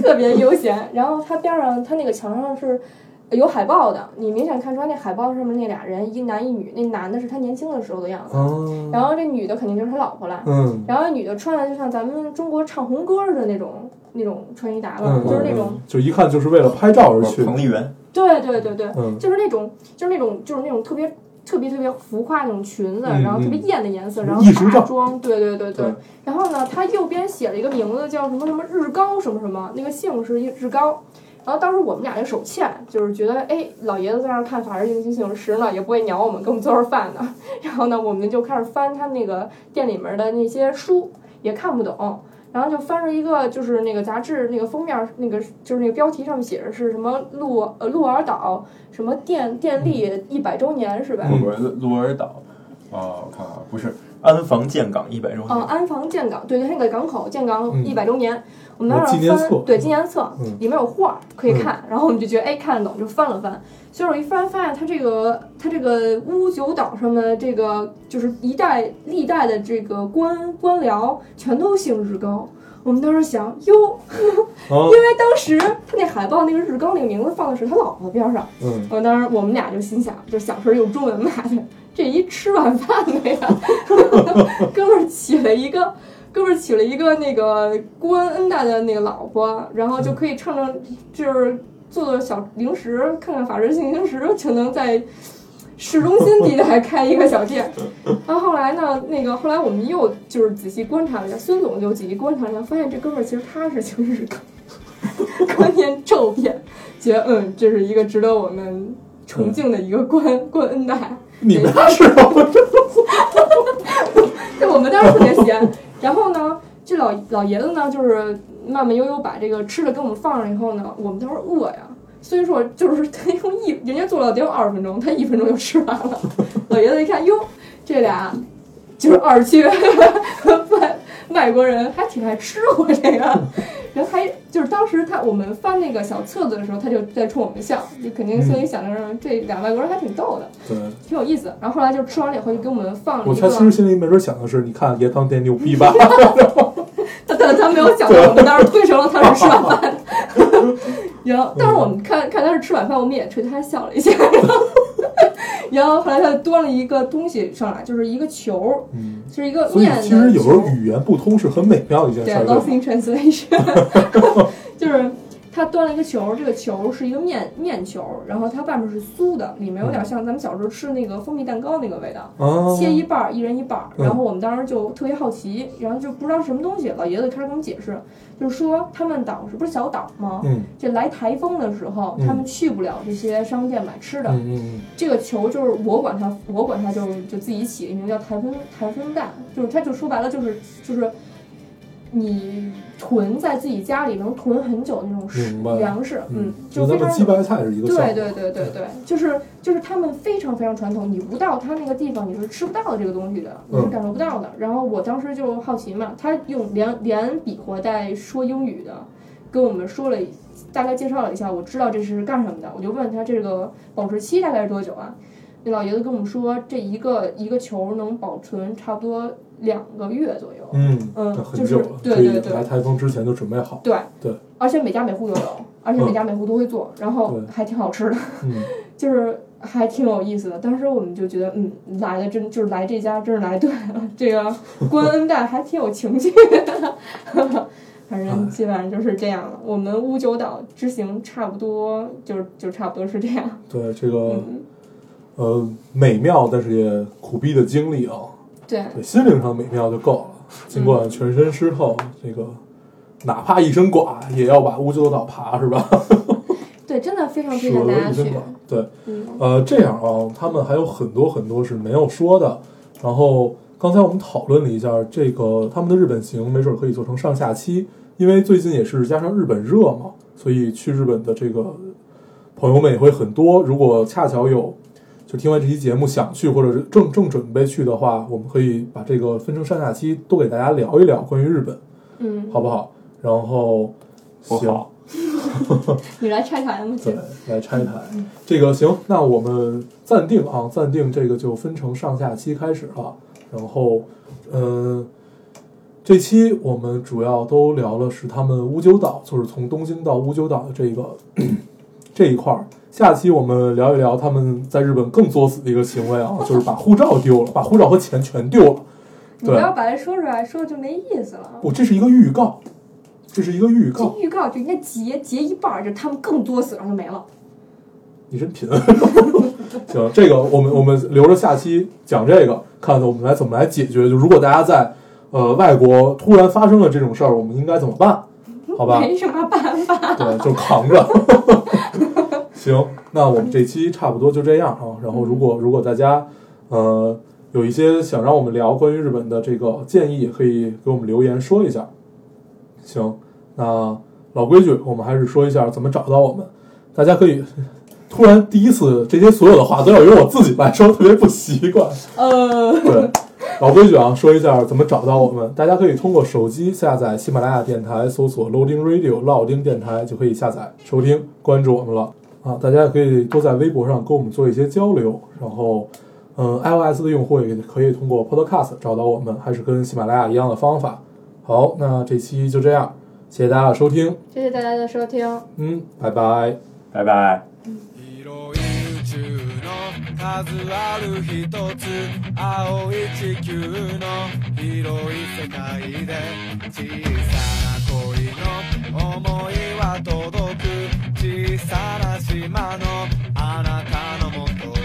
[SPEAKER 3] 特别悠闲。然后他边上他那个墙上是有海报的，你明显看出来那海报上面那俩人一男一女，那男的是他年轻的时候的样子，
[SPEAKER 4] 啊，
[SPEAKER 3] 然后这女的肯定就是他老婆了。
[SPEAKER 4] 嗯，
[SPEAKER 3] 然后女的穿的就像咱们中国唱红歌儿的那种那种穿衣打扮，
[SPEAKER 4] 嗯
[SPEAKER 3] 就是那种
[SPEAKER 4] 就一看就是为了拍照而去。
[SPEAKER 5] 彭丽媛，
[SPEAKER 3] 对对对对，
[SPEAKER 4] 嗯
[SPEAKER 3] 就是那种就是那种就是那种特别特别特别浮夸那种裙子，
[SPEAKER 4] 嗯
[SPEAKER 3] 然后特别
[SPEAKER 4] 嗯
[SPEAKER 3] 艳的颜色，
[SPEAKER 4] 嗯
[SPEAKER 3] 然后
[SPEAKER 4] 艺术
[SPEAKER 3] 大
[SPEAKER 4] 照
[SPEAKER 3] 妆，对对对对
[SPEAKER 4] 对。
[SPEAKER 3] 然后呢，它右边写了一个名字叫什么什么日高什么什么，那个姓是日高。然后当时我们俩这手欠，就是觉得哎，老爷子在那儿看《法制进行时》呢，也不会鸟我们，给我们做点饭呢。 然后呢，我们就开始翻他那个店里面的那些书，也看不懂。然后就翻着一个，就是那个杂志那个封面，那个就是那个标题上面写着是什么鹿呃鹿儿岛什么电电力一百周年是吧？
[SPEAKER 5] 鹿儿鹿儿岛，哦，我看看啊，不是安防建港一百周
[SPEAKER 3] 哦，
[SPEAKER 5] 年，
[SPEAKER 3] 安防建港，对对，那个港口建港
[SPEAKER 4] 嗯
[SPEAKER 3] 一百周年，我们当
[SPEAKER 4] 有
[SPEAKER 3] 时
[SPEAKER 4] 纪念
[SPEAKER 3] 翻
[SPEAKER 4] 册
[SPEAKER 3] 对纪念册
[SPEAKER 4] 嗯
[SPEAKER 3] 里面有画儿可以看，然后我们就觉得哎看得懂，就翻了翻。所以我一翻发现它这个它这个乌九岛上的这个就是一代历代的这个官官僚全都姓日高。我们当时想，哟，
[SPEAKER 4] 啊，
[SPEAKER 3] 因为当时他那海报那个日高那个名字放的是他老婆边上，
[SPEAKER 4] 嗯，
[SPEAKER 3] 我当时我们俩就心想，就想是用中文骂的，这一吃晚饭的呀， 哥们儿娶了一个，哥们儿娶了一个那个郭恩大的那个老婆，然后就可以唱唱，就是做做小零食，看看法制进行时，就能在市中心地带开一个小店。然后后来呢，那个后来我们又就是仔细观察了一下，孙总就仔细观察了一下，发现这哥们儿其实他是情 绪高，观念骤变。觉得嗯，这是一个值得我们崇敬的一个官官恩大。
[SPEAKER 4] 你们家是吧？
[SPEAKER 3] 对，我们当时特别闲。然后呢，这老老爷子呢，就是慢慢悠悠把这个吃的给我们放上以后呢，我们当时饿呀，所以说就是 他用一人家做了得有二十分钟，他一分钟就吃完了。老爷子一看，哟，这俩就是二区外外国人，还挺爱吃我这个。人还就是当时他我们翻那个小册子的时候，他就在冲我们笑，就肯定
[SPEAKER 4] 嗯
[SPEAKER 3] 心里想着这俩外国人还挺逗的，
[SPEAKER 4] 对，
[SPEAKER 3] 挺有意思。然后后来就吃完了以后，就给我们放了一个。
[SPEAKER 4] 我他其实心里没准想的是，你看爷当店牛 逼吧？
[SPEAKER 3] 他他他没有想到我们当时推成了他是吃晚饭， 然后当时我们
[SPEAKER 4] 嗯
[SPEAKER 3] 看看他是吃晚饭，我们也捶他笑了一下，然后然后后来他端了一个东西上来，就是一个球，
[SPEAKER 4] 嗯，
[SPEAKER 3] 就是一个
[SPEAKER 4] 所以
[SPEAKER 3] 面的
[SPEAKER 4] 其实有时候
[SPEAKER 3] 球
[SPEAKER 4] 语言不通是很美妙的一件事
[SPEAKER 3] 对
[SPEAKER 4] 儿，
[SPEAKER 3] ，lost
[SPEAKER 4] 对
[SPEAKER 3] in translation，就是 他端了一个球，这个球是一个面面球，然后它外面是酥的，里面有
[SPEAKER 4] 嗯
[SPEAKER 3] 点像咱们小时候吃那个蜂蜜蛋糕那个味道。
[SPEAKER 4] 吧啊，
[SPEAKER 3] 切一半儿，一人一半儿。
[SPEAKER 4] 嗯
[SPEAKER 3] 然后我们当时就特别好奇，然后就不知道是什么东西，老爷子开始给我们解释，就是说他们岛是不是小岛吗？
[SPEAKER 4] 嗯
[SPEAKER 3] 这来台风的时候，
[SPEAKER 4] 嗯
[SPEAKER 3] 他们去不了这些商店买吃的。
[SPEAKER 4] 嗯嗯
[SPEAKER 3] 这个球就是我管它，我管它就就自己起一名叫台风台风蛋，就是它就说白了就是就是你囤在自己家里能囤很久的那种食
[SPEAKER 4] 明白
[SPEAKER 3] 粮食，嗯
[SPEAKER 4] 嗯，，
[SPEAKER 3] 就
[SPEAKER 4] 就
[SPEAKER 3] 非常
[SPEAKER 4] 跟那鸡白菜是一个项
[SPEAKER 3] 对
[SPEAKER 4] 目，
[SPEAKER 3] 对对对对，就是就是他们非常非常传统，你不到他那个地方你是吃不到这个东西的，你是
[SPEAKER 4] 嗯
[SPEAKER 3] 感受不到的。然后我当时就好奇嘛，他用连连比划带说英语的，跟我们说了大概介绍了一下，我知道这是干什么的，我就问他这个保质期大概是多久啊？那老爷子跟我们说，这一个一个球能保存差不多两个月左右。
[SPEAKER 4] 嗯，
[SPEAKER 3] 嗯
[SPEAKER 4] 那很
[SPEAKER 3] 就是
[SPEAKER 4] 久了，
[SPEAKER 3] 对
[SPEAKER 4] 所以
[SPEAKER 3] 对对
[SPEAKER 4] 来台风之前就准备好，
[SPEAKER 3] 对
[SPEAKER 4] 对，嗯
[SPEAKER 3] 而且每家每户都有，而且每家每户都会做，然后
[SPEAKER 4] 对
[SPEAKER 3] 还挺好吃的，
[SPEAKER 4] 嗯，
[SPEAKER 3] 就是还挺有意思的。当时我们就觉得，嗯，来的真就是来这家真是来对了，这个关恩寨还挺有情趣的。 反
[SPEAKER 4] 哎
[SPEAKER 3] 正基本上就是这样了。我们乌九岛之行差不多就就差不多是这样。
[SPEAKER 4] 对这个
[SPEAKER 3] 嗯，
[SPEAKER 4] 呃美妙但是也苦逼的经历啊，
[SPEAKER 3] 对
[SPEAKER 4] 对心灵上美妙就够了。尽管全身湿透，这个哪怕一身剐也要把乌九岛爬是吧？
[SPEAKER 3] 对，真的非常推
[SPEAKER 4] 舍
[SPEAKER 3] 荐大
[SPEAKER 4] 得
[SPEAKER 3] 家
[SPEAKER 4] 一身
[SPEAKER 3] 去
[SPEAKER 4] 剐。。对，
[SPEAKER 3] 嗯，
[SPEAKER 4] 呃，这样啊，他们还有很多很多是没有说的。然后刚才我们讨论了一下这个他们的日本行，没准可以做成上下期，因为最近也是加上日本热嘛，所以去日本的这个朋友们也会很多。如果恰巧有就听完这期节目想去，或者是正正准备去的话，我们可以把这个分成上下期，多给大家聊一聊关于日本，
[SPEAKER 3] 嗯，
[SPEAKER 4] 好不好？然后
[SPEAKER 5] 不
[SPEAKER 4] 行。
[SPEAKER 5] 好
[SPEAKER 3] 你来拆台吗？
[SPEAKER 4] 对，来拆台。这个行，那我们暂定啊，暂定这个就分成上下期开始了。然后，嗯，这期我们主要都聊了是他们乌九岛，就是从东京到乌九岛的这个这一块儿。下期我们聊一聊他们在日本更作死的一个行为啊，就是把护照丢了，把护照和钱全丢了。
[SPEAKER 3] 你不
[SPEAKER 4] 对，
[SPEAKER 3] 要把它说出来，说就没意思了。
[SPEAKER 4] 我这是一个预告，这是一个预告
[SPEAKER 3] 这。预告就应该截截一半儿，就他们更作死，然后就没了。
[SPEAKER 4] 你真贫。 行，这个我们我们留着下期讲这个，看我们来怎么来解决。就如果大家在呃外国突然发生了这种事儿，我们应该怎么办？好吧，
[SPEAKER 3] 没什么办法。
[SPEAKER 4] 对，就扛着。行，那我们这期差不多就这样啊。然后如果如果大家呃有一些想让我们聊关于日本的这个建议，也可以给我们留言说一下。行，那老规矩，我们还是说一下怎么找到我们。大家可以 突然第一次这些所有的话都要由我自己来说，特别不习惯。
[SPEAKER 3] 呃，
[SPEAKER 4] 对，老规矩啊，说一下怎么找到我们。大家可以通过手机下载喜马拉雅电台，搜索 Loading Radio 老丁电台就可以下载收听，关注我们了啊！大家也可以多在微博上跟我们做一些交流。然后，嗯，iOS 的用户也可以通过 Podcast 找到我们，还是跟喜马拉雅一样的方法。好，那这期就这样，谢谢大家的收听，
[SPEAKER 3] 谢谢大家的收听。
[SPEAKER 4] 嗯，拜拜。
[SPEAKER 5] 拜拜。
[SPEAKER 7] 広い宇宙の数ある一つ青い地球の広い世界で小さな恋の思いは届く小さな島のあなたのもとへ